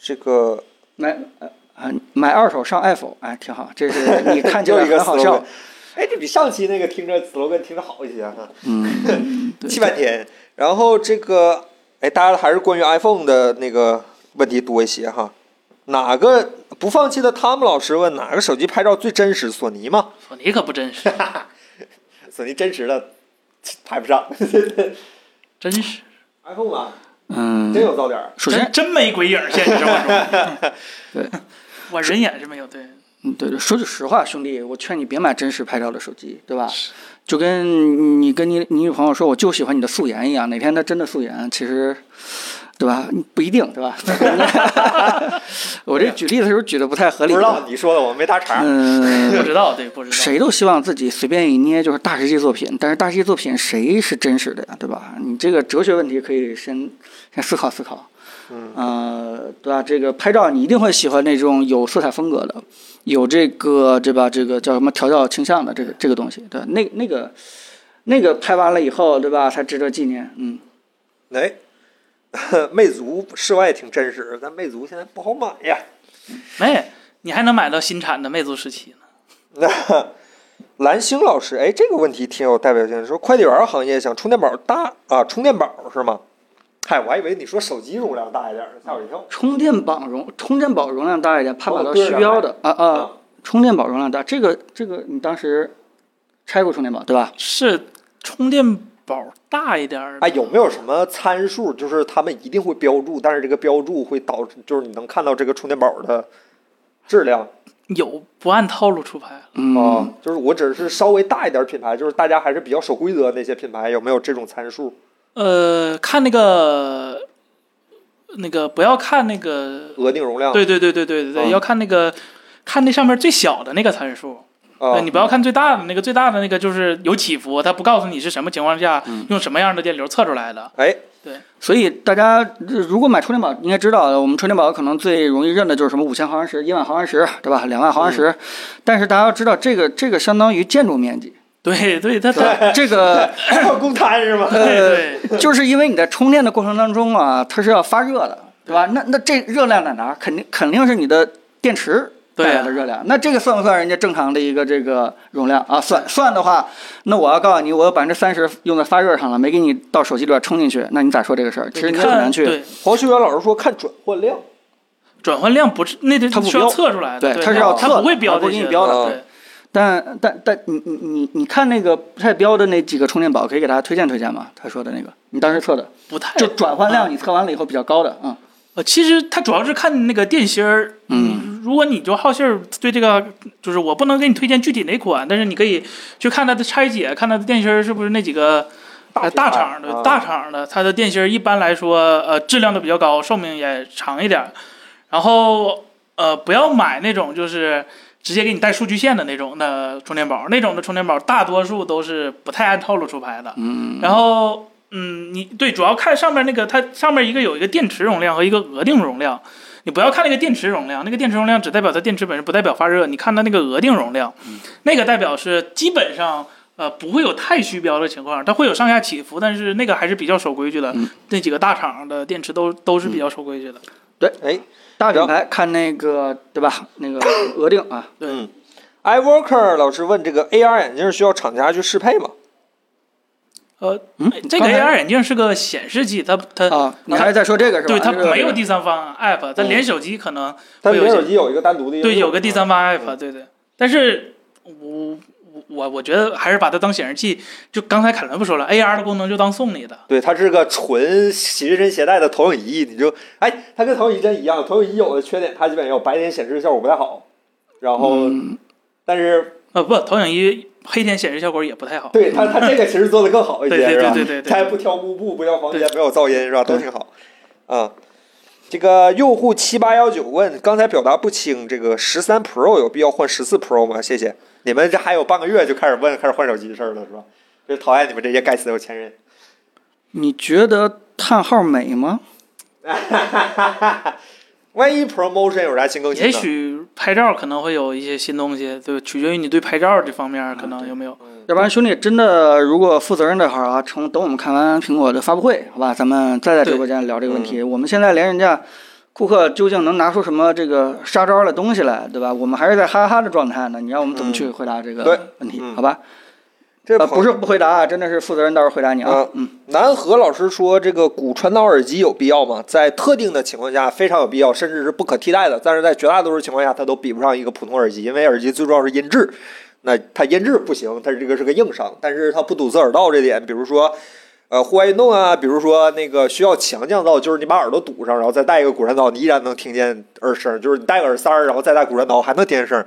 这个买呃啊买二手上 iPhone，哎挺好，这是你看起 <laughs> 来又一个很好笑 slogan。哎，这比上期那个听着 slogan 听着好一些啊 <laughs> 哈，嗯，对气半天。然后这个，哎，大家还是关于 iPhone 的那个问题多一些哈。哪个不放弃的汤姆老师问哪个手机拍照最真实？索尼吗？索尼可不真实，索尼真实的拍不上真是，iPhone 啊，真嗯，有噪点儿。首先真，真没鬼影儿。现实生活中，对，我人眼是没有。对，嗯对对，说句实话，兄弟，我劝你别买真实拍照的手机，对吧？就跟你跟你你女朋友说我就喜欢你的素颜一样，哪天她真的素颜，其实，对吧？不一定，对吧？ <laughs> 我这举例的时候举的不太合嗯不理知道啊。你说的，我没搭茬。嗯，不知道，对，不知道。谁都希望自己随便一捏就是大师级作品，但是大师级作品谁是真实的呀，对吧？你这个哲学问题可以先先思考思考，嗯，呃，对吧？这个拍照你一定会喜欢那种有色彩风格的，有这个对吧？这个叫什么调教倾向的这个这个东西，对吧，那那个那个拍完了以后，对吧？才值得纪念，嗯。哎， <laughs> 魅族室外挺真实，但魅族现在不好买呀。没，你还能买到新产的魅族十七呢。那 <laughs> 蓝星老师，哎，这个问题挺有代表性的，说快递员行业想充电宝大啊，充电宝是吗？嗨，我还以为你说手机容量大一点呢，吓我一跳。充电宝容充电宝容量大一点，怕哦把到对虚了标的啊啊啊！充电宝容量大，这个这个你当时拆过充电宝对吧？是充电宝大一点儿哎，有没有什么参数，就是他们一定会标注，但是这个标注会导致，就是你能看到这个充电宝的质量有不按套路出牌，嗯，啊？就是我只是稍微大一点品牌，就是大家还是比较守规则的那些品牌，有没有这种参数？呃，看那个那个不要看那个，额定啊容量？对对对对对对对，嗯要看那个看那上面最小的那个参数，啊对，你不要看最大的那个，最大的那个就是有起伏，它不告诉你是什么情况下、嗯用什么样的电流测出来的。哎，所以大家呃如果买充电宝，应该知道我们充电宝可能最容易认的就是什么五千毫安时、一万毫安时，对吧？两万毫安时。但是大家要知道，这个这个相当于建筑面积，对对，它对吧它这个 <laughs> 公摊是 <laughs> 吗？对对，就是因为你在充电的过程当中啊，它是要发热的，对吧？那那这热量在哪儿？肯定肯定是你的电池对啊带来的热量。那这个算不算人家正常的一个这个容量啊？算算的话，那我要告诉你，我有百分之三十用在发热上了，没给你到手机里边充进去，那你咋说这个事儿？其实你你很难看去。对黄旭元老师说看转换量，转换量不是那得它不需要标测出来的，对对它是要它测不会的标它不这给你些标的对但但但你你你你看那个不太标的那几个充电宝，可以给大家推荐推荐吗？他说的那个，你当时测的，不太就转换啊量，你测完了以后比较高的，嗯。呃，其实它主要是看那个电芯儿。嗯，如果你就好信儿，对这个就是我不能给你推荐具体哪款，但是你可以去看它的拆解，看它的电芯儿是不是那几个呃大大品牌厂的、啊大厂的，它的电芯儿一般来说呃质量都比较高，寿命也长一点儿。然后呃不要买那种就是直接给你带数据线的那种的充电宝，那种的充电宝大多数都是不太按套路出牌的。嗯，然后嗯，你对，主要看上面那个，它上面一个有一个电池容量和一个额定容量。你不要看那个电池容量，那个电池容量只代表它电池本身，不代表发热。你看它那个额定容量，嗯那个代表是基本上呃不会有太虚标的情况，它会有上下起伏，但是那个还是比较守规矩的。嗯那几个大厂的电池都都是比较守规矩的。哎，大品牌看那个对吧？<laughs> 那个额定啊，嗯，iWorker 老师问这个 AR 眼镜需要厂家去适配吗？呃，嗯，这个刚才 AR 眼镜是个显示器，它它、啊，你还是在说这个是吧？对它这个哦嗯没有第三方 app，它连手机可能它会有连一些手机有一个单独的应用，对有个第三方 app，对对。但是我我我我觉得还是把它当显示器，就刚才凯伦不说了，AR 的功能就当送你的。对，它是个纯随身携带的投影仪，你就哎，它跟投影仪真一样，投影仪有的缺点它基本有，白天显示效果不太好，然嗯后、但是呃，不，投影仪黑天显示效果也不太好。对它它这个其实做的更好一些，对对是吧？对对对对它也不挑幕布，不挑房间，对没有噪音，是吧？都挺好，啊、这个用户七八幺九问，刚才表达不清，这个十三 Pro 有必要换十四 Pro 吗？谢谢你们，这还有半个月就开始问，开始换手机的事儿了，是吧？就讨厌你们这些该死的有钱人。你觉得叹号美吗？ <laughs> 万一 promotion 有啥新更新也呢？许拍照可能会有一些新东西，对吧，取决于你对拍照这方面嗯可能有没有。要不然兄弟真的，如果负责任的话啊，从等我们看完苹果的发布会，好吧，咱们再在直播间聊这个问题。我们现在连人家库克究竟能拿出什么这个杀招的东西来，对吧？我们还是在哈哈的状态呢。你让我们怎么去回答这对个问题？嗯好吧，这呃，朋不是不回答啊，真的是负责任到时候回答你啊啊。嗯，南河老师说，这个骨传导耳机有必要吗？在特定的情况下非常有必要，甚至是不可替代的。但是在绝大多数情况下，它都比不上一个普通耳机，因为耳机最重要是音质。那它音质不行，它这个是个硬伤，但是它不堵塞耳道这点，比如说。呃，户外运动啊，比如说那个需要强降噪，就是你把耳朵堵上，然后再戴一个骨传导，你依然能听见耳声。就是你戴个耳塞儿，然后再戴骨传导，还能听见声儿。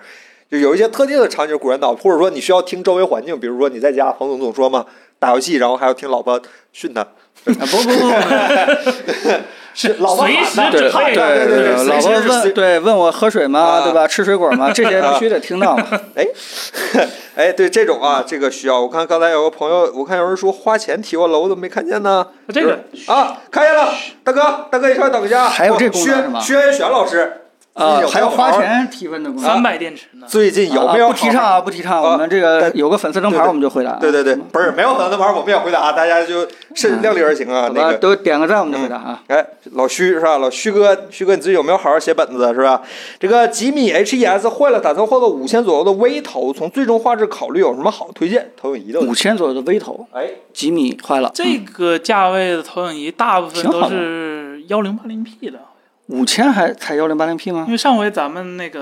就有一些特定的场景骨传导，或者说你需要听周围环境，比如说你在家，彭总总说嘛，打游戏，然后还要听老婆训他，啊不不不。是老婆随喊时的准对备对对对，老婆随时问随对问我喝水吗？啊对吧？吃水果吗？这些必须得听到嘛。哎，对这种啊，这个需要。我看刚才有个朋友，我看有人说花钱提过楼，我怎么没看见呢？啊这个就是啊，看见了，大哥，大哥，你稍微等一下。还有这功能薛是吗薛岳璇老师啊，还有花钱提问的功三能。百电池呢？最近有没有啊不提倡啊？不提倡，啊我们这个但有个粉丝灯牌，对对我们就回答啊。对对对，嗯不是没有可能的玩意儿我们也回答啊，大家就是量力而行啊。好那吧，个，都点个赞，我们就回答啊。哎，老徐是吧？老徐哥，徐哥你最近有没有好好写本子是吧？这个吉米 HES 坏了，打算换个五千左右的微头，从最终画质考虑有什么好推荐？投影仪的问五题，千左右的微投，哎，几米坏了？嗯这个价位的投影仪大部分挺都好的是幺零八零 P 的，五千还才幺零八零 P 吗因？为上回咱们那个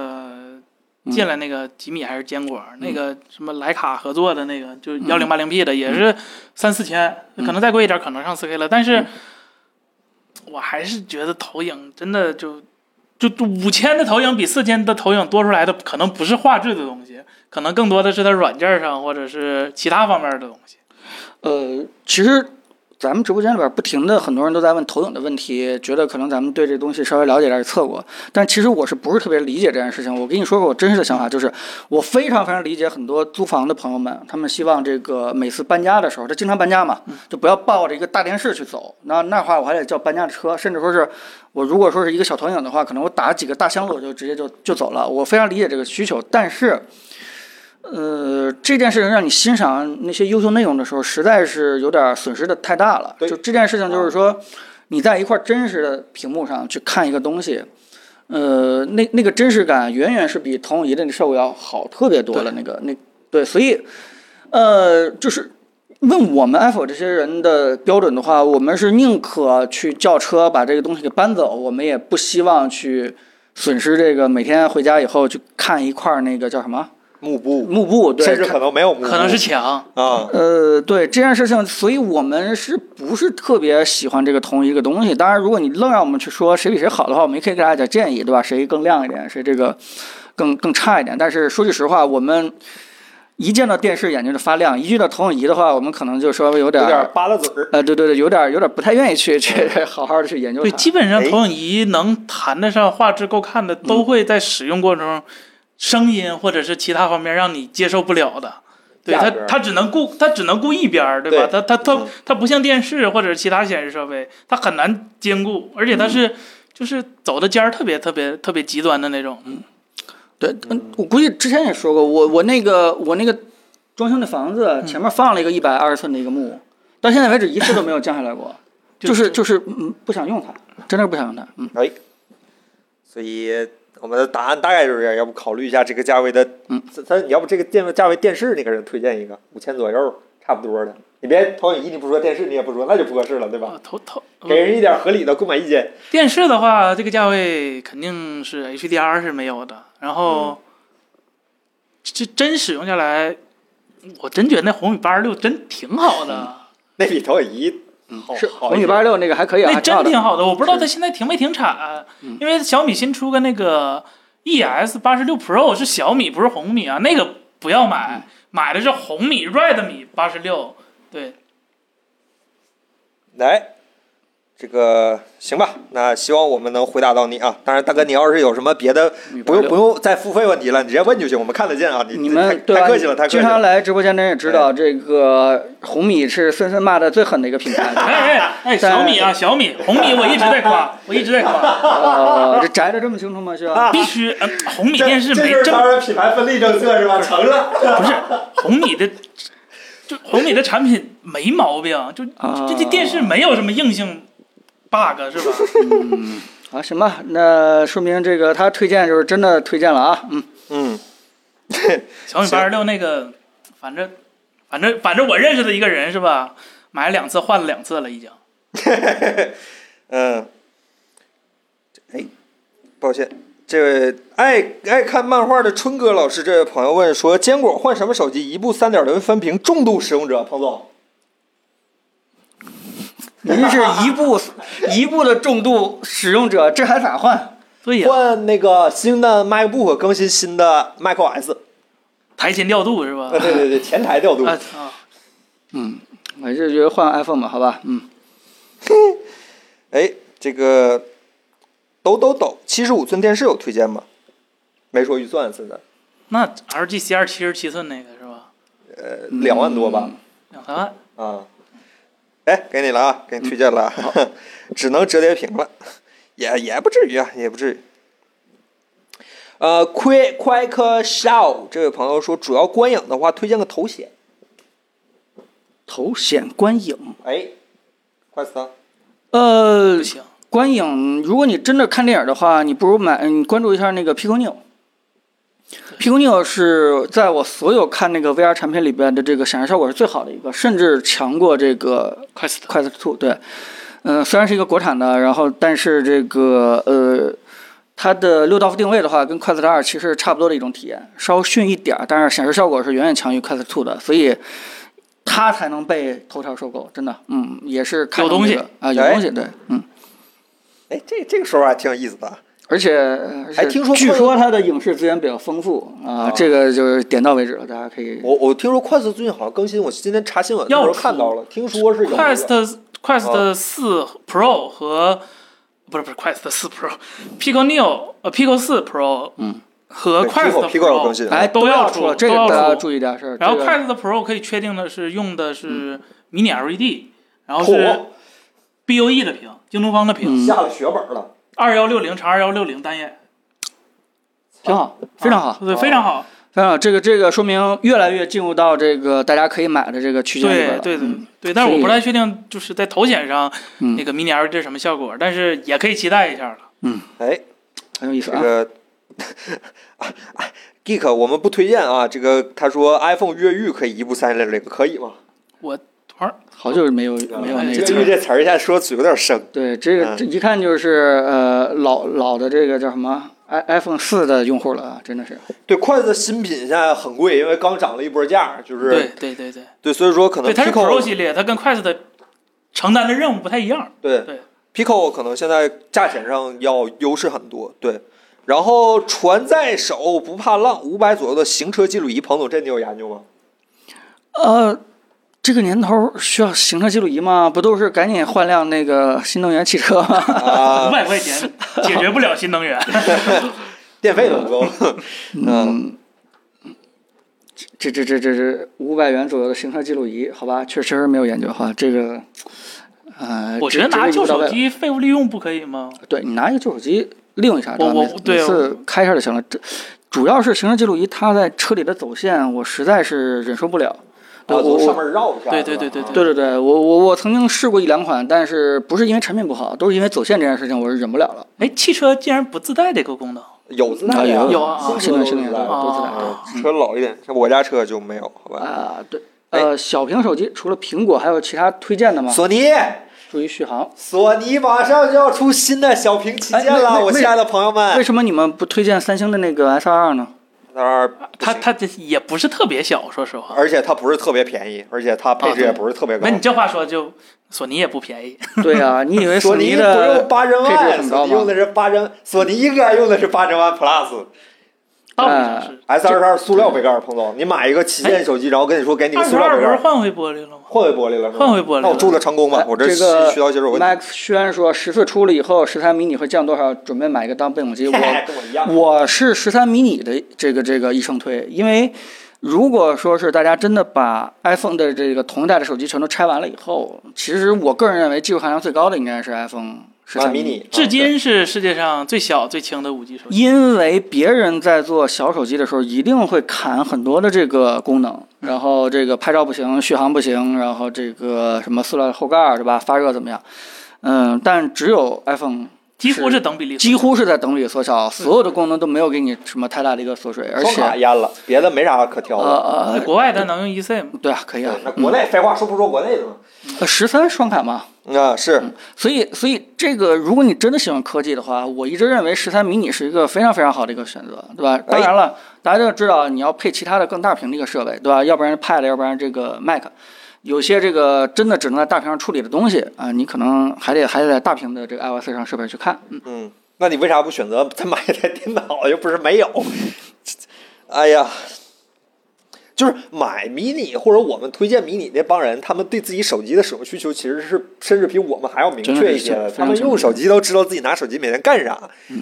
嗯进来那个吉米还是坚果、那个什么徕卡合作的那个，就是嗯幺零八零 P 的，也是三四千，可能再贵一点可能上四 K 了，但嗯是我还是觉得投影真的就。就五千的投影比四千的投影多出来的，可能不是画质的东西，可能更多的是它软件上或者是其他方面的东西。呃，其实咱们直播间里边不停的很多人都在问投影的问题，觉得可能咱们对这东西稍微了解点儿，也测过，但其实我是不是特别理解这件事情？我跟你说过我真实的想法，就是我非常非常理解很多租房的朋友们，他们希望这个每次搬家的时候，他经常搬家嘛，就不要抱着一个大电视去走。那那话我还得叫搬家车，甚至说是我如果说是一个小投影的话，可能我打几个大箱子我就直接就就走了。我非常理解这个需求，但是。呃，这件事情让你欣赏那些优秀内容的时候，实在是有点损失的太大了。对就这件事情，就是说，你在一块真实的屏幕上去看一个东西，呃，那那个真实感远远是比投影仪的那效果要好特别多了。那个那对，所以呃，就是问我们 Apple 这些人的标准的话，我们是宁可去叫车把这个东西给搬走，我们也不希望去损失这个每天回家以后去看一块儿那个叫什么幕布，幕布，对，甚至看可能没有幕布，可能是墙，啊，呃，对这件事情，所以我们是不是特别喜欢这个同一个东西？当然，如果你愣让我们去说谁比谁好的话，我们也可以给大家点建议，对吧？谁更亮一点，谁这个更更差一点。但是说句实话，我们一见到电视眼睛就发亮，一遇到投影仪的话，我们可能就稍微有点有儿点扒拉嘴儿。呃，对对对，有点有点不太愿意去去 <laughs> 好好的去研究它。对，基本上哎嗯投影仪能谈得上画质够看的，都会在使用过程中，声音或者是其他方面让你接受不了的。对价它格，它只能顾它只能顾一边儿，对吧？它它它嗯它不像电视或者其他显示设备，它很难兼顾，而嗯且它是就是走的尖儿特别特别特别极端的那种。对，嗯，我估计之前也说过，我我那个我那个装修那房子前面放了一个一百二十寸的一个幕，到现在为止一次都没有降下来过，就就是就是嗯不想用它，真的是不想用它，嗯，哎所以我们的答案大概就是这样，要不考虑一下这个价位的，嗯，咱你要不这个电价位电视那个人推荐一个五千左右，差不多的。你别投影仪你不说，电视你也不说，那就不合适了，对吧？呃投投嗯给人一点合理的购买意见。电视的话，这个价位肯定是 HDR 是没有的。然嗯后，这、真使用下来，我真觉得那红米八十六真挺好的，嗯那比投影仪嗯好是好红一米点。八十六那个还可以啊，那还挺好真的嗯挺好的。我不知道它现在停没停产，啊因为小米新出个那个 ES 八十六 Pro 是小米，不是红米啊，那个不要嗯买，买的是红米 Redmi 八十 <laughs> 六。对，来，这个行吧，那希望我们能回答到你啊。当然，大哥，你要是有什么别的，不用86不用再付费问题了，你直接问就行，我们看得见啊。你你太们对太吧？客气了，哎太客气经了。常来直播间的人也知道，这个红米是森森骂的最狠的一个品牌。哎 <laughs> 哎哎，但小米啊，小米，红米我一直在 <laughs> 夸，我一直在夸，呃，这宅的这么清楚吗？需 <laughs> 要？必须，呃红米这电视这没就是真当然品牌分立政策是吧？成了。不是红米的，就红米的产品没毛病，就啊这这电视没有什么硬性 bug 是 <laughs> 吧？啊，行吧，那说明这个他推荐就是真的推荐了啊，嗯， <laughs> 嗯，小米八十六那个，反正反正反正我认识的一个人是吧？买了两次，换了两次了，已经。嗯，哎，抱歉，这位爱爱看漫画的春哥老师，这位朋友问说，坚果换什么手机？一部三点零分屏，重度使用者，彭总。您是一步一步的重度使用者，这还咋换？对呀，换那个新的 MacBook，更新新的 macOS。台前调度是吧啊，？对对对，前台调度。啊啊！嗯我就觉得换 iPhone 吧，好吧，嗯，哎，这个抖抖抖，七十五寸电视有推荐吗？没说预算，现在那 LG C 二七十七寸那个是吧？呃两万多吧。两三万，啊，哎，给你了啊，给你推荐 <laughs> 了啊，只能折叠屏了，也也不至于啊，也不至于。呃，Quick Quick Show 这位朋友说，主要观影的话，推荐个头显。头显观影，哎，快死啊！呃不，行，观影，如果你真的看电影的话，你不如买，你关注一下那个 Pico Neo。Pico Neo 是在我所有看那个 VR 产品里边的这个显示效果是最好的一个，甚至强过这个快死的。 Quest Two。对，嗯、虽然是一个国产的，然后但是这个呃，它的六道夫定位的话，跟 Quest 二其实是差不多的一种体验，稍逊一点儿，但是显示效果是远远强于 Quest Two 的，所以它才能被头条收购，真的，嗯，也是看有东西中这个啊，有东西，对，嗯。哎，这这个说法还挺有意思的啊。而且，而呃且哎听说据快说它的影视资源比较丰富啊，啊这个就是点到为止了，大家可以我我听说快速最近好像更新，我今天查新闻的时要候出看到了，听说是有一个 Quest Quest 四 Pro 和不是不是 Quest 四 Pro，Pico Neo 呃 Pico 四 Pro，嗯，和对 Quest Pico Pico 有更 Pro，新，哎都要要出了，这个都要大出家注意点是。然后这个 Quest Pro 可以确定的是用的是迷你 LED，然后嚯是 BOE 的屏，京东方的屏，嗯下了血本了。二幺六零乘二幺六零单眼，挺好，非常好啊，对，非常好，非常好。这个这个说明越来越进入到这个大家可以买的这个区间里边对了。对对嗯对，但是所我以不太确定就是在头显上嗯那个迷你 LED 是什么效果，但是也可以期待一下了。哎，很有意思这啊。个 <laughs> 啊 geek 我们不推荐啊。这个他说 iPhone 越狱可以一步三连零，可以吗？好久没有没有哎那越这个词狱儿。这词儿现在说嘴有点生。对，这个嗯这一看就是呃老老的这个叫什么 i iPhone 四的用户了啊，真的是。对，筷子新品现在很贵，因为刚涨了一波价，就是对对对对，对所以说可能对，它是 Pro Pico 系列，它跟 Quest 的承担的任务不太一样。对对 Pico 可能现在价钱上要优势很多，对。然后船在手不怕浪，五百左右的行车记录仪，彭总这你有研究吗？呃，这个年头需要行车记录仪吗？不都是赶紧换辆那个新能源汽车吗？五啊，百块钱解决不了新能源， <laughs> 电费都不够。嗯，这这这这这五百元左右的行车记录仪，好吧，确确实没有研究哈，这个，呃，我觉得这拿这个一旧步到手位机废物利用不可以吗？对你拿一个旧手机利用一下，我我这样每对每次开一下就行了。这主要是行车记录仪它在车里的走线，我实在是忍受不了。对啊我从上我面绕一下。对是吧对对对对对对，我我我曾经试过一两款，但是不是因为产品不好，都是因为走线这件事情，我是忍不了了。哎，汽车竟然不自带这个功能，有自带的啊呀有有啊新车是的有是的自带的都自带啊对车老一点，像我家车就没有，好吧？啊、对，呃，小屏手机除了苹果，还有其他推荐的吗？索尼，注意续航。索尼马上就要出新的小屏旗舰哎了，为我亲爱的朋友为们。什么你们不推荐三星的那个 S 二呢？那儿它它这也不是特别小，说实话。而且它不是特别便宜，而且它配啊置也不是特别高那。你这话说就索尼也不 <laughs> 便宜， <laughs> 对呀、你以为索尼尼不 <laughs> 用的哎八针配万，置很高索吗尼用的是八针，索尼应该用的是八针万 Plus。道理哎上是。 S 二十二塑料杯盖儿，彭总，你买一个旗哎舰手机，然后跟你说给你个二塑十料二杯盖轮儿，啊换回玻璃了吗？换回玻璃了是吧？换回玻璃了那我祝它成功吧哎，我这这渠个道接手问题。 Max 轩说十四出了以后，十三迷你会降多少？准备买一个当备用 <laughs> 机。我跟我一样。我是十三迷你的这个这个一生推，因为如果说是大家真的把 iPhone 的这个同一代的手机全都拆完了以后，其实我个人认为技术含量最高的应该是 iPhone 十那三啊迷啊迷你至今是世界上最小最轻的五 G 手机。因为别人在做小手机的时候，一定会砍很多的这个功能，然后这个拍照不行，续航不行，然后这个什么塑料后盖儿对吧？发热怎么样？嗯，但只有 iPhone 几乎是等比例，几乎是在等比缩小，所有的功能都没有给你什么太大的一个缩水，而啊双卡且淹了，别的没啥可挑呃的。在呃，国外它能用 eSIM 吗对啊，可以啊呃对，那国内废话说不说国内的呢？十三双卡嘛，啊，是所以，所以这个，如果你真的喜欢科技的话，我一直认为十三迷你是一个非常非常好的一个选择，对吧？当然了，大家都知道你要配其他的更大屏的一个设备，对吧？要不然 Pad，要不然这个 Mac，有些这个真的只能在大屏上处理的东西啊、你可能还得还得在大屏的这个 iOS 上设备去看。嗯，那你为啥不选择再买一台电脑？啊又不是没有。哎呀，就是买迷你或者我们推荐迷你那帮人，他们对自己手机的使用需求其实是甚至比我们还要明确一些真的嗯的。是他们用手机都知道自己拿手机每天干啥。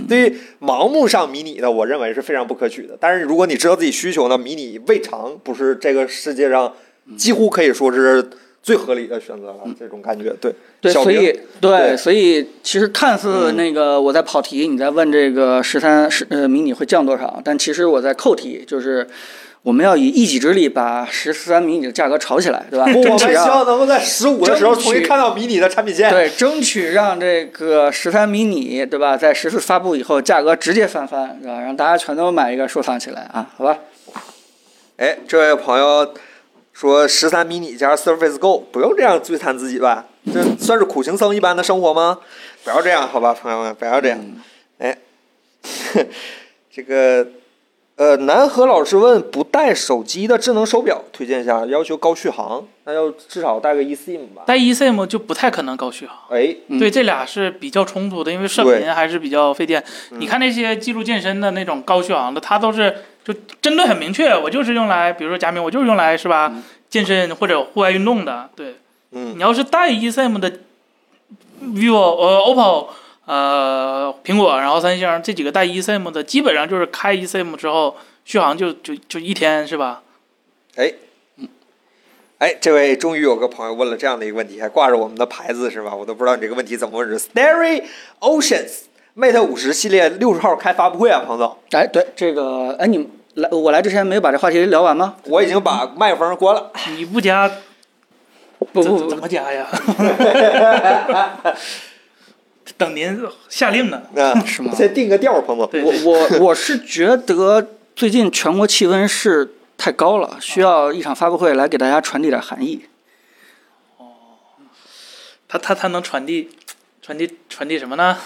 对于盲目上迷你的，我认为是非常不可取的。但是如果你知道自己需求呢，迷你未尝不是这个世界上几乎可以说是最合理的选择了，这种感觉。对，嗯对，小所明以对对，所以其实看似嗯那个我在跑题，你在问这个十三十呃迷你会降多少，但其实我在扣题，就是我们要以一己之力把十三迷你的价格炒起来，对 <laughs> 吧？我争们取希让望能够在十五的时候争取重新看到迷你的产品线。对，争取让这个十三迷你，对吧？在十四发布以后，价格直接翻番，对吧？让大家全都买一个收藏起来啊，好吧？哎，这位朋友说，十三迷你加 Surface Go 不用这样摧残自己吧？这算是苦行僧一般的生活吗？不要这样，好吧，朋友们，不要这样。哎， <laughs> 这个呃，南河老师问，不带手机的智能手表推荐一下，要求高续航，那要至少带个 eSIM 吧？带 eSIM 就不太可能高续航。哎，嗯对，这俩是比较冲突的，因为射对频还是比较费电。嗯你看那些记录健身的那种高续航的，它都是就针对很明确，我就是用来，比如说佳明，我就是用来是吧，嗯健身或者户外运动的。对，嗯你要是带 eSIM 的，vivo 呃 OPPO 呃苹果，然后三星这几个带 eSIM 的，基本上就是开 eSIM 之后续航就就就一天是吧？哎，这位终于有个朋友问了这样的一个问题，还挂着我们的牌子是吧？我都不知道你这个问题怎么回事。Starry Oceans Mate 五十系列六十号开发布会啊，彭总，哎，对这个，哎，你们来我来之前没有把这话题聊完吗？我已经把麦克风关了。你不加不怎不不怎，么加呀？等您下令呢。啊， <laughs> 是吗先定个调儿，彭总。对我我我是觉得最近全国气温是太高了，需要一场发布会来给大家传递点寒意。它它它能传递传递传递什么呢？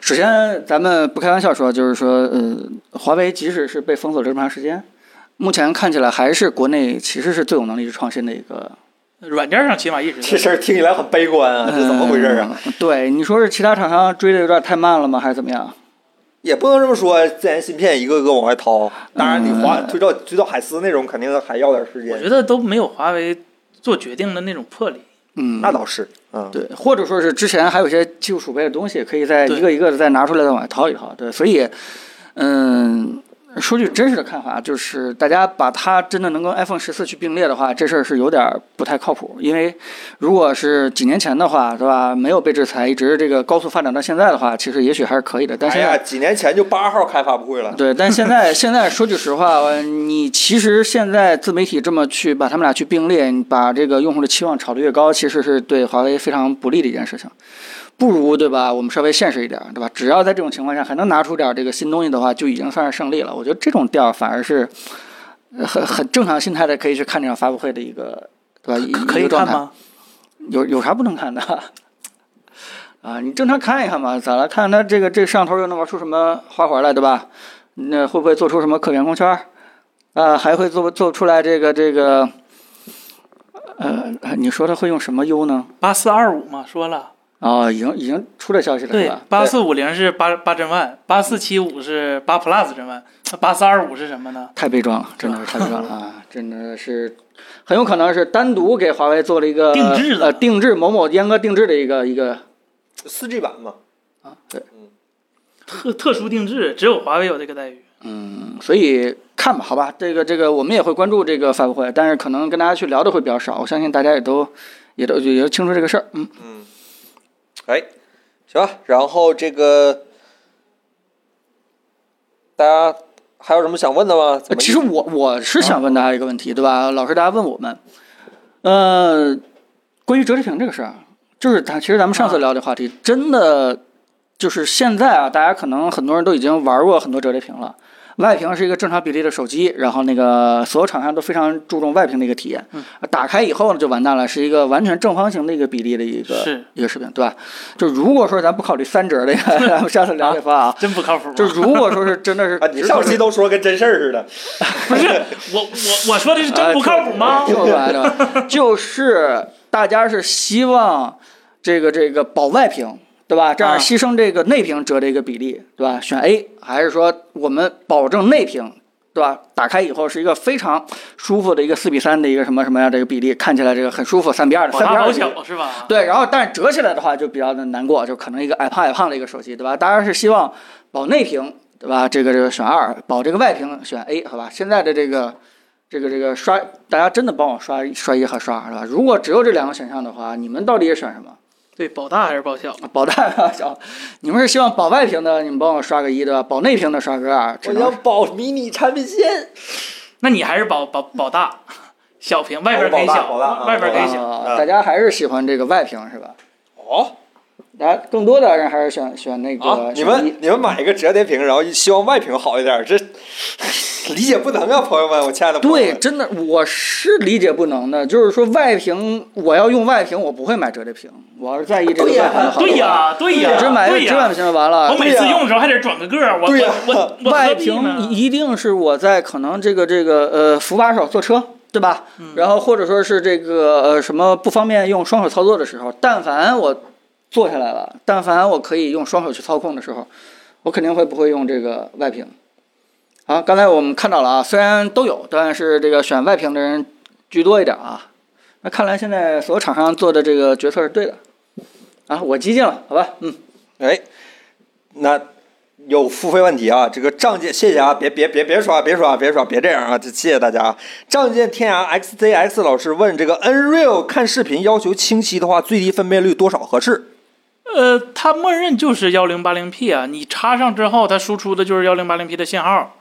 首先，咱们不开玩笑说，就是说，呃，华为即使是被封锁了这么长时间，目前看起来还是国内其实是最有能力去创新的一个。软件上起码一直这在事儿听起来很悲观啊，这怎么回事啊？嗯？对，你说是其他厂商追的有点太慢了吗？还是怎么样？也不能这么说，自研芯片一个个往外掏，当然你嗯华推到推到海思那种肯定还要点时我觉间，得都没有华为做决定的那种魄力。嗯，那倒是，嗯，对，或者说是之前还有一些技术储备的东西，可以再对一个一个的再拿出来，再往外掏一掏。对，所以，嗯，说句真实的看法，就是大家把它真的能跟 iPhone 十四去并列的话，这事儿是有点儿不太靠谱。因为如果是几年前的话，对吧？没有被制裁，一直这个高速发展到现在的话，其实也许还是可以的。但哎现呀，在几年前就八号开发布会了，对，但现在现在说句实话，呃你其实现在自媒体这么去把他们俩去并列，你把这个用户的期望炒得越高，其实是对华为非常不利的一件事情。不如对吧？我们稍微现实一点，对吧？只要在这种情况下还能拿出点这个新东西的话，就已经算是胜利了。我觉得这种调儿反而是呃很很正常心态的，可以去看这场发布会的一个对吧？一可可一以个状看态？吗？有有啥不能看的？ <laughs> 啊，你正常看一看嘛，咋了？看他这个这摄像头又能玩出什么花活来，对吧？那会不会做出什么可员光圈儿？啊，还会做做出来这个这个，呃，你说他会用什么 U 呢？八四二五嘛，说了，啊，已经已经出这消息了，是对吧？，八四五零是八八针万，八四七五是八 Plus 针万，那八四二五是什么呢？太悲壮了，真的是太悲壮了啊！真的是很有可能是单独给华为做了一个定制的呃定制某某阉割定制的一个一个四 G 版嘛，啊，对，特特殊定制，只有华为有这个待遇。嗯，所以看吧，好吧，这个这个我们也会关注这个发布会，但是可能跟大家去聊的会比较少，我相信大家也都也都也都清楚这个事儿，嗯，哎，行吧，然后这个大家还有什么想问的吗？怎么呃嗯其实我我是想问大家一个问题，对吧？老师，大家问我们，呃，关于折叠屏这个事儿，就是咱其实咱们上啊次聊的话题，真的就是现在啊，大家可能很多人都已经玩过很多折叠屏了。外屏是一个正常比例的手机，然后那个所有厂商都非常注重外屏的一个体验。嗯打开以后呢，就完蛋了，是一个完全正方形的一个比例的一个是一个视频，对吧？就如果说咱不考虑三折的， <laughs> 咱们上次聊这方啊，真不靠谱啊。就如果说是真的是啊，你上期都说跟真事儿似的，不是我我我说的是真不靠谱吗？听我说完，听我说完就是大家是希望这个这个保外屏，对吧？这样啊牺牲这个内屏折的一个比例，对吧？选 A 还是说我们保证内屏，对吧？打开以后是一个非常舒服的一个四比三的一个什么什么样的一个比例，看起来这个很舒服，三比二的好三比大二好的比例。小是吧？对，然后但是折起来的话就比较的难过，就可能一个矮胖矮胖的一个手机，对吧？大家是希望保内屏，对吧？这个这个选二，保这个外屏选 A，好吧？现在的这个这个这个刷，大家真的帮我刷刷一和刷二了吧？如果只有这两个选项的话，你们到底选什么？对，保大还是保小？保大啊，小，你们是希望保外屏的，你们帮我刷个一对吧？保内屏的刷个二，只我能想保迷你产品线，那你还是保保保大，小屏外边可保以大小保大啊，外边可以保小。啊大家还是喜欢这个外屏是吧？哦，大家更多的人还是选选那个、啊你选一们你们买一个折叠屏，然后希望外屏好一点，这 <laughs> 理解不能啊，朋友们，我亲爱的朋友对，们。真的我是理解不能的，就是说外屏我要用外屏，我不会买折叠屏，我要是在意这个对呀外屏的好对呀，对呀，只买对只买啊呀屏。就完了我。每次用的时候还得转个个儿，我对呀我我我外何必屏呢？一定是我在可能这个这个呃扶把手坐车，对吧？嗯然后或者说是这个呃什么不方便用双手操作的时候，但凡我坐下来了，但凡我可以用双手去操控的时候，我肯定会不会用这个外屏。好，刚才我们看到了啊，虽然都有，但是这个选外屏的人居多一点啊。那看来现在所有厂商做的这个决策是对的啊，我激进了，好吧，嗯，哎，那有付费问题啊，这个仗剑，谢谢啊，别别别别刷，别刷，别刷，别这样啊，这谢谢大家啊。仗剑天啊涯 XZX 老师问这个 Nreal 看视频要求清晰的话，最低分辨率多少合适？呃，它默认就是幺零八零 P 啊，你插上之后，它输出的就是幺零八零 P 的信号。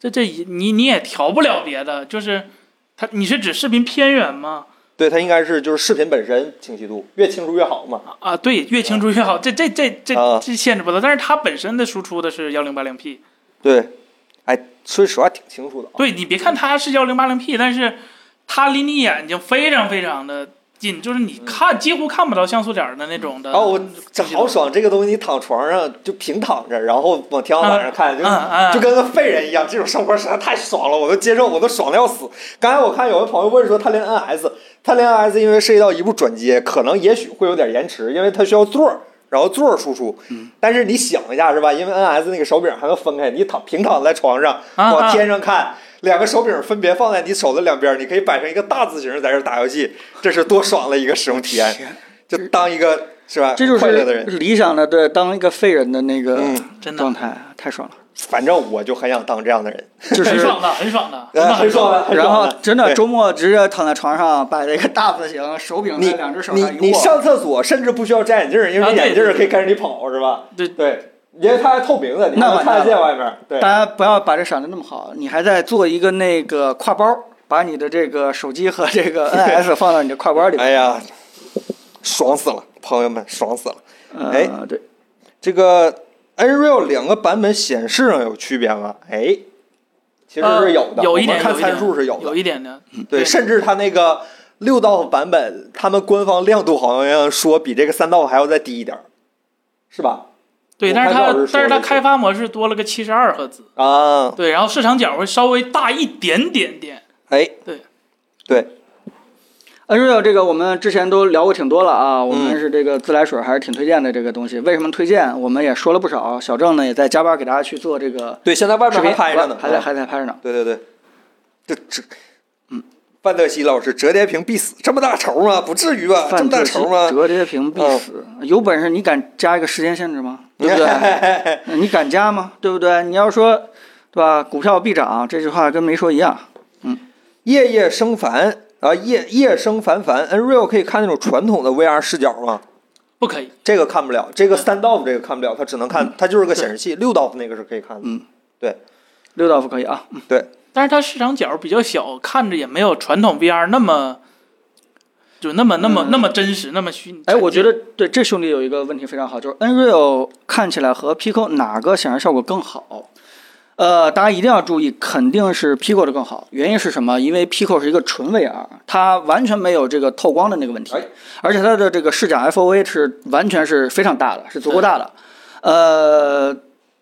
这这你你也调不了别的，就是它你是指视频偏远吗？对，它应该是就是视频本身清晰度越清楚越好嘛。啊，对，越清楚越好，这这这这啊这限制不到，但是它本身的输出的是幺零八零 P。对，哎，说实话挺清楚的啊。对你别看它是幺零八零 P，但是它离你眼睛非常非常的近，就是你看、几乎看不到像素点儿的那种的。哦，我这好爽！这个东西你躺床上就平躺着，然后往天花板上看，就、嗯嗯就跟个废人一样。这种生活实在太爽了，我都接受，我都爽的要死。刚才我看有位朋友问说，他连 NS，他连 NS 因为涉及到一步转接，可能也许会有点延迟，因为它需要座儿，然后座儿输出。嗯但是你想一下是吧？因为 NS 那个手柄还能分开，你躺平躺在床上啊往啊天上看，两个手柄分别放在你手的两边，你可以摆成一个大字形在这打游戏，这是多爽的一个使用体验！就当一个是吧？ <laughs> 这就快乐的是人。理想的对当一个废人的那个嗯真的状态，<laughs> 太爽了。反正我就很想当这样的人，就很是，爽的，很爽的，真呃的很爽的的。很啊然爽后的真的对周末直接躺在床上，把这个大字型手柄你在两只手你上一你握，上厕所甚至不需要摘眼镜儿，因啊为对眼镜儿对对可以跟着你跑，是吧？对对，因为它还透明的，你那还能完看得蛋见了外面儿。对大，家不要把这想的那么好，你还在做一个那个挎包，把你的这个手机和 <laughs> 这个 NS 放到你的挎包里边。哎呀，爽死了，朋友们，爽死了！哎呃，对，这个 Unreal 两个版本显示上有区别吗？哎，其实是有的，呃有一我点们看参数是有一点的有，一点的，对，对甚至它那个六道版本，他们官方亮度好像说比这个三道还要再低一点儿，是吧？对，我但是看它到是说但是它这个开发模式多了个七十二赫兹，啊，对，然后市场角会稍微大一点点点，哎，对对， Unreal 哎这个我们之前都聊过挺多了啊，我嗯们是这个自来水还是挺推荐的这个东西。为什么推荐？我们也说了不少，小郑呢也在加班给大家去做这个对，现在外视面还频，拍着呢，还在啊还在拍着呢。对对对，这这，嗯，范德西老师，折叠屏必死，这么大仇吗？不至于吧？这犯么大罪是仇啊吗？哦折叠屏必死。有本事你敢加一个时间限制 <laughs> 吗？对不对？你敢加吗？对不对？你要说，对吧？股票必涨这句话跟没说一样。夜夜生烦啊，夜夜生烦烦。Nreal 可以看那种传统的 VR 视角吗？不可以。这个看不了，这个三道这个看不了，它只能看，它就是个显示器。六道那个是可以看的。嗯六道夫可以啊，但是它市场角比较小，看着也没有传统 VR 那么，就那么那么、嗯那么真实，那么虚拟。哎，我觉得对这兄弟有一个问题非常好，就是 Nreal 看起来和 Pico 哪个显示效果更好？呃，大家一定要注意，肯定是 Pico 的更好。原因是什么？因为 Pico 是一个纯 VR，它完全没有这个透光的那个问题哎，而且它的这个视角 FOV 是完全是非常大的，是足够大的。呃，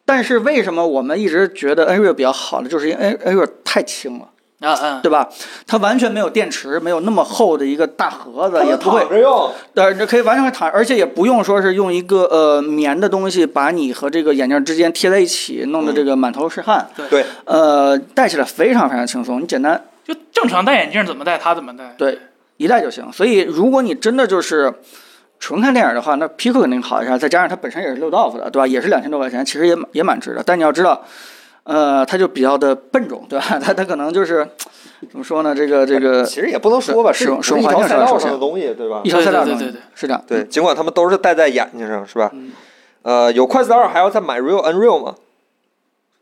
但是为什么我们一直觉得 Nreal 比较好呢？就是因为 N- Nreal 太轻了，啊啊，对吧？它完全没有电池，没有那么厚的一个大盒子，它也能不会躺着用，呃，这可以完全可以躺，而且也不用说是用一个呃棉的东西把你和这个眼镜之间贴在一起，弄得这个满头是汗。对，呃，戴起来非常非常轻松，你简单就正常戴眼镜怎么戴，它怎么戴。对一戴就行。所以如果你真的就是纯看电影的话，那呃 Pico 肯定好一下，再加上它本身也是六道夫的，对吧？也是两千多块钱，其实也蛮也蛮值的。但你要知道，呃，它就比较的笨重，对吧？它它可能就是怎么说呢？这个这 <laughs> 个其实也不能说吧，是是是一条环境赛上道首上先的东西，对吧一？条赛道对上对对对是这样。对，尽管他们都是戴在眼睛上，是吧？嗯呃，有快四二还要再买 Real Unreal 吗？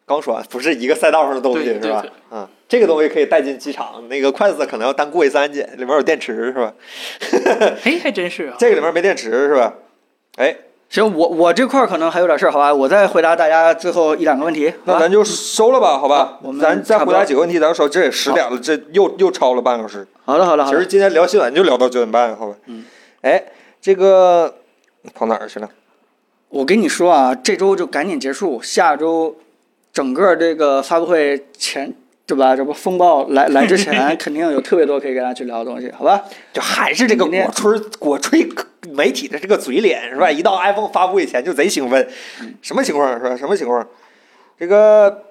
刚说完不是一个赛道上的东西对是吧对？嗯，这个东西可以带进机场，那个筷子可能要单过一三检，里面有电池是吧？哎，还真是啊。这个里面没电池是吧？哎，行，我我这块儿可能还有点事儿，好吧？我再回答大家最后一两个问题，好那吧？咱就收了吧，好吧好？我们咱再差不回多答几个问题，咱收，这也十点了，这又又超了半小时。好了好了 <laughs> 好其实了，今天聊新闻就聊到九点半，好吧？嗯。哎，这个跑哪儿去了？我跟你说啊，这周就赶紧结束，下周整个这个发布会前，对吧？这不风暴来来之 <laughs> 前，肯定有特别多可以跟大家去聊的东西，好吧？就还是这个明天果吹果吹媒体的这个嘴脸是吧？一到 iPhone 发布以前就贼兴奋，什么情况啊是吧？什么情况？这个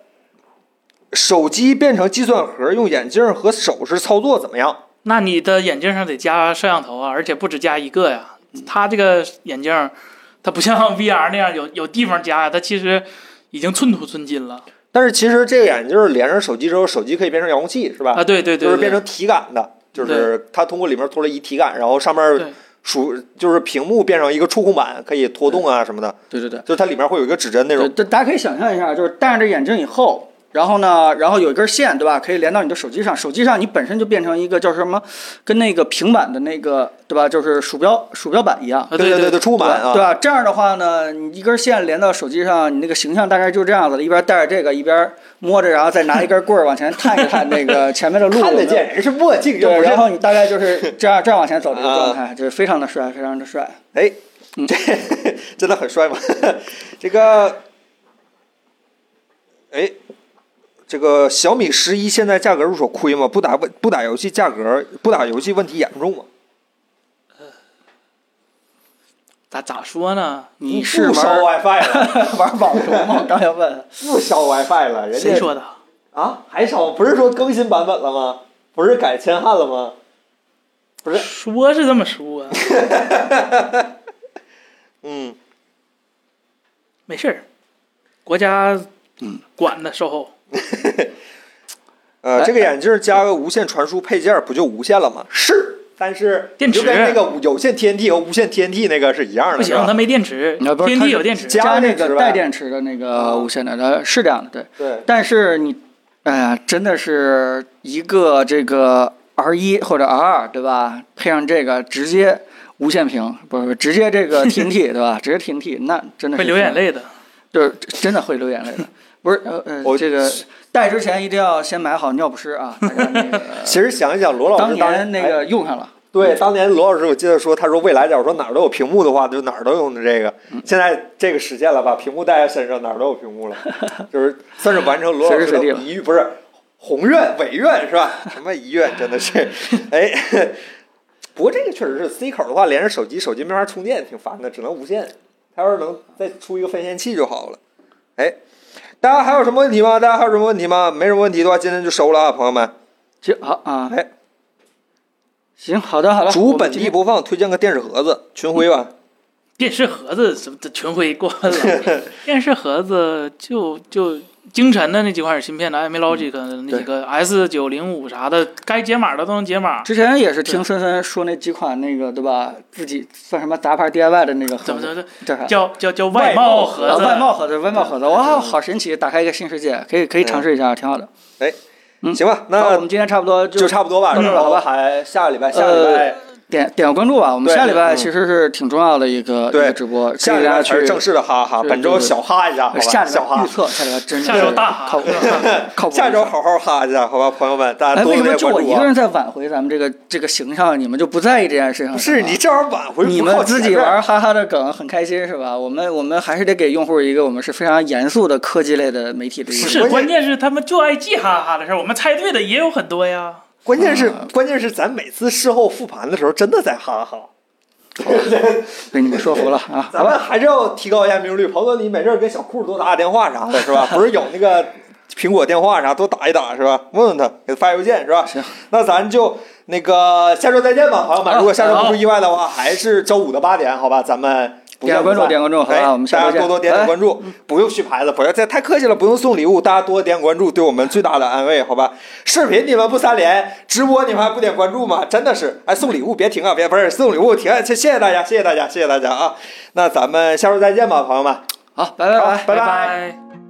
手机变成计算盒，用眼镜和手势操作怎么样？那你的眼镜上得加摄像头啊，而且不止加一个呀。嗯它这个眼镜儿，它不像 <laughs> VR 那样有有地方加，它其实已经寸土寸金了但是其实这个眼镜连上手机之后，手机可以变成遥控器是吧？啊！对对对，就是变对成体感的，就是它通过里面拖了一体感，然后上面对鼠就是屏幕变成一个触控板，可以拖动啊什么的，对对对。就是它里面会有一个指针那对，种。大大家可以想象一下，就是戴上这眼镜以后，然后呢，然后有一根线，对吧？可以连到你的手机上，手机上你本身就变成一个叫什么，跟那个平板的那个，对吧？就是鼠标鼠标板一样。啊对对对对，触控对板吧啊对，吧？这样的话呢，你一根线连到手机上，你那个形象大概就是这样子的，一边戴着这个，一边摸着，然后再拿一根棍儿往前探一探 <laughs> 那个前面的路。看得见，人是墨镜，又对，不是啊然后你大概就是这样这样往前走的一个状态，就是非常的帅，非常的帅。哎，这 <laughs> 真的很帅吗？ <laughs> 这个，哎，这个小米十一现在价格入手亏吗？不打问不打游戏价格不打游戏问题严重吗？咋咋说呢？你是不啊烧玩 WiFi <laughs> 了？ <laughs> 玩网游吗？我刚要问，不烧 WiFi 了？人谁家说的？啊，还烧？不是说更新版本了吗？不是改千汉了吗？不是，说是这么说，啊 <laughs> 嗯，没事儿，国家嗯管的售后。呃，这个眼镜加个无线传输配件不就无线了吗？是，但是电池就跟那个有线 TNT 和无线 TNT 那个是一样的，不行是，吧它没电池，啊不是天它梯有电池。加啊加那电池个吧带电池的那个无线的，呃，是这样的，对。对。但是你，哎呀，真的是一个这个 R 一或者 R 二，对吧？配上这个直接无线屏，不是不是直接这个 TNT，对吧？直接 TNT，那 <laughs> 真的是会流眼，泪的，就是真的会流眼泪的。不是，呃呃，我这个戴之前一定要先买好尿不湿 <laughs> 啊！大家那个其实想一想，罗老当师年那哎个用上了，对，当年罗老师我记得说，他说未来假如说哪儿都有屏幕的话，就哪儿都用的这个。嗯现在这个实现了，把屏幕带在身上，哪儿都有屏幕 <laughs> 了，就是算是完成罗老师随时随地的了遗不是宏愿伟愿 <laughs> 是吧？什么遗愿真的是，哎， <laughs> 不过这个确实是 C 口的话，连着手机，手机没法充电，挺烦的，只能无线。他要是能再出一个分线器就好了。哎，大家还有什么问题吗？大家还有什么问题吗？没什么问题的话，今天就收了啊，朋友们。行好啊，哎，行好的好的，主我本们今地天播放，推荐个电视盒子，群晖吧。电视盒子什么的全灰过了。电视盒子就就京晨的那几款芯片的 iMelogic 那几个 S 九零五啥的，该解码的都能解码。之前也是听森森说那几款那个对吧，自己算什么杂牌 DIY 的那个怎盒么子，怎么叫啥？叫叫叫外贸贸盒啊子？嗯哎外贸盒子，外贸盒子，哇，好神奇！打开一个新世界，可以可以尝试一下，挺好的。嗯行吧，好我那们今天差不多就就差不多吧，嗯然后还下个礼拜，下个礼呃拜，点点个关注吧。我们对下礼拜嗯其实是挺重要的一个一对个直播，可以下大礼拜家才是去正式的哈哈，对本周小哈一下，好吧，下礼小拜哈预，测，下礼拜真的下周是大哈靠谱靠 <laughs> 谱。下周好好哈一下，好吧，朋友们，大家哎，多为什多么关就我注一个啊。人在挽回咱们这个这个形象？你们就不在意这件事情？不是吧你这玩意儿挽回，你不靠们自己前面玩哈哈的梗很开心是吧？我们我们还是得给用户一个我们是非常严肃的科技类的媒体的一不个。是，关键是他们就爱记哈哈的事儿，我们猜对的也有很多呀。关键是啊关键是咱每次事后复盘的时候，真的在哈 <laughs> 哈。被你们说服了啊！咱好们吧，还是要提高一下命中率。彭总，你没事儿跟小库多打打电话啥 <laughs> 的，是吧？不是有那个苹果电话啥，多打一打是吧？问问他，给他发邮件是吧？行，啊那咱就那个下周再见吧，朋友们。如果下周不好出意外的话，还是周五的八点，好吧？咱们不见点个不关注，散点个关注，好哎吧，我们下大周家见。多哎多点点拜拜关注，不用续牌子，不要这太客气了，不用送礼物，大家多点关注，对我们最大的安慰，好吧？视频你们不三连，直播你们还不点关注吗？真的是，哎，送礼物别停啊，别不是送礼物停啊，谢谢大家，谢谢大家，谢谢大家啊！那咱们下周再见吧，朋友们，好，拜拜好拜拜。拜